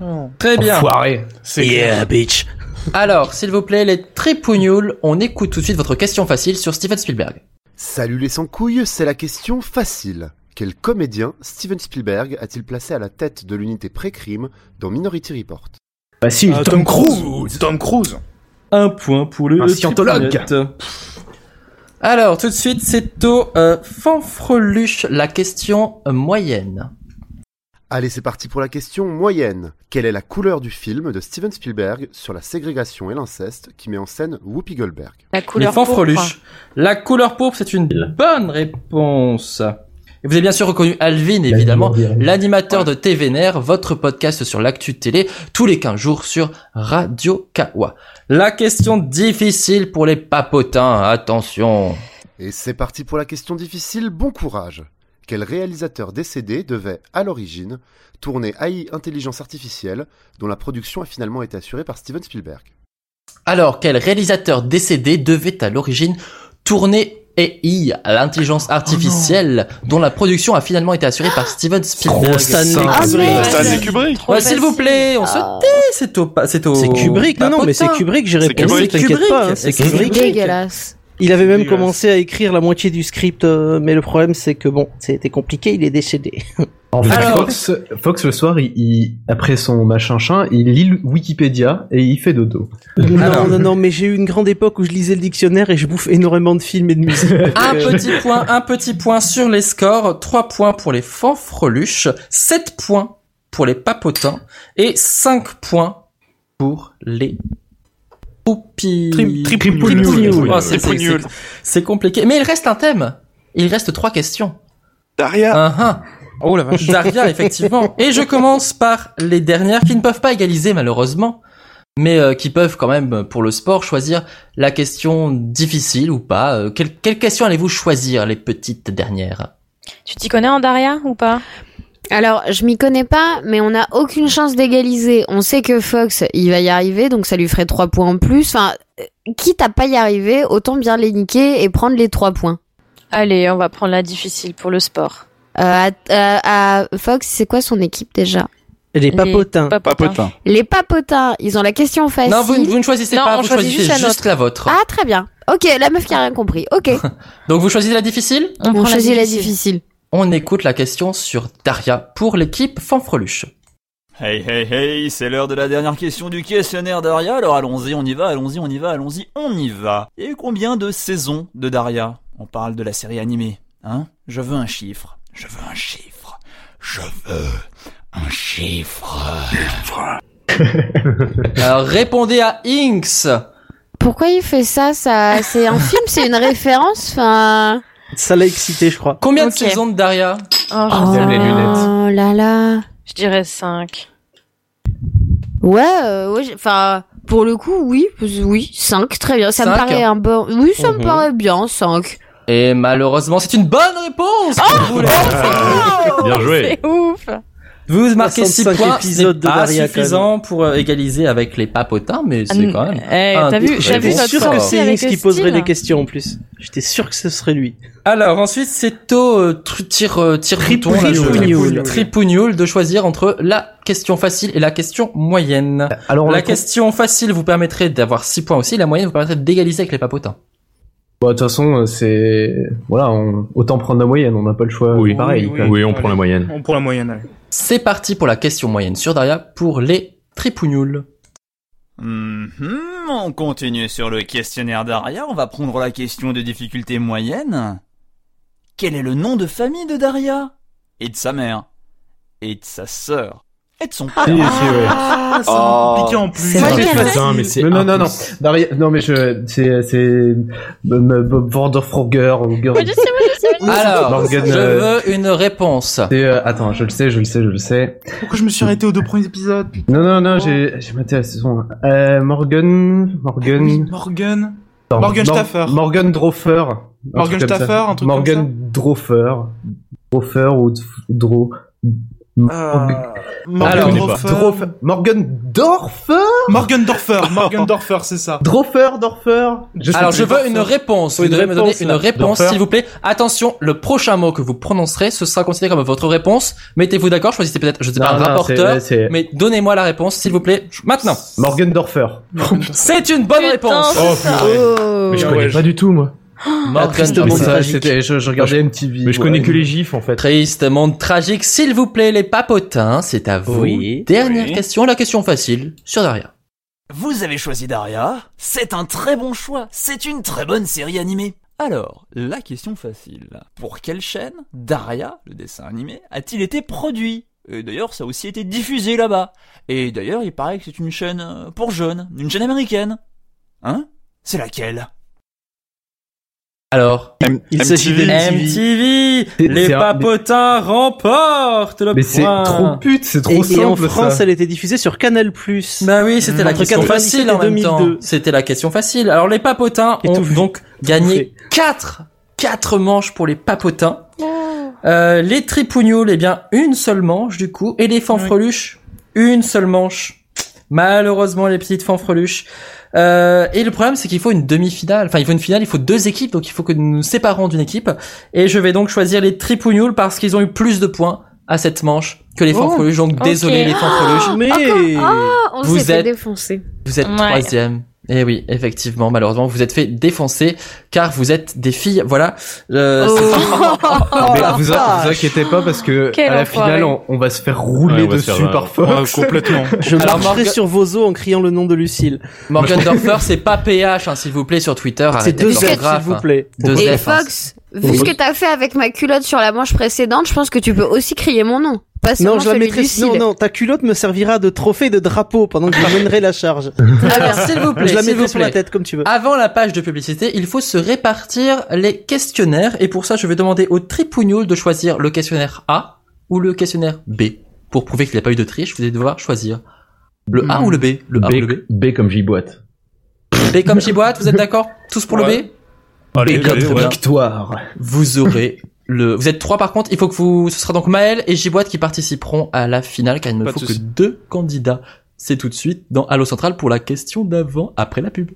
ouais. Très Ah. bien. Enfoiré. C'est clair. bitch. Alors, s'il vous plaît, les tripounoules, on écoute tout de suite votre question facile sur Steven Spielberg. Salut les sans-couilles, c'est la question facile. Quel comédien Steven Spielberg a-t-il placé à la tête de l'unité pré-crime dans Minority Report Facile, Ah, Tom, Tom Cruise. Tom Cruise. Un point pour le Un scientologue. tripouniote. Alors, tout de suite, c'est au euh, fanfreluche la question euh, moyenne. Allez, c'est parti pour la question moyenne. Quelle est la couleur du film de Steven Spielberg sur la ségrégation et l'inceste qui met en scène Whoopi Goldberg La Les couleur fanfreluches. La couleur pourpre, c'est une bonne réponse. Et vous avez bien sûr reconnu Alvin, évidemment, l'animateur de TVNR, votre podcast sur l'actu télé, tous les 15 jours sur Radio Kawa. La question difficile pour les papotins, attention. Et c'est parti pour la question difficile, bon courage. Quel réalisateur décédé devait, à l'origine, tourner AI Intelligence Artificielle, dont la production a finalement été assurée par Steven Spielberg Alors, quel réalisateur décédé devait à l'origine tourner AI, l'intelligence artificielle, dont la production a finalement été assurée par Steven Spielberg. Stanley Kubrick. Ouais, s'il vous plaît, on se tait, c'est au, pa- c'est au. C'est Kubrick, non, non, mais c'est Kubrick, j'ai répondu, C'est t'inquiète Kubrick, pas, hein, c'est c'est Kubrick. Dégueulasse. Il avait même commencé à écrire la moitié du script, euh, mais le problème c'est que bon, c'était compliqué, il est décédé. En fait, Fox, Fox, le soir, il, il- après son machin chin, il lit le Wikipédia et il fait dodo. Non, non, non, mais j'ai eu une grande époque où je lisais le dictionnaire et je bouffe énormément de films et de musique. Un Donc, euh, petit point, un petit point sur les scores. 3 points pour les fanfreluches, 7 points pour les papotins et 5 points pour les poupi... Tri- tripounoules. Tripounoules. Oh, c'est- c'est- Tripounoules. c'est- C'est compliqué. Mais il reste un thème. Il reste trois questions. Daria. Oh la vache. Daria, effectivement. Et je commence par les dernières qui ne peuvent pas égaliser malheureusement, mais euh, qui peuvent quand même, pour le sport, choisir la question difficile ou pas. Euh, quelle, quelle question allez-vous choisir, les petites dernières Tu t'y connais en Daria ou pas Alors, je m'y connais pas, mais on n'a aucune chance d'égaliser. On sait que Fox, il va y arriver, donc ça lui ferait 3 points en plus. Enfin, euh, quitte à pas y arriver, autant bien les niquer et prendre les 3 points. Allez, on va prendre la difficile pour le sport. Euh, à, euh, à Fox, c'est quoi son équipe déjà Les papotins. papotins. Les papotins, ils ont la question facile. Non, vous, vous ne choisissez pas, vous choisissez juste la, vôtre. Ah, très bien. Ok, la meuf qui a rien compris. Ok. Donc vous choisissez la difficile On prend la choisit la difficile. difficile. On écoute la question sur Daria pour l'équipe Fanfreluche. Hey hey hey, c'est l'heure de la dernière question du questionnaire Daria, alors allons-y, on y va, allons-y, on y va, allons-y, on y va. Et combien de saisons de Daria On parle de la série animée, hein Je veux un chiffre, je veux un chiffre, je veux un chiffre. Alors répondez à Inks. Pourquoi il fait ça, ça C'est un film, c'est une référence. Enfin. Ça l'a excité, je crois. Combien de saisons de Daria Oh, Oh je, sais pas. là là. Je dirais 5. Ouais, euh, ouais, j'ai- enfin, pour le coup, oui, oui, 5, très bien. Ça me Cinq. paraît un bon. Oui, ça me Mhm. paraît bien, 5. Et malheureusement, c'est une bonne Oh, réponse. Ah pour vous, Oh, les- Euh, Bien joué. C'est ouf. Vous marquez 6 65 points, c'est épisodes de pas Daria, quand suffisant pour euh, égaliser avec les papotins, mais c'est Ah, quand même. eh, un t'as vu, très j'avais bon sûr score. que c'est Inks qui poserait style. les questions en plus. J'étais sûr que ce serait lui. Alors ensuite, c'est au euh, tr- tir euh, tir bouton, là, je- Tripounioul. Tripounioul de choisir entre la question facile et la question moyenne. Euh, Alors, on la a- question facile vous permettrait d'avoir 6 points aussi, la moyenne vous permettrait d'égaliser avec les papotins. Bon, de toute façon, euh, c'est. Voilà, on- autant prendre la moyenne, on n'a pas le choix. Oui, pareil. oui, oui, on prend la moyenne. On prend la moyenne, allez. C'est parti pour la question moyenne sur Daria pour les Tripounioul. Mhm, on continue sur le questionnaire Daria, on va prendre la question de difficulté moyenne. Quel est le nom de famille de Daria Et de sa mère Et de sa sœur Et de son père Ah, c'est compliqué en plus. vrai Ah, qu'elle c'est a- facile. Putain, Non, mais mais c'est Oh. non, non, non, Daria- non, mais je, c'est, c'est, Vanderfrogger, ou Girl. je sais, moi, je sais, Alors, je Morgane, euh, veux une réponse. C'est, euh, attends, je le sais, je le sais, je le sais. Pourquoi je me suis arrêté aux deux premiers épisodes putain Non, non, non, j'ai, j'ai maté la saison un. Euh, Morgan, Morgan. Morgan. Mm. Attends, Morgan Mor- Staffer. Morgan Drofer. un Morgan truc comme Staffer, ça. un truc Morgan comme Drofer. Drofer ou Dro. Morgan Alors, Drofer. Drofer. Morgan Dorfer Morgan Dorfer, Morgan Dorfer, c'est ça. Drofer, Dorfer. Alors, je veux une réponse. Vous Une devrez me donner réponse, une là. réponse, Dorfer. s'il vous plaît. Attention, le prochain mot que vous prononcerez, ce sera considéré comme votre réponse. Mettez-vous d'accord, choisissez peut-être, je ne sais Non, pas, un non, c'est- rapporteur. ouais, c'est- Mais donnez-moi la réponse, s'il vous plaît, maintenant. Morgan Dorfer. C'est une bonne réponse. Oh, Oh. Mais Oh, je connais pas du tout, moi. Morgan Dorfer. ça, c'était, je, je regardais MTV. mais je connais que les gifs, en fait. Triste monde tragique, s'il vous plaît, les papotins, c'est à vous. Oui. Dernière Oui. question, la question facile, sur Daria. Vous avez choisi Daria, c'est un très bon choix, c'est une très bonne série animée. Alors, la question facile. Pour quelle chaîne Daria, le dessin animé, a-t-il été produit Et d'ailleurs, ça a aussi été diffusé là-bas. Et d'ailleurs, il paraît que c'est une chaîne euh, pour jeunes, une chaîne américaine. Hein C'est laquelle Alors, il s'agit de MTV. C'est- Les c'est un- papotins remportent le Mais c'est point. trop pute, c'est trop et, simple. et en France, ça. elle était diffusée sur Canal+. Bah oui, c'était la Entre 97 question et facile en même temps. 2002. C'était la question facile. Alors les papotins ont donc gagné 4 4 manches pour les papotins. Euh, les tripougnoles, eh bien une seule manche du coup et les fanfreluches une seule manche. Malheureusement les petites fanfreluches. Euh, et le problème c'est qu'il faut une demi-finale. Enfin, il faut une finale, il faut deux équipes donc il faut que nous nous séparons d'une équipe et je vais donc choisir les tripougnoles parce qu'ils ont eu plus de points à cette manche que les Oh. fanfreluches. Donc Ok. désolé les fanfreluches. Ah, encore- ah, on vous s'est fait êtes défoncer. vous êtes Ouais. troisième. Et oui, effectivement, malheureusement, vous êtes fait défoncer car vous êtes des filles. Voilà. Euh, Oh. Ah, Mais vous, a- vous inquiétez pas parce que Quel à la enfoiré. finale on, on va se faire rouler Ouais, on va se dessus faire, euh, par Fox. ouais, complètement. Je Alors, marcherai Morgan- sur vos os en criant le nom de Lucille. Morgan Dorfer, c'est pas PH, hein, s'il vous plaît, sur Twitter. C'est deux F, grave. s'il vous plaît. Deux Et F, hein. Fox, vu ce que t'as fait avec ma culotte sur la manche précédente, je pense que tu peux aussi crier mon nom. Ah, Pas seulement Non, je la celui mettrai. du Non, Cil. non, ta culotte me servira de trophée et de drapeau pendant que je mènerai la charge. Alors, s'il vous plaît, Je la s'il mettrai vous sur la plaît. Ah. tête comme tu veux. Avant la page de publicité, il faut se répartir les questionnaires et pour ça, je vais demander au tripougnoul de choisir le questionnaire A ou le questionnaire B. Pour prouver qu'il n'y a pas eu de triche, vous allez devoir choisir le A ou le B. Ah, Le Hmm. B, B comme J-boîte. B comme Chiboite, vous êtes d'accord Tous pour le B Allez, B comme allez, très ouais. bien. Victoire. Vous aurez le. Vous êtes trois par contre. Il faut que vous. Ce sera donc Maël et Giboite qui participeront à la finale car il ne Pas de faut que souci. deux candidats. C'est tout de suite dans Halo Central pour la question d'avant après la pub.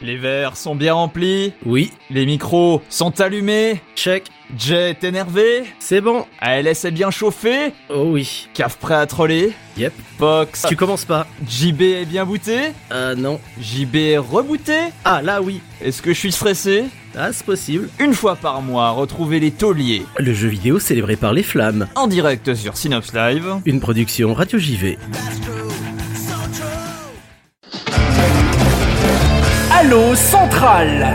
Les verres sont bien remplis Oui. Les micros sont allumés Check. Jay est énervé C'est bon. ALS est bien chauffé Oh oui. Caf prêt à troller Yep. Fox. Tu commences pas. JB est bien booté Euh non. JB est rebooté Ah là oui. Est-ce que je suis stressé Ah c'est possible. Une fois par mois, retrouvez les tauliers. Le jeu vidéo célébré par les flammes. En direct sur Synops Live. Une production Radio JV. Allô Central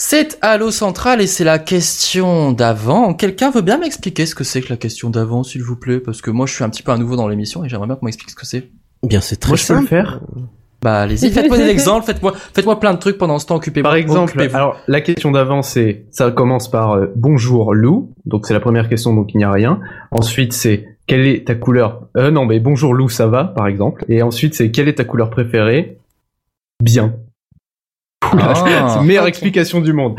C'est Halo Central et c'est la question d'avant. Quelqu'un veut bien m'expliquer ce que c'est que la question d'avant, s'il vous plaît Parce que moi, je suis un petit peu à nouveau dans l'émission et j'aimerais bien qu'on m'explique ce que c'est. Bien, c'est très Moi, je peux le simple. faire. Bah, allez-y, faites-moi des exemples, faites-moi faites moi plein de trucs pendant ce temps, occupez-vous. Par exemple, occupez-vous. alors la question d'avant c'est ça commence par euh, bonjour Lou, donc c'est la première question donc il n'y a rien. Ensuite c'est quelle est ta couleur euh, Non mais bonjour Lou ça va par exemple. Et ensuite c'est quelle est ta couleur préférée Bien. Oula, Ah. c'est la meilleure explication du monde.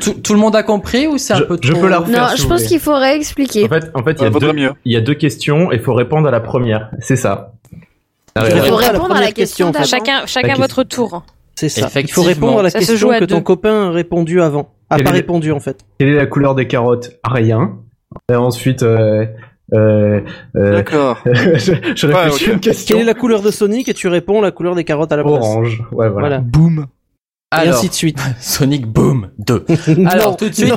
tout, tout le monde a compris ou c'est un peu je trop- peux la refaire Non, si je vous pense voulez. qu'il faut réexpliquer. En fait, en fait, il y, Ouais, a vaudrait deux, mieux. il y a deux questions et il faut répondre à la première. C'est ça. Il faut répondre à la répondre à la première question. question, en fait. Chacun, chacun La votre tour. C'est ça. Il faut Effectivement. répondre à la Ça se question joue à que ton deux. copain a répondu avant. A Quel pas est- répondu en fait. Quelle est la couleur des carottes Rien. Et ensuite, euh, euh, euh, D'accord. je, je réfléchis à une question. Quelle est la couleur de Sonic et tu réponds la couleur des carottes à la place. Orange. Ouais, voilà. Boum. Alors, et ainsi de suite. Sonic Boom 2. Non, Alors tout de suite,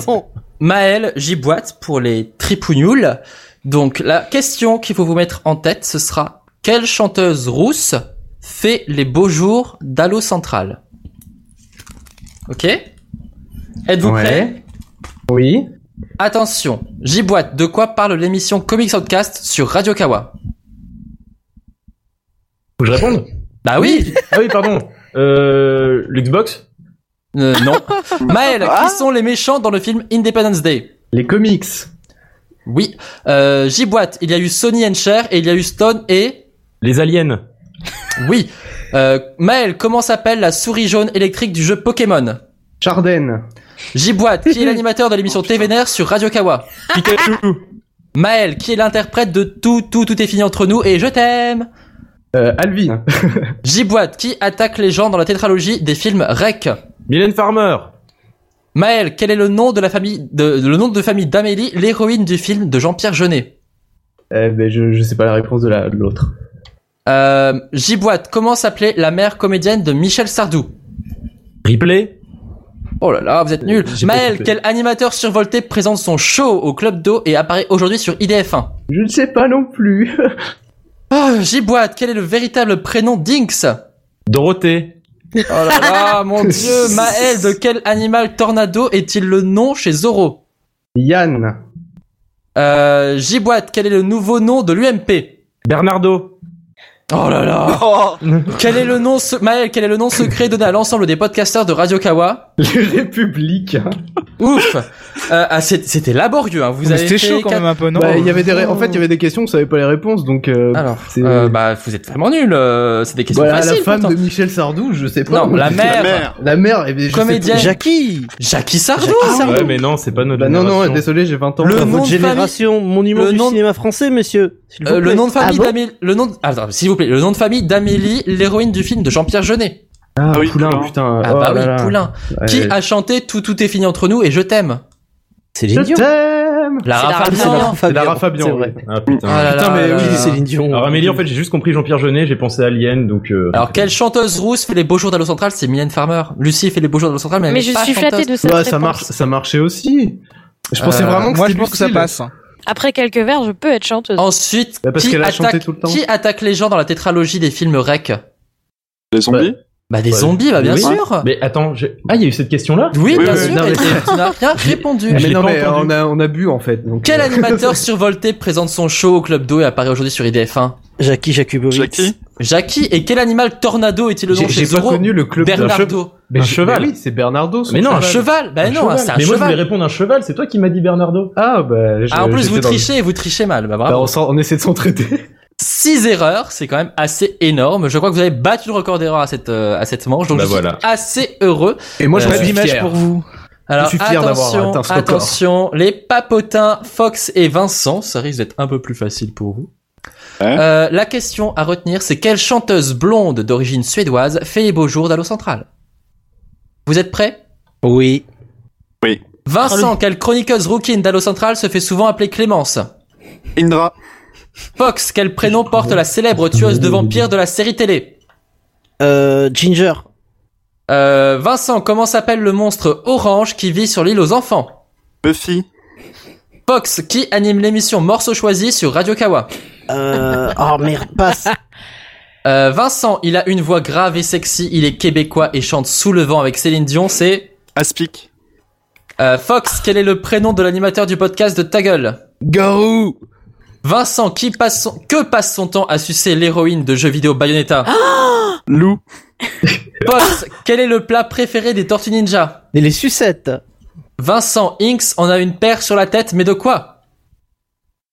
Maël Giboite pour les tripounoules. Donc la question qu'il faut vous mettre en tête, ce sera quelle chanteuse rousse fait les beaux jours d'Halo Central Ok Êtes-vous Ouais. prêts Oui. Attention, Giboite, de quoi parle l'émission Comics Outcast sur Radio Kawa Faut que je réponde Bah oui Ah oui, pardon. Euh, L'Xbox Euh, non. Maël, qui sont les méchants dans le film Independence Day Les comics. Oui. Euh, J-Boîte, il y a eu Sonny and Cher, et il y a eu Stone et... Les aliens. Oui. Euh, Maël, comment s'appelle la souris jaune électrique du jeu Pokémon Charden. J-Boîte, qui est l'animateur de Oh, l'émission TVNR sur Radio Kawa Pikachu. Maël, qui est l'interprète de tout, tout, tout est fini entre nous et je t'aime Euh, Alvin. Ah. J-Boîte, qui attaque les gens dans la tétralogie des films REC Mylène Farmer. Maël, quel est le nom de la famille de, le nom de famille d'Amélie, l'héroïne du film de Jean-Pierre Jeunet Euh, ben, je, je sais pas la réponse de la- de l'autre. euh, J-Boîte, comment s'appelait la mère comédienne de Michel Sardou Ripley. Euh, Oh là là, vous êtes nuls. J'ai pas Maël, compris. quel animateur survolté présente son show au Club d'eau et apparaît aujourd'hui sur IDF1 Je ne sais pas non plus. Ah, J-Boîte, quel est le véritable prénom d'Inx Dorothée. Oh là là, mon dieu, Maël, de quel animal tornado est-il le nom chez Zoro Yann. Euh, J-Boîte, quel est le nouveau nom de l'UMP Bernardo. Oh là là Quel est le nom, se- Maël, quel est le nom secret donné à l'ensemble des podcasteurs de Radio Kawa Les Républicains. Ouf Euh, ah, c'est- C'était laborieux, hein. vous Mais avez c'était fait chaud quand quatre- même un peu, non Bah, il y avait des ré- en fait, il y avait des questions, on savait pas les réponses, donc. euh, Alors, c'est- euh, bah, vous êtes vraiment nuls. euh, c'est des questions Voilà, faciles. Bah, la femme pourtant. de Michel Sardou, je sais pas. Non, la mère. La mère, eh bien, je sais Comédienne. plus. Jackie. Jackie Sardou. Ouais, mais non, c'est pas notre Bah non, génération. non, désolé, j'ai 20 ans. Le nom de génération, monument Le du nom de- cinéma français, monsieur. s'il vous Euh, le plaît. nom de famille d'Amélie, le nom, de... ah, attends, s'il vous plaît, le nom de famille d'Amélie, l'héroïne du film de Jean-Pierre Jeunet. Ah, Poulain, putain. Ah oh bah oui, là là. Poulain. Ouais. Qui a chanté Tout tout est fini entre nous et Je t'aime. C'est Je Euh, t'aime Lara C'est Fabian. C'est Lara Fabian, Fabian, oui. oui. Ah putain, Ah là Putain, là mais là oui, là. Céline Dion. Alors Amélie, en fait, j'ai juste compris Jean-Pierre Jeunet, j'ai pensé à Alien, donc. euh, Alors quelle chanteuse rousse fait les beaux jours d'Allo Central C'est Mylène Farmer. Lucie fait les beaux jours d'Allo Central, mais, elle Mais est je pas suis flattée chanteuse. de cette Ouais, ça réponse. marche, ça marchait aussi. Je pensais Euh, vraiment que moi, c'était je pense que Lucille. ça passe, hein. Après quelques verres, je peux être chanteuse. Ensuite, Bah, parce qui, qu'elle a attaque, chanté tout le temps. qui attaque les gens dans la tétralogie des films REC Les zombies Bah des ouais. zombies, bah bien Oui. sûr. Mais attends, j'ai- ah, il y a eu cette question-là Oui, bien sûr. non, et mais- tu tu n'as rien répondu. Mais non, euh, mais on a, on a bu en fait. donc, Quel euh, animateur survolté présente son show au Club d'eau et apparaît aujourd'hui sur IDF1 Jackie Jacubowicz. Jackie et quel animal tornado est-il le nom J'ai chez j'ai pas Zorro connu le club d'un Bernardo. Mais Un je- cheval. mais oui, c'est Bernardo. son Mais non, un cheval. Bah non, cheval. c'est un Mais moi, je cheval. voulais répondre un cheval, c'est toi qui m'as dit Bernardo. Ah, bah. je- Ah, en plus, j'étais vous dans le- trichez et vous trichez mal. Bah, Bah, bravo. on, s'en- on essaie de s'entraider. Six erreurs, c'est quand même assez énorme. Je crois que vous avez battu le record d'erreurs à cette euh, à cette manche, donc Bah, je suis voilà. assez heureux. Et moi, Euh, je reste fier. vous. Alors suis fier d'avoir attention, atteint ce record. attention, les papotins Fox et Vincent, ça risque d'être un peu plus facile pour vous. Hein Euh, la question à retenir, c'est quelle chanteuse blonde d'origine suédoise fait les beaux jours d'Allo Central Vous êtes prêts Oui. Oui. Vincent, quelle chroniqueuse rookie d'Allo Central se fait souvent appeler Clémence Indra. Fox, quel prénom porte la célèbre tueuse de vampires de la série télé Euh, Ginger. Euh, Vincent, comment s'appelle le monstre orange qui vit sur l'île aux enfants Buffy. Fox, qui anime l'émission Morceau choisi sur Radio Kawa Euh, oh merde, passe. Euh, Vincent, il a une voix grave et sexy, il est québécois et chante sous le vent avec Céline Dion, c'est... Aspic. Euh, Fox, quel est le prénom de l'animateur du podcast de Ta Gueule Garou Vincent, qui passe son- que passe son temps à sucer l'héroïne de jeux vidéo Bayonetta Lou. Fox, quel est le plat préféré des Tortues Ninja Et les sucettes. Vincent, Inks en a une paire sur la tête, mais de quoi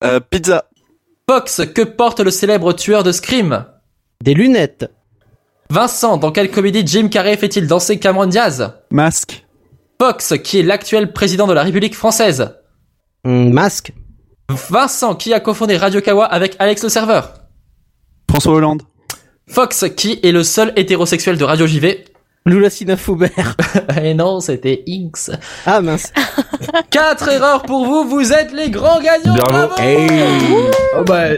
Euh, pizza. Fox, que porte le célèbre tueur de Scream Des lunettes. Vincent, dans quelle comédie Jim Carrey fait-il danser Cameron Diaz Masque. Fox, qui est l'actuel président de la République française Hum, masque. Vincent, qui a cofondé Radio Kawa avec Alex le serveur François Hollande. Fox, qui est le seul hétérosexuel de Radio JV Loulacina Foubert. Et non, c'était Inks. Ah mince. Quatre erreurs pour vous, vous êtes les grands gagnants bravo Oh, bah.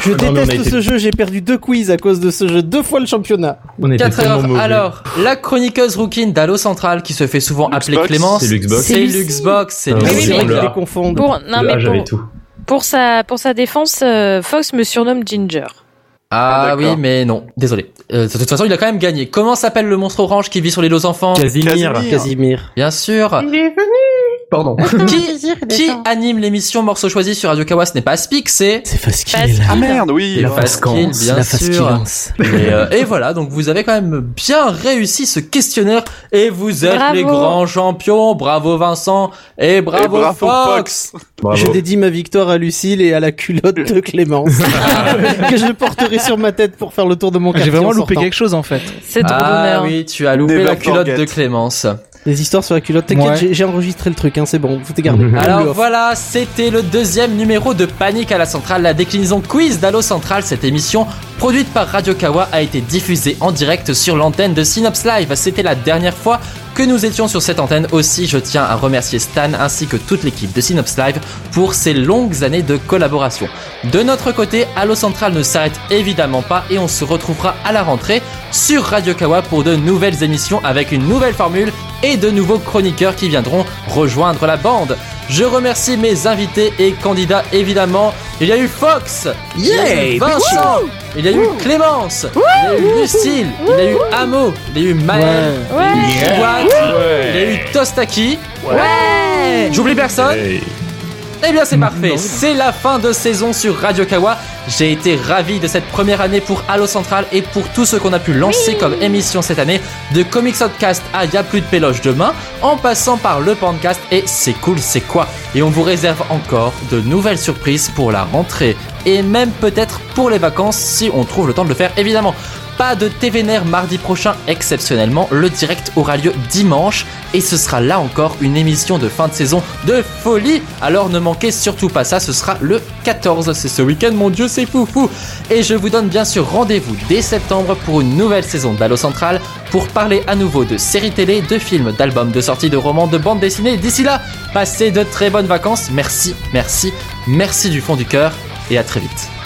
Je Non, mais on a déteste été- ce jeu, j'ai perdu deux quiz à cause de ce jeu, deux fois le championnat. On était Quatre tellement erreurs. mauvais. Alors, la chroniqueuse rouquine d'Allo Central, qui se fait souvent appeler Clémence, C'est Luxbox. c'est C'est Luxbox, c'est Ah, Luxbox. oui, C'est vrai que je Oula. les confonds. Pour, non, mais Ah, j'avais pour, tout. pour sa, pour sa défense, euh, Fox me surnomme Ginger. Ah oui, mais non, désolé. Euh, de toute façon, il a quand même gagné. Comment s'appelle le monstre orange qui vit sur les dos enfants Casimir. Casimir. Bien sûr. Il est venu Pardon. qui, qui anime l'émission Morceau choisi sur Radio Kawa Ce n'est pas Aspic, c'est. C'est Faskill. Ah merde, oui. La La Faskill, Fasquille, bien la sûr. Et, euh, et voilà, donc vous avez quand même bien réussi ce questionnaire et vous êtes Bravo. les grands champions. Bravo Vincent et bravo, Et bravo Fox. Je dédie ma victoire à Lucille et à la culotte de Clémence que je porterai sur ma tête pour faire le tour de mon quartier. J'ai vraiment loupé quelque chose en fait. C'est Ah oui, tu as loupé Never la culotte forget. de Clémence. Les histoires sur la culotte, t'inquiète, Ouais. j'ai- j'ai enregistré le truc, hein, c'est bon, vous t'es gardé. Alors voilà, c'était le deuxième numéro de Panique à la Centrale, la déclinaison quiz d'Allo Centrale. Cette émission, produite par Radio Kawa, a été diffusée en direct sur l'antenne de Synops Live. C'était la dernière fois que nous étions sur cette antenne aussi. Je tiens à remercier Stan ainsi que toute l'équipe de Synops Live pour ces longues années de collaboration. De notre côté, Allo Centrale ne s'arrête évidemment pas et on se retrouvera à la rentrée sur Radio Kawa pour de nouvelles émissions avec une nouvelle formule et de nouveaux chroniqueurs qui viendront rejoindre la bande. Je remercie mes invités et candidats évidemment. Il y a eu Fox, il y a eu Yeah, Vincent, wouh il y a eu Clémence, il y a eu Lucille, il y a eu Amo, il y a eu Maël, Ouais. il y a eu Ouais. Watt, Ouais. il y a eu Tostaki. Ouais. J'oublie personne. Eh bien c'est parfait, c'est la fin de saison sur Radio Kawa. J'ai été ravi de cette première année pour Halo Central et pour tout ce qu'on a pu lancer comme émission cette année, de Comics Outcast à Y'a Ah, plus de péloche demain, en passant par le podcast et C'est cool, c'est quoi Et on vous réserve encore de nouvelles surprises pour la rentrée et même peut-être pour les vacances si on trouve le temps de le faire évidemment. Pas de TVNR mardi prochain exceptionnellement, le direct aura lieu dimanche et ce sera là encore une émission de fin de saison de folie. Alors ne manquez surtout pas ça, ce sera le 14, c'est ce week-end, mon dieu c'est fou fou Et je vous donne bien sûr rendez-vous dès septembre pour une nouvelle saison d'Allo Central pour parler à nouveau de séries télé, de films, d'albums, de sorties, de romans, de bandes dessinées. D'ici là, passez de très bonnes vacances, merci, merci, merci du fond du cœur et à très vite.